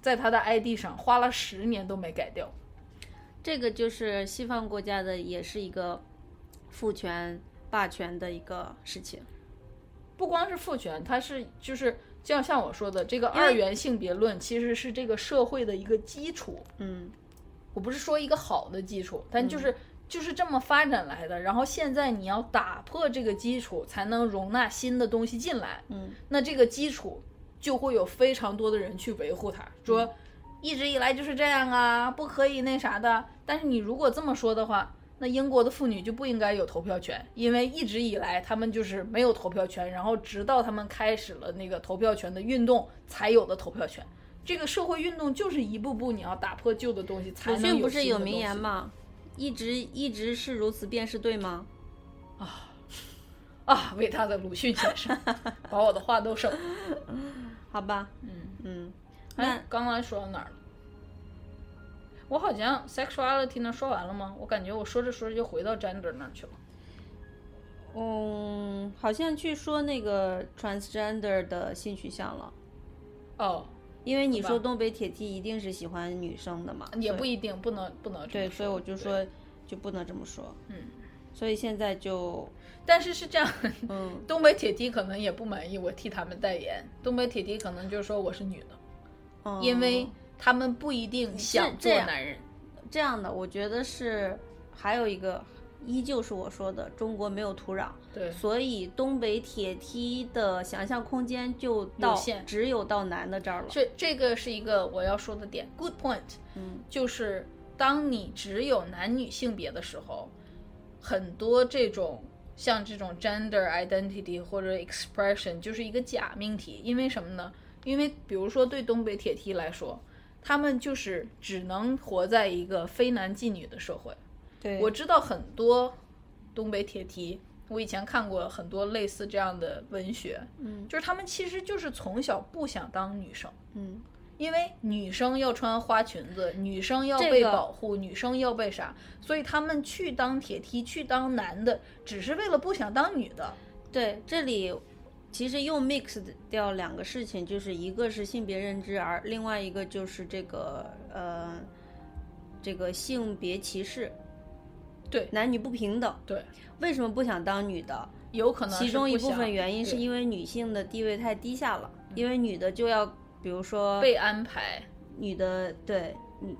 B: 在他的 ID 上花了十年都没改掉。
A: 这个就是西方国家的，也是一个父权霸权的一个事情。
B: 不光是父权，它是就是就像像我说的，这个
A: 因为
B: 二元性别论其实是这个社会的一个基础。
A: 嗯，
B: 我不是说一个好的基础，但就是、就是这么发展来的。然后现在你要打破这个基础，才能容纳新的东西进来。
A: 嗯，
B: 那这个基础就会有非常多的人去维护它，说、一直以来就是这样啊，不可以那啥的。但是你如果这么说的话，那英国的妇女就不应该有投票权，因为一直以来她们就是没有投票权，然后直到她们开始了那个投票权的运动才有的投票权。这个社会运动就是一步步你要打破旧的东西，才
A: 鲁
B: 能
A: 迅
B: 有
A: 不是
B: 新的
A: 有
B: 东
A: 名
B: 西
A: 言吗？一直一直是如此便是对吗？
B: 啊？伟大的鲁迅先生，把我的话都省了。
A: 好吧，
B: 嗯，
A: 嗯，
B: 哎，刚才说到哪儿了？我好像 sexuality 那说完了吗？我感觉我说着说着就回到 gender 那儿去了。
A: 嗯，好像去说那个 transgender 的性取向了，
B: 哦，
A: 因为你
B: 吧
A: 说东北铁梯一定是喜欢女生的嘛，
B: 也
A: 所以
B: 不一定，不能不能这么
A: 对，所以我就
B: 对
A: 说就不能这么说，
B: 嗯，
A: 所以现在就
B: 但是是这样，
A: 嗯，
B: (laughs) 东北铁蹄可能也不满意我替他们代言，东北铁蹄可能就说我是女的，
A: 嗯
B: 因为他们不一定想
A: 这
B: 做
A: 样
B: 男人。
A: 这样的，我觉得是还有一个依旧是我说的，中国没有土壤，
B: 对
A: 所以东北铁梯的想象空间就到
B: 限
A: 只有到南的这儿了。
B: 这这个是一个我要说的点，good point，
A: 嗯，
B: 就是当你只有男女性别的时候，很多这种像这种 gender identity 或者 expression 就是一个假命题，因为什么呢？因为比如说对东北铁梯来说，他们就是只能活在一个非男即女的社会，
A: 对
B: 我知道很多东北铁蹄，我以前看过很多类似这样的文学，
A: 嗯，
B: 就是他们其实就是从小不想当女生，
A: 嗯，
B: 因为女生要穿花裙子，女生要
A: 这
B: 被
A: 个
B: 保护，女生要被啥，所以他们去当铁梯，去当男的，只是为了不想当女的。
A: 对，这里其实又 mix 掉两个事情，就是一个是性别认知，而另外一个就是这个呃，这个性别歧视，
B: 对
A: 男女不平等。
B: 对，
A: 为什么不想当女的？
B: 有可能
A: 其
B: 是
A: 中
B: 不
A: 一部
B: 想
A: 分原因是
B: 对嗯
A: 因为女性的地位太低下了，因为女的就要，比如说
B: 被安排。
A: 女的对，女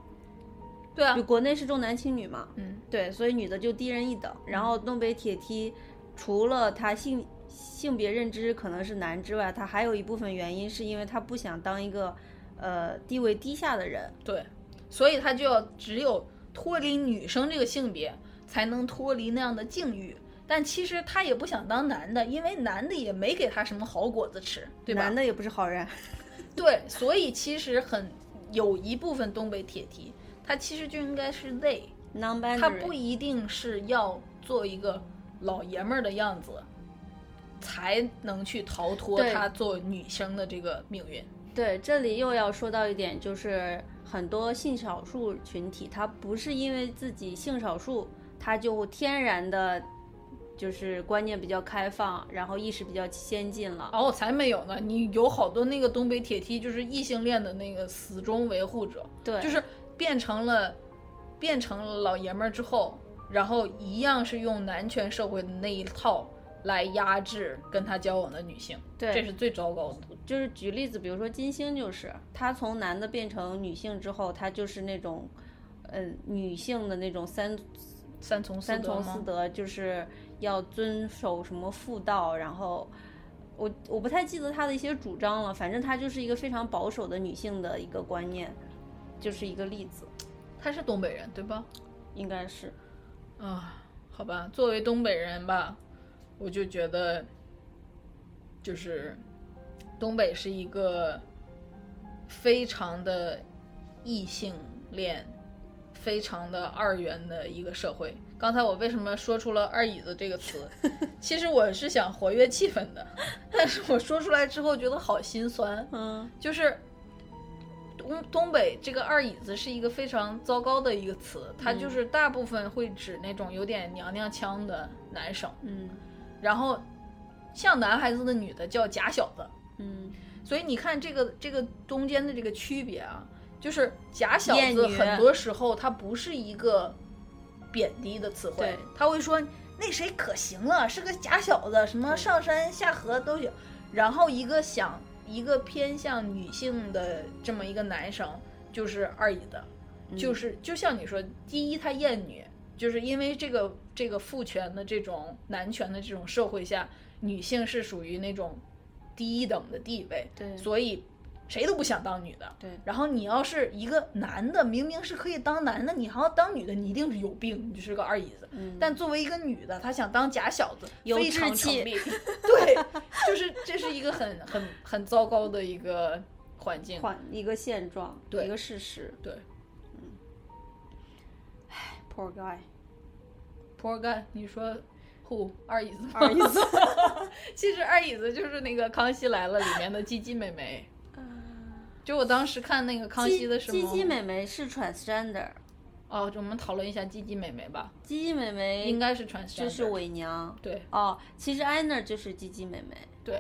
B: 对啊
A: 就，国内是重男轻女嘛，
B: 嗯，
A: 对，所以女的就低人一等。然后东北铁梯，除了她性性别认知可能是男之外，她还有一部分原因是因为她不想当一个呃地位低下的人。
B: 对，所以他就要只有脱离女生这个性别，才能脱离那样的境遇。但其实他也不想当男的，因为男的也没给他什么好果子吃，对吧？
A: 男的也不是好人， (laughs)
B: 对，所以其实很有一部分东北铁蹄，他其实就应该是 they，
A: ，non
B: 他
A: binary，
B: 不一定是要做一个老爷们儿的样子，才能去逃脱
A: 对
B: 他做女生的这个命运。
A: 对，这里又要说到一点，就是很多性少数群体，他不是因为自己性少数，他就天然的，就是观念比较开放，然后意识比较先进了。
B: 哦，才没有呢！你有好多那个东北铁梯，就是异性恋的那个死忠维护者，
A: 对，
B: 就是变成了变成了老爷们儿之后，然后一样是用男权社会的那一套来压制跟他交往的女性，
A: 对
B: 这是最糟糕的。
A: 就是举例子，比如说金星，就是她从男的变成女性之后，她就是那种，嗯、女性的那种三
B: 三从四
A: 三
B: 德
A: 从四
B: 吗？
A: 德，就是要遵守什么妇道，然后我我不太记得她的一些主张了，反正她就是一个非常保守的女性的一个观念，就是一个例子，
B: 他是东北人对吧？
A: 应该是
B: 啊，好吧，作为东北人吧，我就觉得，就是东北是一个非常的异性恋、非常的二元的一个社会。刚才我为什么说出了“二椅子”这个 (laughs) 词？其实我是想活跃气氛的，但是我说出来之后觉得好心酸。
A: 嗯
B: 就是东东北这个二椅子是一个非常糟糕的一个词，它就是大部分会指那种有点娘娘腔的男生，
A: 嗯
B: 然后像男孩子的女的叫假小子，
A: 嗯，
B: 所以你看这个这个中间的这个区别啊，就是假小
A: 艳
B: 子
A: 女
B: 很多时候它不是一个贬低的词汇
A: 对，
B: 他会说那谁可行了，是个假小子，什么上山下河都有。然后一个想一个偏向女性的这么一个男生，就是二椅子，
A: 嗯
B: 就是就像你说，第一他厌女，就是因为这个这个父权的这种男权的这种社会下，女性是属于那种低一等的地位，
A: 对
B: 所以谁都不想当女的。
A: 对
B: 然后你要是一个男的，明明是可以当男的，你还要当女的，你一定是有病，你就是个二椅子。
A: 嗯
B: 但作为一个女的，她想当假小子，
A: 有
B: 非常
A: 志
B: 成
A: 气 (laughs)
B: 立。对，就是这是一个很很很糟糕的一个环境。
A: 换一个现状，
B: 对
A: 一个事实嗯
B: 对
A: ，poor guy，
B: ，poor guy，你说 who 二椅子吗？
A: 二椅子
B: (laughs) 其实二椅子就是那个《康熙来了》里面的鸡鸡妹妹。就我当时看那个呃康熙的时候，
A: 鸡鸡美眉是 transgender，
B: 哦，我们讨论一下鸡鸡妹妹吧，
A: 鸡鸡美眉
B: 应该是传
A: 哎就是伪娘。
B: 对
A: 哦，其实 Anna 就是鸡鸡妹妹，
B: 对，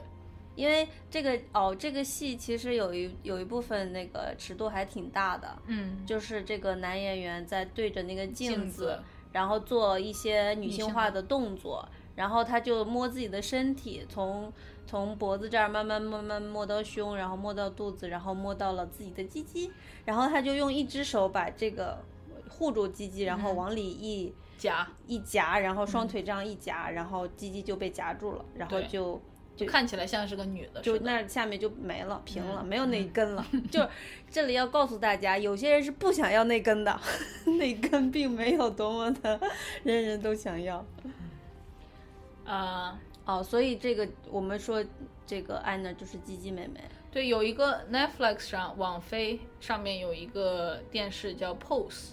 A: 因为这个哦，这个戏其实有一有一部分那个尺度还挺大的，
B: 嗯，
A: 就是这个男演员在对着那个镜
B: 镜子
A: 然后做一些女性化
B: 女性
A: 的动作，然后他就摸自己的身体，从从脖子这儿慢慢慢慢摸到胸，然后摸到肚子，然后摸到了自己的
B: 嗯
A: 鸡鸡，然后他就用一只手把这个护住鸡鸡，然后往里一
B: 夹，
A: 一夹，然后双腿这样一夹，然后鸡鸡就被夹住了，然后
B: 对
A: 就
B: 就看起来像是个女的
A: 就
B: 似的。
A: 那下面就没了，平了，没有那一 (laughs) 根了。就这里要告诉大家，有些人是不想要那根的， (laughs) 那根并没有多么的人人都想要。
B: 啊、
A: 哦，所以这个我们说这个安娜就是鸡鸡妹妹，
B: 对，有一个 Netflix 上网飞上面有一个电视叫 Pose，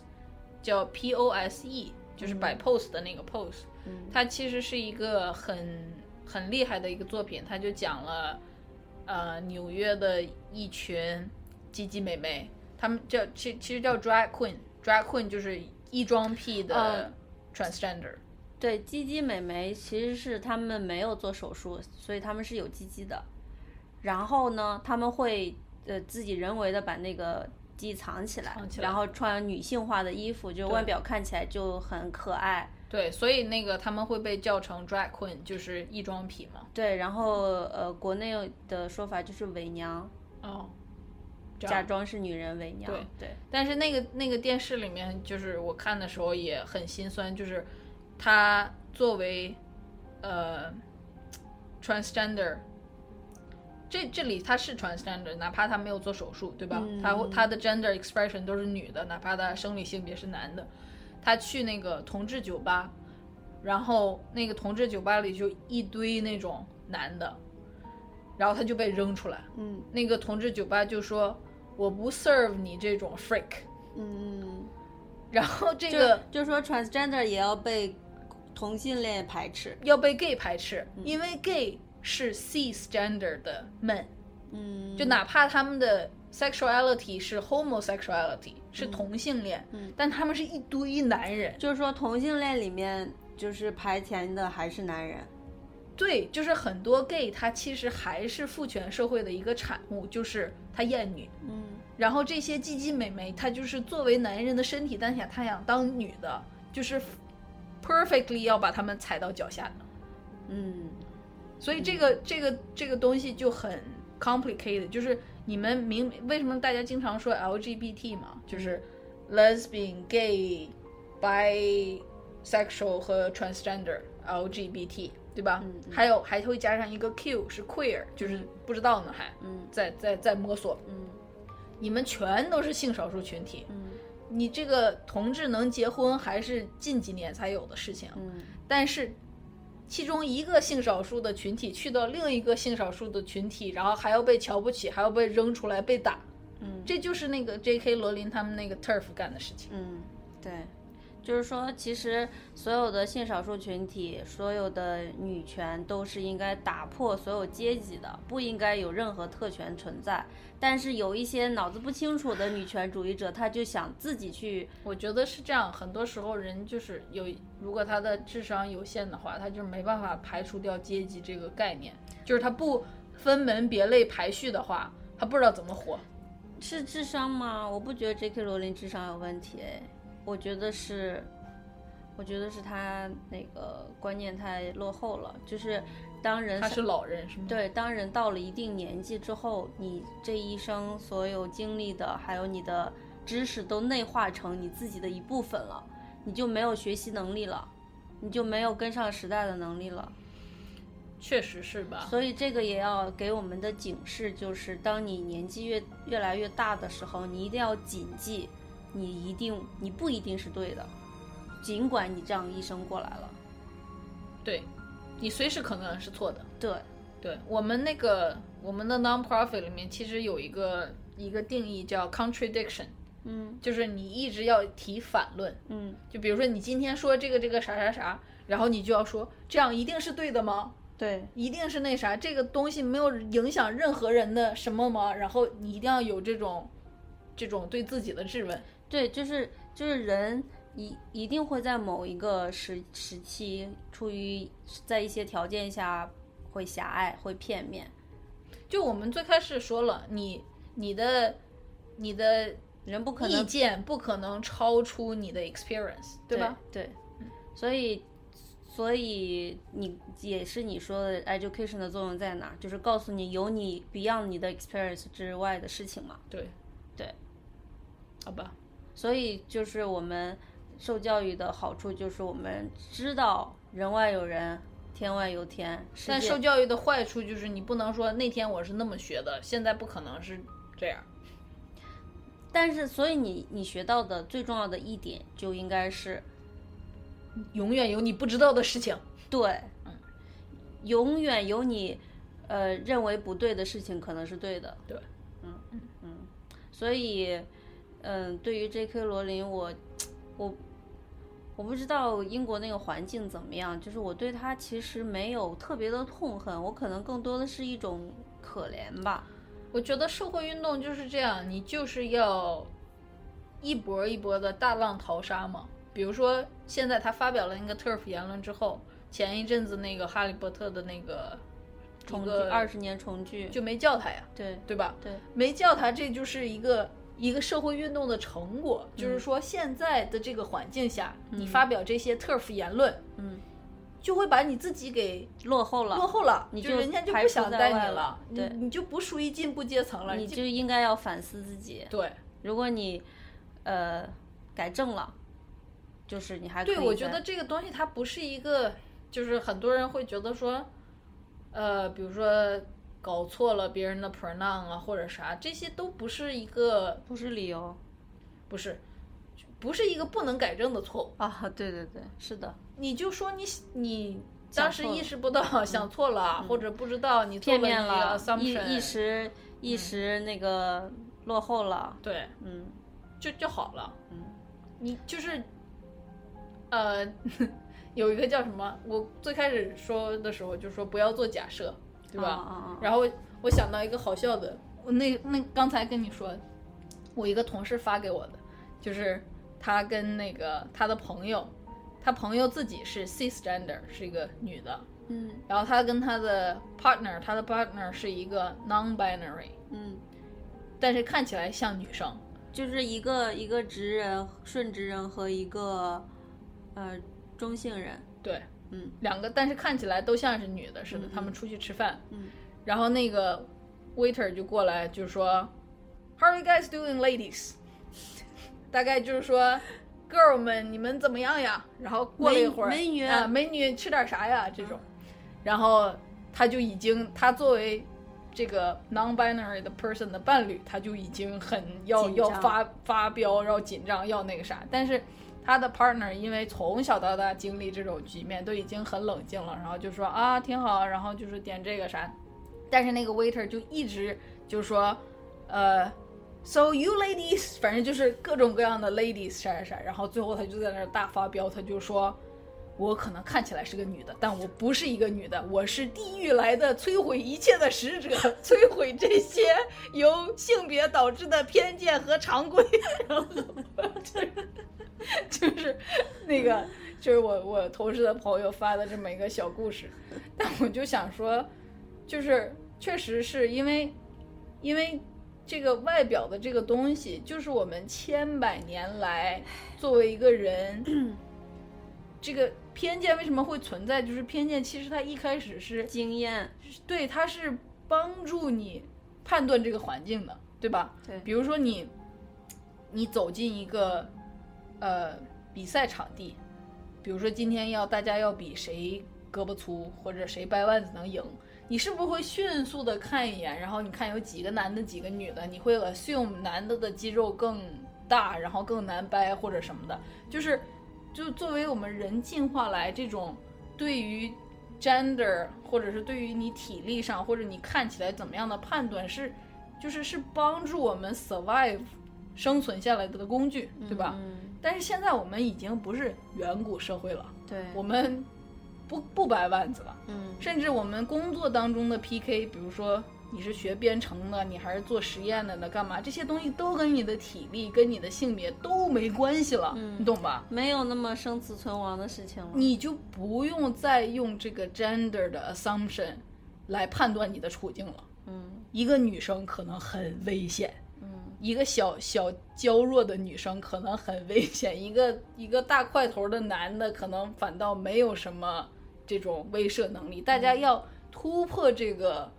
B: 叫 P O S E，就是摆 pose 的那个 pose。
A: 嗯
B: 它其实是一个很很厉害的一个作品，它就讲了呃纽约的一群鸡鸡妹妹，她们叫其其实叫 drag queen，drag queen 就是异装癖的
A: 嗯
B: transgender。
A: 对，鸡鸡美眉其实是她们没有做手术，所以她们是有鸡鸡的。然后呢，她们会呃自己人为的把那个鸡藏起来，
B: 藏起来
A: 然后穿女性化的衣服，就外表看起来就很可爱。
B: 对，所以那个他们会被叫成 drag queen，就是异装癖嘛。
A: 对，然后呃，国内的说法就是伪娘，
B: 哦，
A: 假装是女人伪娘。
B: 啊对
A: 对，
B: 但是那个那个电视里面，就是我看的时候也很心酸，就是他作为呃 transgender，这这里他是 transgender，哪怕他没有做手术，对吧？
A: 嗯
B: 他他的 gender expression 都是女的，哪怕他生理性别是男的，他去那个同志酒吧，然后那个同志酒吧里就一堆那种男的，然后他就被扔出来。
A: 嗯
B: 那个同志酒吧就说：“我不 serve 你这种 freak。 (laughs)
A: 嗯，”
B: 然后这
A: 就
B: 个
A: 就是说 transgender 也要被同性恋排斥。
B: 要被 gay 排斥，
A: 嗯
B: 因为 gay 是 cisgender 的 men，
A: 嗯，
B: 就哪怕他们的 sexuality 是 homosexuality，是同性恋，
A: 嗯
B: 但他们是一堆男人。
A: 就是说同性恋里面就是排前的还是男人。
B: 对，就是很多 gay 他其实还是父权社会的一个产物，就是他厌女。
A: 嗯
B: 然后这些鸡鸡美眉，她就是作为男人的身体，但想她想当女的，就是 perfectly 要把他们踩到脚下的。
A: 嗯
B: 所以这个、这个这个东西就很 complicated，就是你们明为什么大家经常说 LGBT 嘛，就是 lesbian、gay、bisexual 和 transgender LGBT，对吧？
A: 嗯嗯
B: 还有还会加上一个 Q 是 queer，就是不知道呢，还
A: 嗯
B: 在在在摸索。
A: 嗯
B: 你们全都是性少数群体，
A: 嗯
B: 你这个同志能结婚还是近几年才有的事情，
A: 嗯
B: 但是其中一个性少数的群体去到另一个性少数的群体，然后还要被瞧不起，还要被扔出来被打，
A: 嗯
B: 这就是那个 J.K. 罗琳他们那个 TERF 干的事情。
A: 嗯，对，就是说，其实所有的性少数群体，所有的女权都是应该打破所有阶级的，不应该有任何特权存在。但是有一些脑子不清楚的女权主义者，他就想自己去，
B: 我觉得是这样，很多时候人就是有，如果他的智商有限的话，他就是没办法排除掉阶级这个概念，就是他不分门别类排序的话，他不知道怎么活。
A: 是智商吗？我不觉得 J.K. 罗琳智商有问题，哎，我觉得是，我觉得是她那个观念太落后了，就是当人
B: 他
A: 想
B: 是老人是吗？
A: 对，当人到了一定年纪之后，你这一生所有经历的，还有你的知识都内化成你自己的一部分了，你就没有学习能力了，你就没有跟上时代的能力了。
B: 确实是吧？
A: 所以这个也要给我们的警示，就是当你年纪越越来越大的时候，你一定要谨记，你一定你不一定是对的，尽管你这样一生过来了，
B: 对，你随时可能是错的。
A: 对，
B: 对我们那个我们的 nonprofit 里面其实有一个一个定义叫 contradiction，
A: 嗯
B: 就是你一直要提反论。
A: 嗯，
B: 就比如说你今天说这个这个啥啥啥，然后你就要说这样一定是对的吗？
A: 对，
B: 一定是那啥，这个东西没有影响任何人的什么吗？然后你一定要有这种这种对自己的质问。
A: 对，就是就是人一一定会在某一个时时期，处于在一些条件下会狭隘、会片面，
B: 就我们最开始说了，你你的你的
A: 人不可
B: 意
A: 能
B: 见不可能超出你的 experience，对吧？？
A: 对，嗯所以所以你也是你说的 education 的作用在哪？就是告诉你有你 beyond 你的 experience 之外的事情嘛。
B: 对，
A: 对，
B: 好吧，
A: 所以就是我们受教育的好处就是我们知道人外有人，天外有天。世
B: 但
A: 界
B: 受教育的坏处就是你不能说那天我是那么学的，现在不可能是这样。
A: 但是，所以你你学到的最重要的一点就应该是
B: 永远有你不知道的事情。
A: 对，
B: 嗯
A: 永远有你呃认为不对的事情可能是对的。
B: 对，
A: 嗯嗯嗯，所以嗯，对于 J.K. 罗琳，我我我不知道英国那个环境怎么样，就是我对他其实没有特别的痛恨，我可能更多的是一种可怜吧。
B: 我觉得社会运动就是这样，你就是要一波一波的大浪淘沙嘛。比如说，现在他发表了那个 TERF 言论之后，前一阵子那个《哈利波特》的那个
A: 重
B: 一
A: 聚
B: 个
A: 二十年重聚，
B: 就没叫他呀，
A: 对
B: 对吧？
A: 对，
B: 没叫他，这就是一个一个社会运动的成果。
A: 嗯
B: 就是说，现在的这个环境下，你发表这些 TERF 言论，
A: 嗯，
B: 就会把你自己给
A: 落后了，
B: 落后了，
A: 啊你
B: 就
A: 就
B: 人家就
A: 排
B: 不
A: 除
B: 想
A: 在
B: 带
A: 外
B: 你
A: 了
B: 了，
A: 对
B: 你你就不属于进步阶层了，
A: 你
B: 就
A: 就应该要反思自己。
B: 对。
A: 如果你呃改正了，就是你还可以
B: 对，我
A: 再
B: 觉得这个东西它不是一个，就是很多人会觉得说，呃，比如说搞错了别人的 pronoun 啊，或者啥，这些都不是一个，
A: 不是理由
B: 不是，不是一个不能改正的错误。
A: 啊，对对对，是的，
B: 你就说你你
A: 想
B: 当时
A: 错了嗯
B: 意识不到， (laughs) 想错了，或者不知道你做
A: 片面
B: 了
A: 了
B: 一个，
A: 一
B: 啊 assumption，嗯
A: 一时一时那个落后了，
B: 对，
A: 嗯
B: 就就好了。
A: 嗯，
B: 你就是，呃， (laughs) 有一个叫什么？我最开始说的时候就说不要做假设，对吧？
A: 啊啊啊
B: 然后我我想到一个好笑的，我那那刚才跟你说，我一个同事发给我的，就是他跟那个他的朋友，他朋友自己是 cisgender，是一个女的，
A: 嗯
B: 然后他跟他的 partner，他的 partner 是一个 non-binary，
A: 嗯，
B: 但是看起来像女生。
A: 就是一个一个直人顺直人和一个呃中性人，
B: 对，
A: 嗯，
B: 两个，但是看起来都像是女的似的。
A: 嗯
B: 他们出去吃饭，
A: 嗯，
B: 然后那个 waiter 就过来就说，How are you guys doing, ladies？大概就是说，girl 们你们怎么样呀？然后过了一会儿，
A: 美美女嗯
B: 啊，美女吃点啥呀？这种，然后他就已经，他作为这个 non-binary 的 person 的伴侣，他就已经很要
A: 紧
B: 要
A: 张
B: 发发飙，然后紧张，要那个啥。但是他的 partner 因为从小到大经历这种局面，都已经很冷静了，然后就说啊挺好，然后就是点这个啥。但是那个 waiter 就一直就说，呃。So you ladies，反正 (laughs) 就是各种各样的 ladies 啥啥啥，然后最后他就在那儿大发飙，他就说，我可能看起来是个女的，但我不是一个女的，我是地狱来的摧毁一切的使者，摧毁这些由性别导致的偏见和常规。然后 (laughs) 就是就是那个，就是我我同事的朋友发的这么一个小故事，但我就想说，就是确实是因为因为这个外表的这个东西，就是我们千百年来作为一个人。这个偏见为什么会存在？就是偏见，其实它一开始是
A: 经验，
B: 对，它是帮助你判断这个环境的，对吧？
A: 对
B: 比如说你，你走进一个呃比赛场地，比如说今天要大家要比谁胳膊粗或者谁掰腕子能赢，你是不是会迅速的看一眼，然后你看有几个男的几个女的，你会 assume 男的的肌肉更大，然后更难掰或者什么的，就是就作为我们人进化来这种对于 gender 或者是对于你体力上或者你看起来怎么样的判断是，就是是帮助我们 survive 生存下来的工具，对吧？
A: 嗯，
B: 但是现在我们已经不是远古社会了，
A: 对，
B: 我们不不掰腕子了，
A: 嗯
B: 甚至我们工作当中的 PK，比如说。你是学编程的，你还是做实验的呢？干嘛？这些东西都跟你的体力、跟你的性别都没关系了，
A: 嗯
B: 你懂吧？
A: 没有那么生死存亡的事情了，
B: 你就不用再用这个 gender 的 assumption 来判断你的处境了。
A: 嗯
B: 一个女生可能很危险，
A: 嗯
B: 一个小小娇弱的女生可能很危险，一个一个大块头的男的可能反倒没有什么这种威慑能力。大家
A: 嗯
B: 要突破这个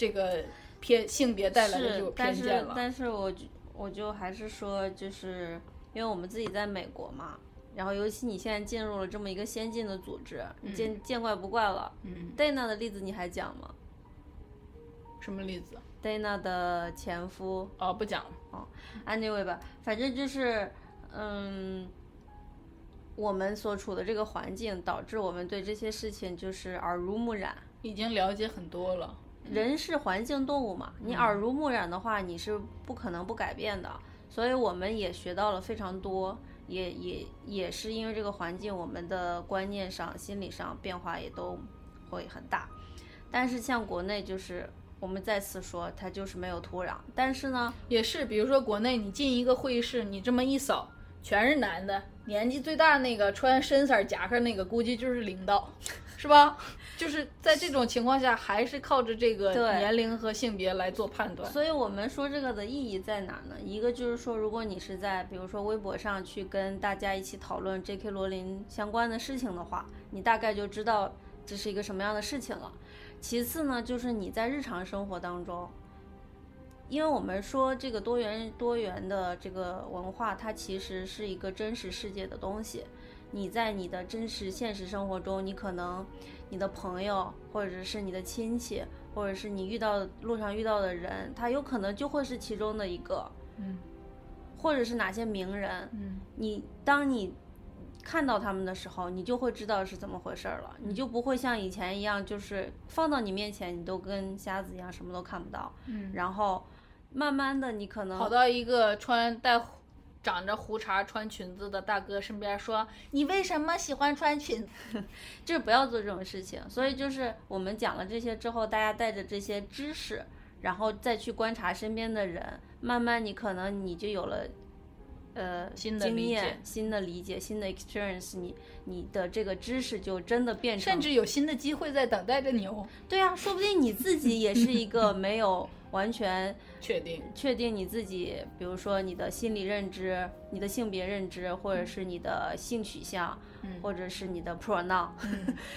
B: 这个偏性别带来的这
A: 是
B: 种，偏
A: 但
B: 见
A: 是
B: 了。
A: 但是我就我就还是说，就是因为我们自己在美国嘛，然后，尤其你现在进入了这么一个先进的组织，你见
B: 嗯
A: 见怪不怪了。
B: 嗯，
A: 戴娜的例子你还讲吗？
B: 什么例子？
A: 戴娜的前夫
B: 哦，不讲了。
A: ，anyway 吧，反正就是，嗯，我们所处的这个环境导致我们对这些事情就是耳濡目染。
B: 已经了解很多了。
A: 人是环境动物嘛，你耳濡目染的话，你是不可能不改变的。所以我们也学到了非常多，也也也是因为这个环境，我们的观念上、心理上变化也都会很大。但是像国内，就是我们再次说，它就是没有土壤。但是呢，
B: 也是，比如说国内，你进一个会议室，你这么一扫，全是男的，年纪最大那个穿深色夹克那个，估计就是领导， (laughs) 是吧？就是在这种情况下，还是靠着这个
A: 对
B: 年龄和性别来做判断。
A: 所以我们说这个的意义在哪呢？一个就是说，如果你是在比如说微博上去跟大家一起讨论 J.K. 罗琳相关的事情的话，你大概就知道这是一个什么样的事情了。其次呢，就是你在日常生活当中，因为我们说这个多元多元的这个文化，它其实是一个真实世界的东西。你在你的真实现实生活中，你可能你的朋友，或者是你的亲戚，或者是你遇到路上遇到的人，他有可能就会是其中的一个，
B: 嗯
A: 或者是哪些名人。
B: 嗯，
A: 你当你看到他们的时候，你就会知道是怎么回事儿了，
B: 嗯
A: 你就不会像以前一样，就是放到你面前，你都跟瞎子一样，什么都看不到。
B: 嗯
A: 然后慢慢的，你可能
B: 跑到一个穿带胡长着胡茬、穿裙子的大哥身边，说：“你为什么喜欢穿裙子
A: (laughs) 就是不要做这种事情。所以就是我们讲了这些之后，大家带着这些知识，然后再去观察身边的人，慢慢你可能你就有了。呃，
B: 新的
A: 经
B: 理解
A: 验、新的理解、新的 experience，你你的这个知识就真的变？”成，
B: 甚至有新的机会在等待着你哦。
A: 对啊，说不定你自己也是一
B: (laughs)
A: 个没有完全
B: 确定，
A: 确定你自己，比如说你的心理认知、你的性别认知，或者是你的性取向，
B: 嗯
A: 或者是你的 pronoun，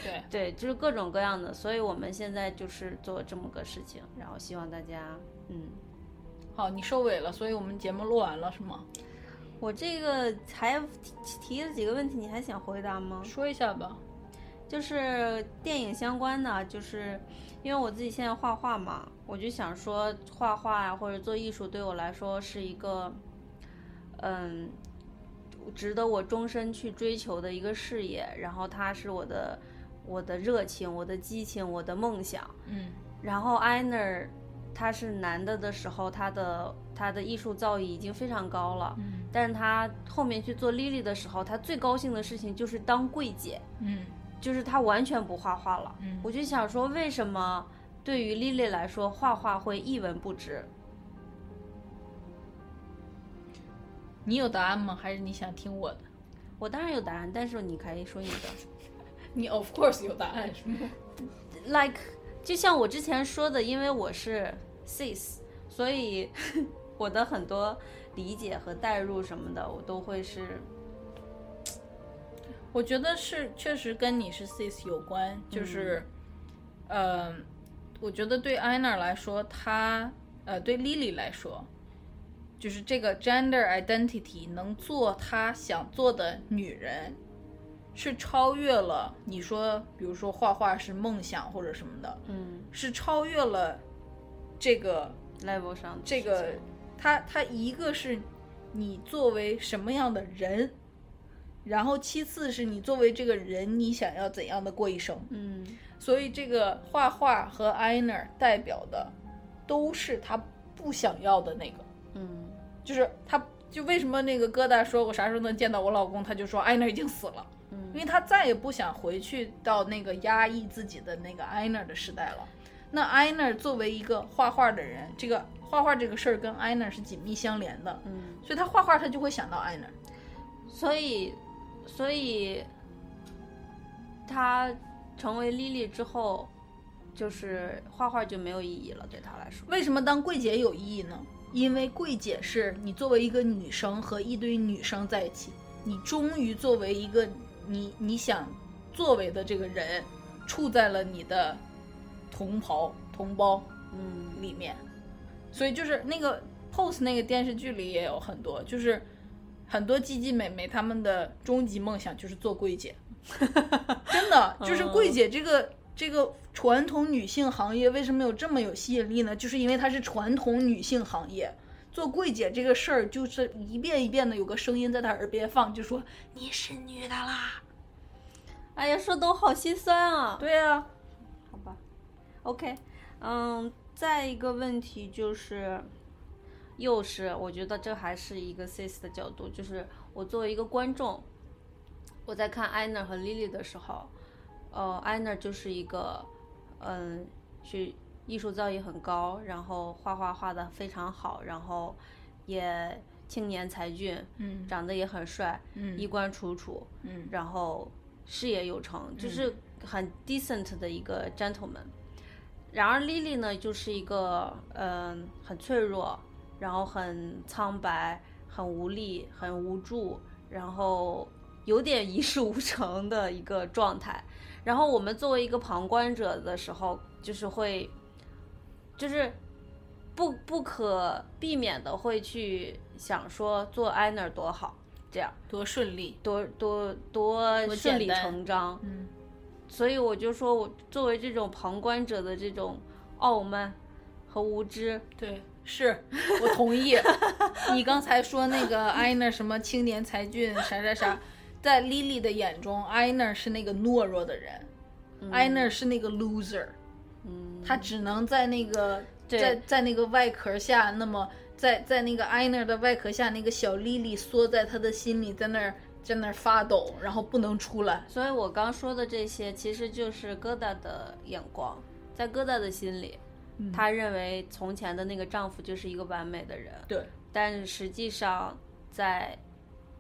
B: 对，
A: 对，就是各种各样的，所以我们现在就是做这么个事情，然后希望大家，嗯，
B: 好，你收尾了，所以我们节目录完了是吗？
A: 我这个还提提了几个问题，你还想回答吗？
B: 说一下吧。
A: 就是电影相关的，就是因为我自己现在画画嘛，我就想说画画呀，或者做艺术对我来说是一个，嗯，值得我终身去追求的一个事业，然后它是我的我的热情、我的激情、我的梦想，
B: 嗯
A: 然后 Einer 他是男的的时候，他的他的艺术造诣已经非常高了，
B: 嗯
A: 但是他后面去做 Lily 的时候，他最高兴的事情就是当柜姐，
B: 嗯
A: 就是他完全不画画了。
B: 嗯
A: 我就想说，为什么对于 Lily 来说，画画会一文不值？
B: 你有答案吗？还是你想听我的？
A: 我当然有答案，但是你可以说你的
B: (laughs) 你 of course 有答案是吗？
A: ，like 就像我之前说的，因为我是 cis，所以 (laughs) 我的很多理解和代入什么的，我都会是
B: (laughs) 我觉得是，确实跟你是 cis 有关，就是，呃，我觉得对 Anna 来说，她呃对 Lily 来说，就是这个 gender identity 能做她想做的女人，是超越了你说，比如说画画是梦想或者什么的，
A: 嗯
B: 是超越了这个
A: level 上的
B: 这个
A: 事情，
B: 它它一个是你作为什么样的人，然后其次是你作为这个人，你想要怎样的过一生。
A: 嗯
B: 所以这个画画和 Einer 代表的都是他不想要的那个，
A: 嗯
B: 就是他就为什么那个疙瘩说我啥时候能见到我老公，他就说 Einer 已经死了。因
A: 嗯
B: 为他再也不想回去到那个压抑自己的那个 Einer 的时代了。那 Einer 作为一个画画的人，这个画画这个事儿跟 Einer 是紧密相连的，
A: 嗯，
B: 所以他画画他就会想到 Einer。
A: 所以所以他成为 Lily 之后，就是画画就没有意义了，对他来说。
B: 为什么当柜姐有意义呢？因为柜姐是你作为一个女生和一堆女生在一起，你终于作为一个你你想作为的这个人，处在了你的同袍同胞
A: 嗯
B: 里面，所以就是那个 Pose 那个电视剧里也有很多，就是很多鸡鸡美眉她们的终极梦想就是做柜 (laughs) 姐，真的就是柜姐这个、这个传统女性行业为什么有这么有吸引力呢？就是因为它是传统女性行业。做柜姐这个事儿，就是一遍一遍的有个声音在她耳边放，就说你是女的啦。
A: 哎呀，说的我好心酸啊。
B: 对啊，
A: 好吧，OK，嗯，再一个问题就是，又是我觉得这还是一个 cis 的角度，就是我作为一个观众，我在看 Anna 和 Lily 的时候，呃，Anna 就是一个，嗯，是艺术造诣很高，然后画画画的非常好，然后也青年才俊，
B: 嗯
A: 长得也很帅，嗯，衣冠楚楚，
B: 嗯
A: 然后事业有成，就是很 decent 的一个 gentleman。然而 Lily 呢，就是一个嗯、很脆弱，然后很苍白、很无力、很无助，然后有点一事无成的一个状态。然后我们作为一个旁观者的时候，就是会，就是不不可避免的会去想说做 Anna 多好，这样。
B: 多顺利。
A: 多多多顺理
B: 简单
A: 成章。
B: 嗯
A: 所以我就说，我作为这种旁观者的这种傲慢和无知，
B: 对，是我同意。 (laughs) 你刚才说那
A: (laughs)
B: 个 Ainer 什么青年才俊啥啥啥，在 Lily 的眼中，Ainer 是那个懦弱的人、i n e r 是那个 loser，
A: 嗯，
B: 他只能在那个在在那个外壳下，那么在在那个 Ainer 的外壳下，那个小 Lily 缩在他的心里，在那儿在那儿发抖，然后不能出来。
A: 所以我刚说的这些，其实就是疙瘩的眼光，在疙瘩的心里，
B: 嗯
A: 他认为从前的那个丈夫就是一个完美的人，
B: 对，
A: 但实际上在，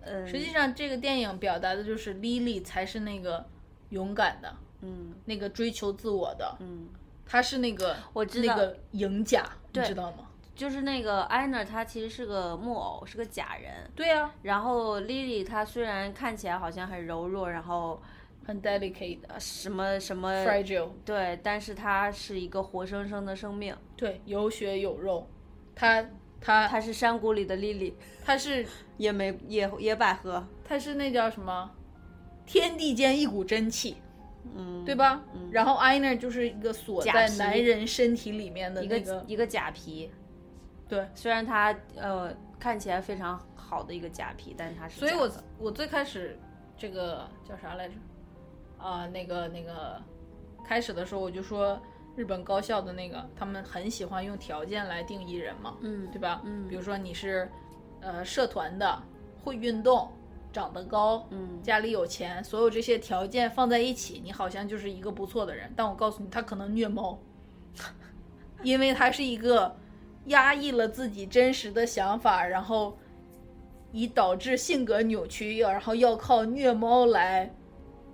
A: 嗯，
B: 实际上这个电影表达的就是 Lily 才是那个勇敢的，
A: 嗯
B: 那个追求自我的，
A: 嗯，
B: 他是那个
A: 我知道
B: 那个赢家，你知道吗？
A: 就是那个艾娜，她其实是个木偶，是个假人，
B: 对呀、啊，
A: 然后 Lily 她虽然看起来好像很柔弱，然后
B: 很 delicate 的
A: 什么什么
B: ，fragile，
A: 对，但是她是一个活生生的生命，
B: 对，有血有肉，他他
A: 她是山谷里的 Lily，
B: 他是
A: 野莓野野百合，
B: 他是那叫什么？天地间一股真气，
A: 嗯，
B: 对吧？然后 Ainer 就是一个锁在
A: 皮
B: 男人身体里面的
A: 一
B: 那
A: 个
B: 个
A: 一个假皮，
B: 对，
A: 虽然她呃看起来非常好的一个假皮，但是她是
B: 所以
A: 假
B: 我
A: 的
B: 我最开始这个叫啥来着？啊、那个那个，开始的时候我就说日本高校的那个，他们很喜欢用条件来定义人嘛，
A: 嗯
B: 对吧？
A: 嗯
B: 比如说你是呃社团的，会运动，长得高，
A: 嗯
B: 家里有钱，所有这些条件放在一起，你好像就是一个不错的人。但我告诉你，他可能虐猫， (laughs) 因为他是一个压抑了自己真实的想法，然后以导致性格扭曲，然后要靠虐猫来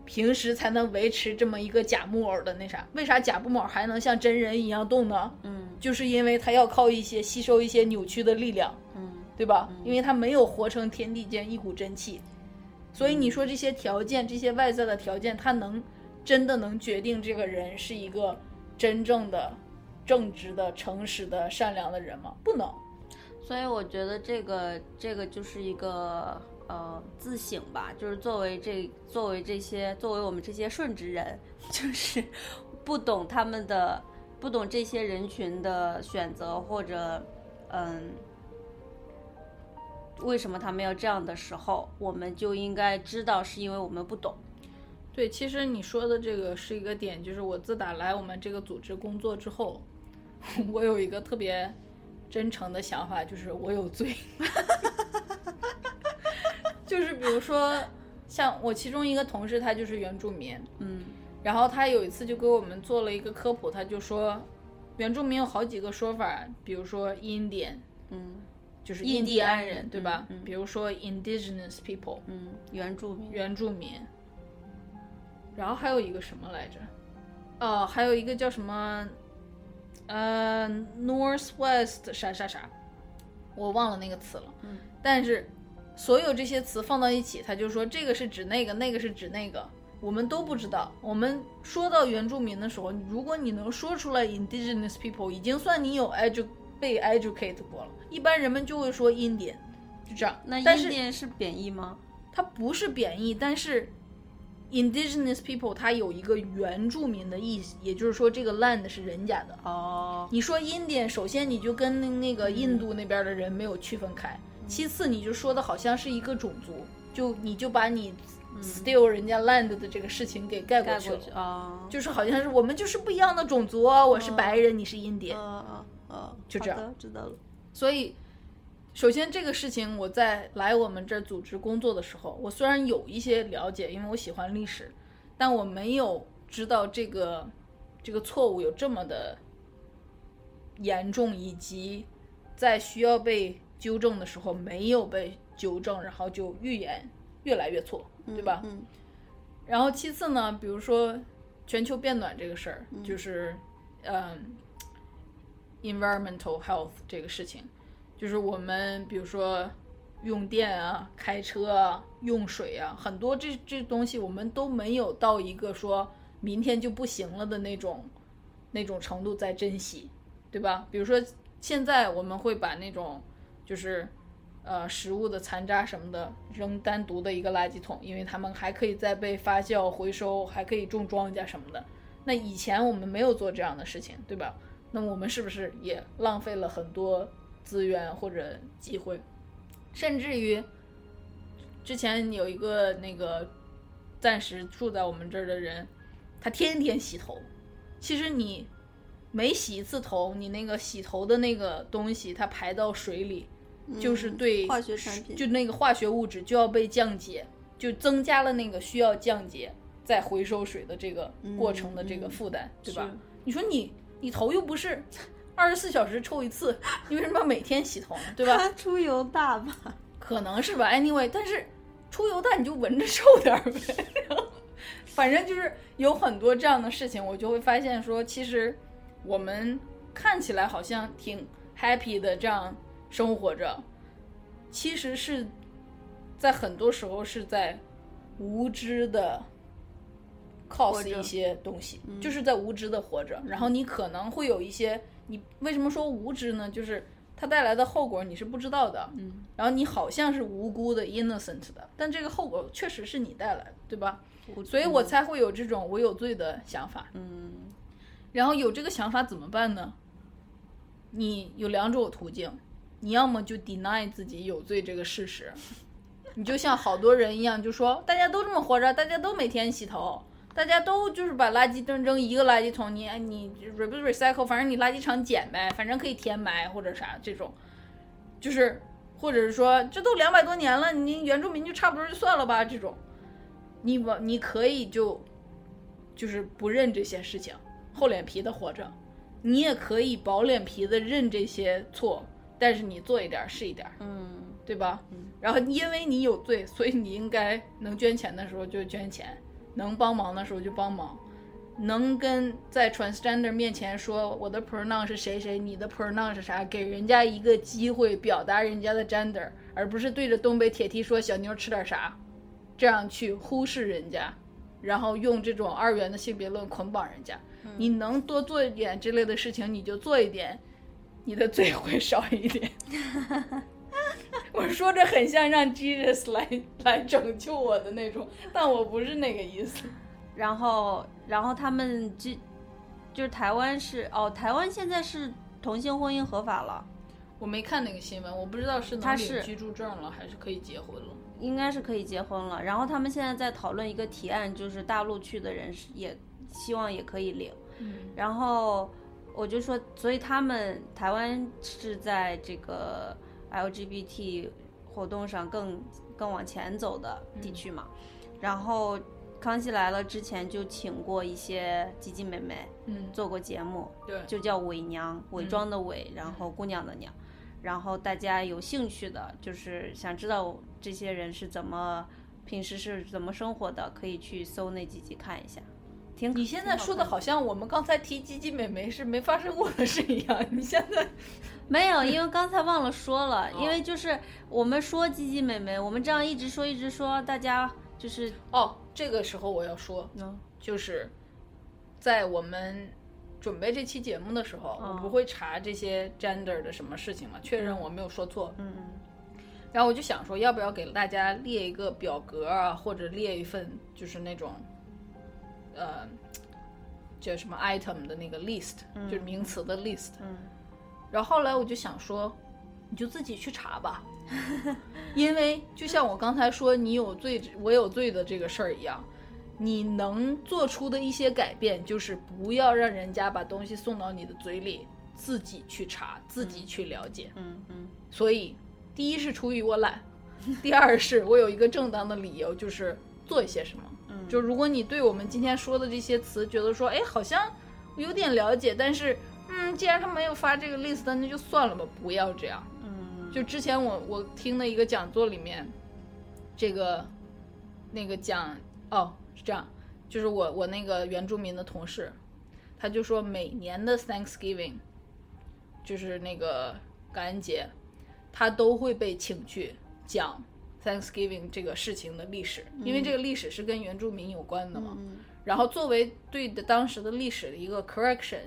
B: 平时才能维持这么一个假木偶的那啥。为啥假木偶还能像真人一样动呢？
A: 嗯
B: 就是因为他要靠一些吸收一些扭曲的力量。
A: 嗯
B: 对吧？因为他没有活成天地间一股真气，所以你说这些条件，这些外在的条件，他能真的能决定这个人是一个真正的正直的、诚实的、善良的人吗？不能。
A: 所以我觉得这个这个就是一个呃自省吧，就是作为这作为这些作为我们这些顺直人， (laughs) 就是不懂他们的不懂这些人群的选择或者嗯。为什么他们要这样的时候，我们就应该知道是因为我们不懂。
B: 对，其实你说的这个是一个点，就是我自打来我们这个组织工作之后， (laughs) 我有一个特别真诚的想法，就是我有罪。 (laughs) 就是比如说，像我其中一个同事，他就是原住民，
A: 嗯
B: 然后他有一次就给我们做了一个科普，他就说，原住民有好几个说法，比如说 Indian，
A: 嗯
B: 就是
A: 印
B: 印
A: 第
B: 第
A: 安
B: 安
A: 人
B: 人，对吧？
A: 嗯嗯
B: 比如说 Indigenous people，
A: 嗯，原住民
B: 原住民。然后还有一个什么来着？哦，还有一个叫什么？呃，Northwest 啥啥啥，我忘了那个词了。
A: 嗯，
B: 但是所有这些词放到一起，他就说这个是指那个，那个是指那个，我们都不知道。我们说到原住民的时候，如果你能说出来 Indigenous people，已经算你有 edu 被 educate 过了。一般人们就会说 Indian，就这样。
A: 那
B: 但
A: 印
B: 是
A: 第安是贬义吗？
B: 它不是贬义，但是 indigenous people 它有一个原住民的意思，也就是说这个 land 是人家的。啊
A: 哦，
B: 你说 Indian，首先你就跟那那个印度那边的人没有区分开，其次你就说的好像是一个种族，就你就把你 steal 人家 land 的这个事情给盖过
A: 盖
B: 去了
A: 过，去啊，
B: 就是好像是我们就是不一样的种族啊，我是白人，你是 Indian，
A: 呃呃，
B: 就这样
A: 好的，知道了。
B: 所以，首先这个事情我在来我们这儿组织工作的时候，我虽然有一些了解，因为我喜欢历史，但我没有知道这个这个错误有这么的严重，以及在需要被纠正的时候没有被纠正，然后就预言越来越错，对吧？
A: 嗯，
B: 然后其次呢，比如说全球变暖这个事儿，就是嗯，environmental health 这个事情，就是我们比如说用电啊、开车啊、用水啊，很多这这东西我们都没有到一个说明天就不行了的那种那种程度在珍惜，对吧？比如说现在我们会把那种就是呃食物的残渣什么的扔单独的一个垃圾桶，因为它们还可以再被发酵、回收，还可以种庄稼什么的。那以前我们没有做这样的事情，对吧？那么我们是不是也浪费了很多资源或者机会？甚至于之前有一个那个暂时住在我们这儿的人，他天天洗头。其实你每洗一次头，你那个洗头的那个东西，它排到水里，就是对
A: 嗯化学产品
B: 就
A: (laughs)
B: 那个化学物质就要被降解，就增加了那个需要降解再回收水的这个过程的
A: 嗯
B: 这个负担，对吧？你说你你头又不是 (laughs) 二十四小时抽一次，你为什么每天洗头呢？对吧？
A: 他出油大吧？
B: 可能是吧，anyway，但是出油蛋你就闻着臭点儿呗。然后反正就是有很多这样的事情，我就会发现说，其实我们看起来好像挺 happy 的这样生活着，其实是在很多时候是在无知的 cos
A: 着
B: 一些东西，就是在无知的活着。然后你可能会有一些，你为什么说无知呢？就是它带来的后果你是不知道的，嗯，然后你好像是无辜的 innocent 的，但这个后果确实是你带来的，对吧？所以我才会有这种我有罪的想法。
A: 嗯
B: 然后有这个想法怎么办呢？你有两种途径，你要么就 deny 自己有罪这个事实，你就像好多人一样，就说大家都这么活着，大家都每天洗头，大家都就是把垃圾扔扔一个垃圾桶，你你 re 不 recycle，反正你垃圾场捡呗，反正可以填埋或者啥这种，就是或者是说这都两百多年了，你原住民就差不多就算了吧这种，你往你可以就就是不认这些事情，厚脸皮的活着，你也可以薄脸皮的认这些错，但是你做一点儿是一点儿，
A: 嗯
B: 对吧？然后因为你有罪，所以你应该能捐钱的时候就捐钱，能帮忙的时候就帮忙，能跟在 transgender 面前说我的 pronoun 是谁谁，你的 pronoun 是啥，给人家一个机会表达人家的 gender，而不是对着东北铁蹄说小妞吃点啥，这样去忽视人家，然后用这种二元的性别论捆绑人家。你能多做一点之类的事情，你就做一点，你的罪会少一点。 (laughs) 我说着很像让 Jesus 来 (laughs) 来拯救我的那种，但我不是那个意思。
A: 然后然后他们就就是台湾是哦，台湾现在是同性婚姻合法了，
B: 我没看那个新闻，我不知道是能
A: 他
B: 领
A: 是
B: 居住证了，还是可以结婚了。
A: 应该是可以结婚了。然后他们现在在讨论一个提案，就是大陆去的人是也希望也可以领。
B: 嗯
A: 然后我就说，所以他们台湾是在这个 LGBT 活动上更更往前走的
B: 嗯
A: 地区嘛。然后《康熙来了》之前就请过一些吉吉美美
B: 嗯，
A: 做过节目，
B: 对，嗯
A: 就叫伪娘，伪装的伪，然后姑娘的娘。然后大家有兴趣的，就是想知道这些人是怎么平时是怎么生活的，可以去搜那几集看一下。挺
B: 你现在说的
A: 好看。
B: 好像我们刚才提鸡鸡美眉是没发生过的事一 (laughs) 样。你现在
A: 没有，因为刚才忘了说了，
B: 哦
A: 因为就是我们说鸡鸡美眉，我们这样一直说一直说，大家就是
B: 哦，这个时候我要说，
A: 嗯
B: 就是在我们准备这期节目的
A: 嗯
B: 时候，我不会查这些 gender 的什么事情嘛，确认我没有说错。
A: 嗯
B: 然后我就想说，要不要给大家列一个表格啊，或者列一份就是那种，呃，叫什么 item 的那个 list，、就是名词的 list。
C: 嗯
B: 然后后来我就想说，你就自己去
C: (laughs)
B: 查吧，因为就像我刚才说你有罪我有罪的这个事儿一样，你能做出的一些改变就是不要让人家把东西送到你的嘴里，自己去查，自己去了解。
C: 嗯嗯
B: 所以，第一是出于我懒，第二是我有一个正当的理由，就是做一些什么。
C: 嗯
B: 就如果你对我们今天说的这些词觉得说，哎，好像有点了解，但是，嗯，既然他没有发这个 list，那就算了吧，不要这样。
C: 嗯
B: 就之前我我听的一个讲座里面，这个那个讲哦是这样，就是我我那个原住民的同事，他就说每年的 Thanksgiving，就是那个感恩节，他都会被请去讲 Thanksgiving 这个事情的历史，因为这个历史是跟原住民有关的嘛。
C: 嗯
B: 然后作为对的当时的历史的一个 correction，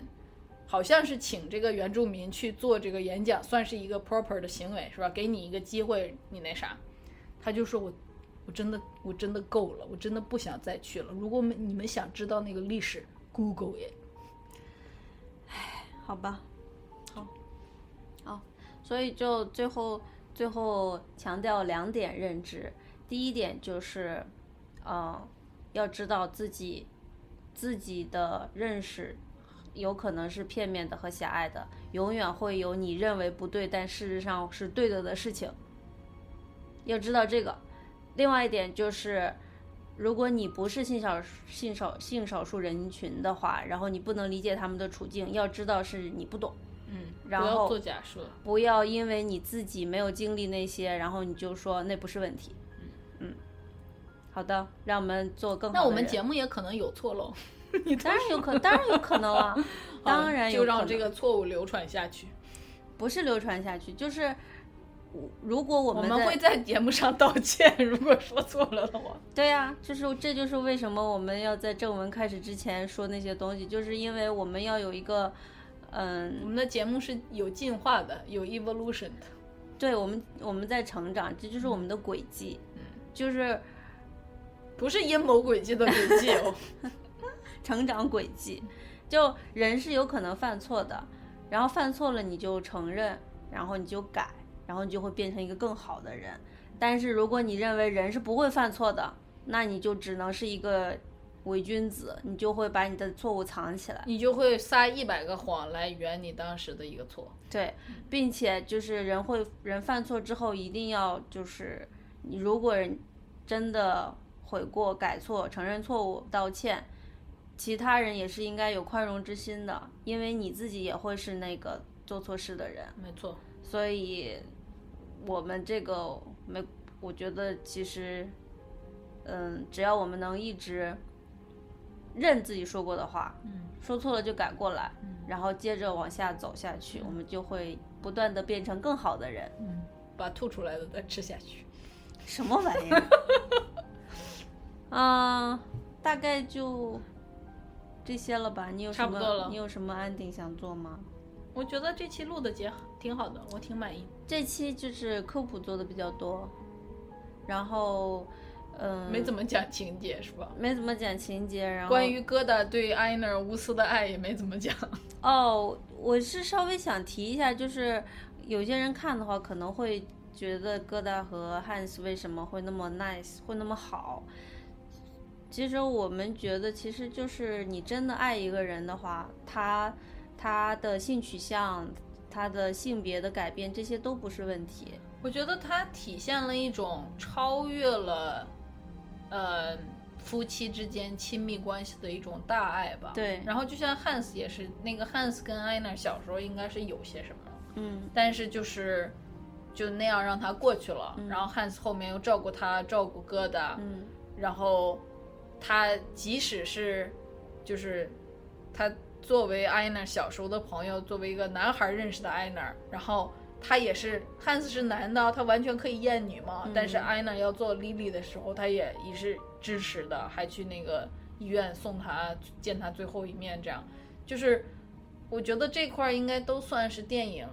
B: 好像是请这个原住民去做这个演讲，算是一个 proper 的行为，是吧？给你一个机会，你那啥，他就说我我真的我真的够了，我真的不想再去了。如果们你们想知道那个历史，Google it。
A: 好吧，好，好，所以就最后最后强调两点认知，第一点就是，呃，要知道自己自己的认识有可能是片面的和狭隘的，永远会有你认为不对但事实上是对的的事情，要知道这个。另外一点就是，如果你不是性少性少性少数人群的话，然后你不能理解他们的处境，要知道是你不懂，
B: 嗯，
A: 然
B: 不要
A: 后
B: 做假设。
A: 不要因为你自己没有经历那些，然后你就说那不是问题。嗯，好的，让我们做更好
B: 那
A: 的
B: 我们
A: 人
B: 节目也可能有错漏，
A: 当然有可，当然有可
B: (laughs)
A: 能啊，当然有
B: 就
A: 可能
B: 让这个错误流传下去。
A: 不是流传下去，就是如果我
B: 我
A: 们
B: 们
A: 在
B: 会在节目上道歉，如果说错了的话。
A: 对呀、就是这就是为什么我们要在正文开始之前说那些东西，就是因为我们要有一个，
B: 我
A: 嗯，
B: 们的节目是有进化的，有 evolution 的。
A: 对我们我们在成长，这就是我们的轨迹，就是
B: 不是阴谋诡计的诡计哦。
A: 成长轨迹。就人是有可能犯错的，然后犯错了你就承认，然后你就改，然后你就会变成一个更好的人。但是如果你认为人是不会犯错的，那你就只能是一个伪君子，你就会把你的错误藏起来。
B: (laughs) 你就会撒一百个谎来圆你当时的一个错。
A: 对，并且就是人会人犯错之后，一定要就是你如果真的悔过、改错、承认错误、道歉，其他人也是应该有宽容之心的，因为你自己也会是那个做错事的人，
B: 没错，
A: 所以我们这个没，我觉得其实，嗯，只要我们能一直认自己说过的话，
B: 嗯，
A: 说错了就改过来，然后接着往下走下去，我们就会不断的变成更好的人。
B: 嗯，把吐出来的再吃下去。
A: 什么玩
B: (laughs)
A: 意儿？嗯，大概就这些了吧。你有什
B: 差不
A: 么？
B: 多了
A: 你有什么安定想做吗？
B: 我觉得这期录的节挺好的，我挺满意。
A: 这期就是科普做的比较多，然后，嗯，
B: 没怎么讲情节是吧？
A: 没怎么讲情节，然后
B: 关于疙瘩对埃纳尔无私的爱也没怎么讲。
A: 哦，我是稍微想提一下，就是有些人看的话可能会觉得疙瘩和汉斯为什么会那么 nice，会那么好。其实我们觉得，其实就是你真的爱一个人的话，他他的性取向、他的性别的改变，这些都不是问题。
B: 我觉得它体现了一种超越了，呃，夫妻之间亲密关系的一种大爱吧。
A: 对
B: 然后就像汉斯也是，那个汉斯跟艾娜小时候应该是有些什么，
A: 嗯，
B: 但是就是就那样让他过去了。然后汉斯后面又照顾他，照顾疙瘩，
A: 嗯
B: 然后他即使是就是他作为艾娜小时候的朋友，作为一个男孩认识的艾娜，然后他也是汉斯是男的，他完全可以厌女嘛。但是艾娜要做 Lily 的时候，他也也是支持的，还去那个医院送她见她最后一面，这样就是我觉得这块儿应该都算是电影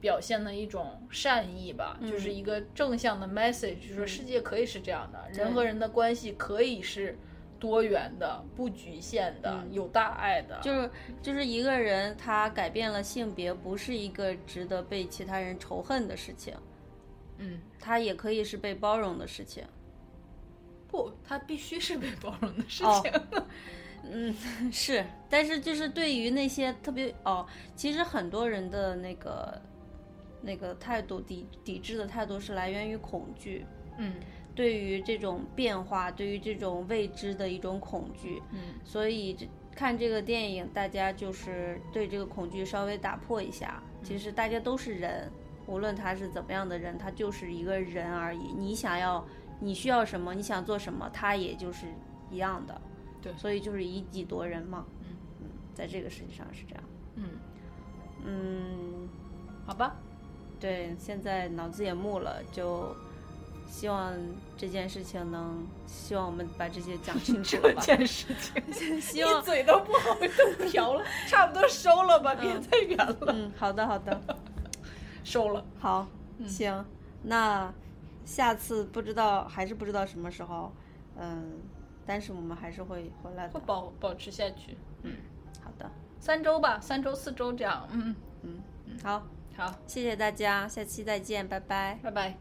B: 表现的一种善意吧，就是一个正向的 message，就是说世界可以是这样的，人和人的关系可以是多元的、不局限的、有大爱的，
A: 就是就是一个人他改变了性别，不是一个值得被其他人仇恨的事情，
B: 嗯，
A: 他也可以是被包容的事情。 (laughs)
B: 不，它必须是被包容的事
A: 哦
B: 情。
A: 嗯，是，但是就是对于那些特别哦，其实很多人的那个那个态度抵抵制的态度是来源于恐惧，
B: 嗯
A: 对于这种变化，对于这种未知的一种恐惧，
B: 嗯
A: 所以这看这个电影，大家就是对这个恐惧稍微打破一下。
B: 嗯
A: 其实大家都是人，无论他是怎么样的人，他就是一个人而已。你想要，你需要什么，你想做什么，他也就是一样的。
B: 对
A: 所以就是以己度人嘛。
B: 嗯
A: 嗯，在这个世界上是这样。
B: 嗯，
A: 嗯，
B: 好吧，
A: 对，现在脑子也木了，就希望这件事情能，希望我们把这些讲清楚了吧。
B: 事情，
A: 希望
B: 你嘴都不好都瓢了，差不多收了吧，别再圆了，
A: 嗯，好的，好的。
B: 收了。
A: 好，
B: 嗯
A: 行，那下次不知道还是不知道什么时候，嗯，但是我们还是会回来的
B: 会。保保持下去，
A: 好的，
B: 三周吧，三周四周这样，嗯，
A: 好，
B: 好，
A: 谢谢大家，下期再见，拜拜。
B: 拜拜。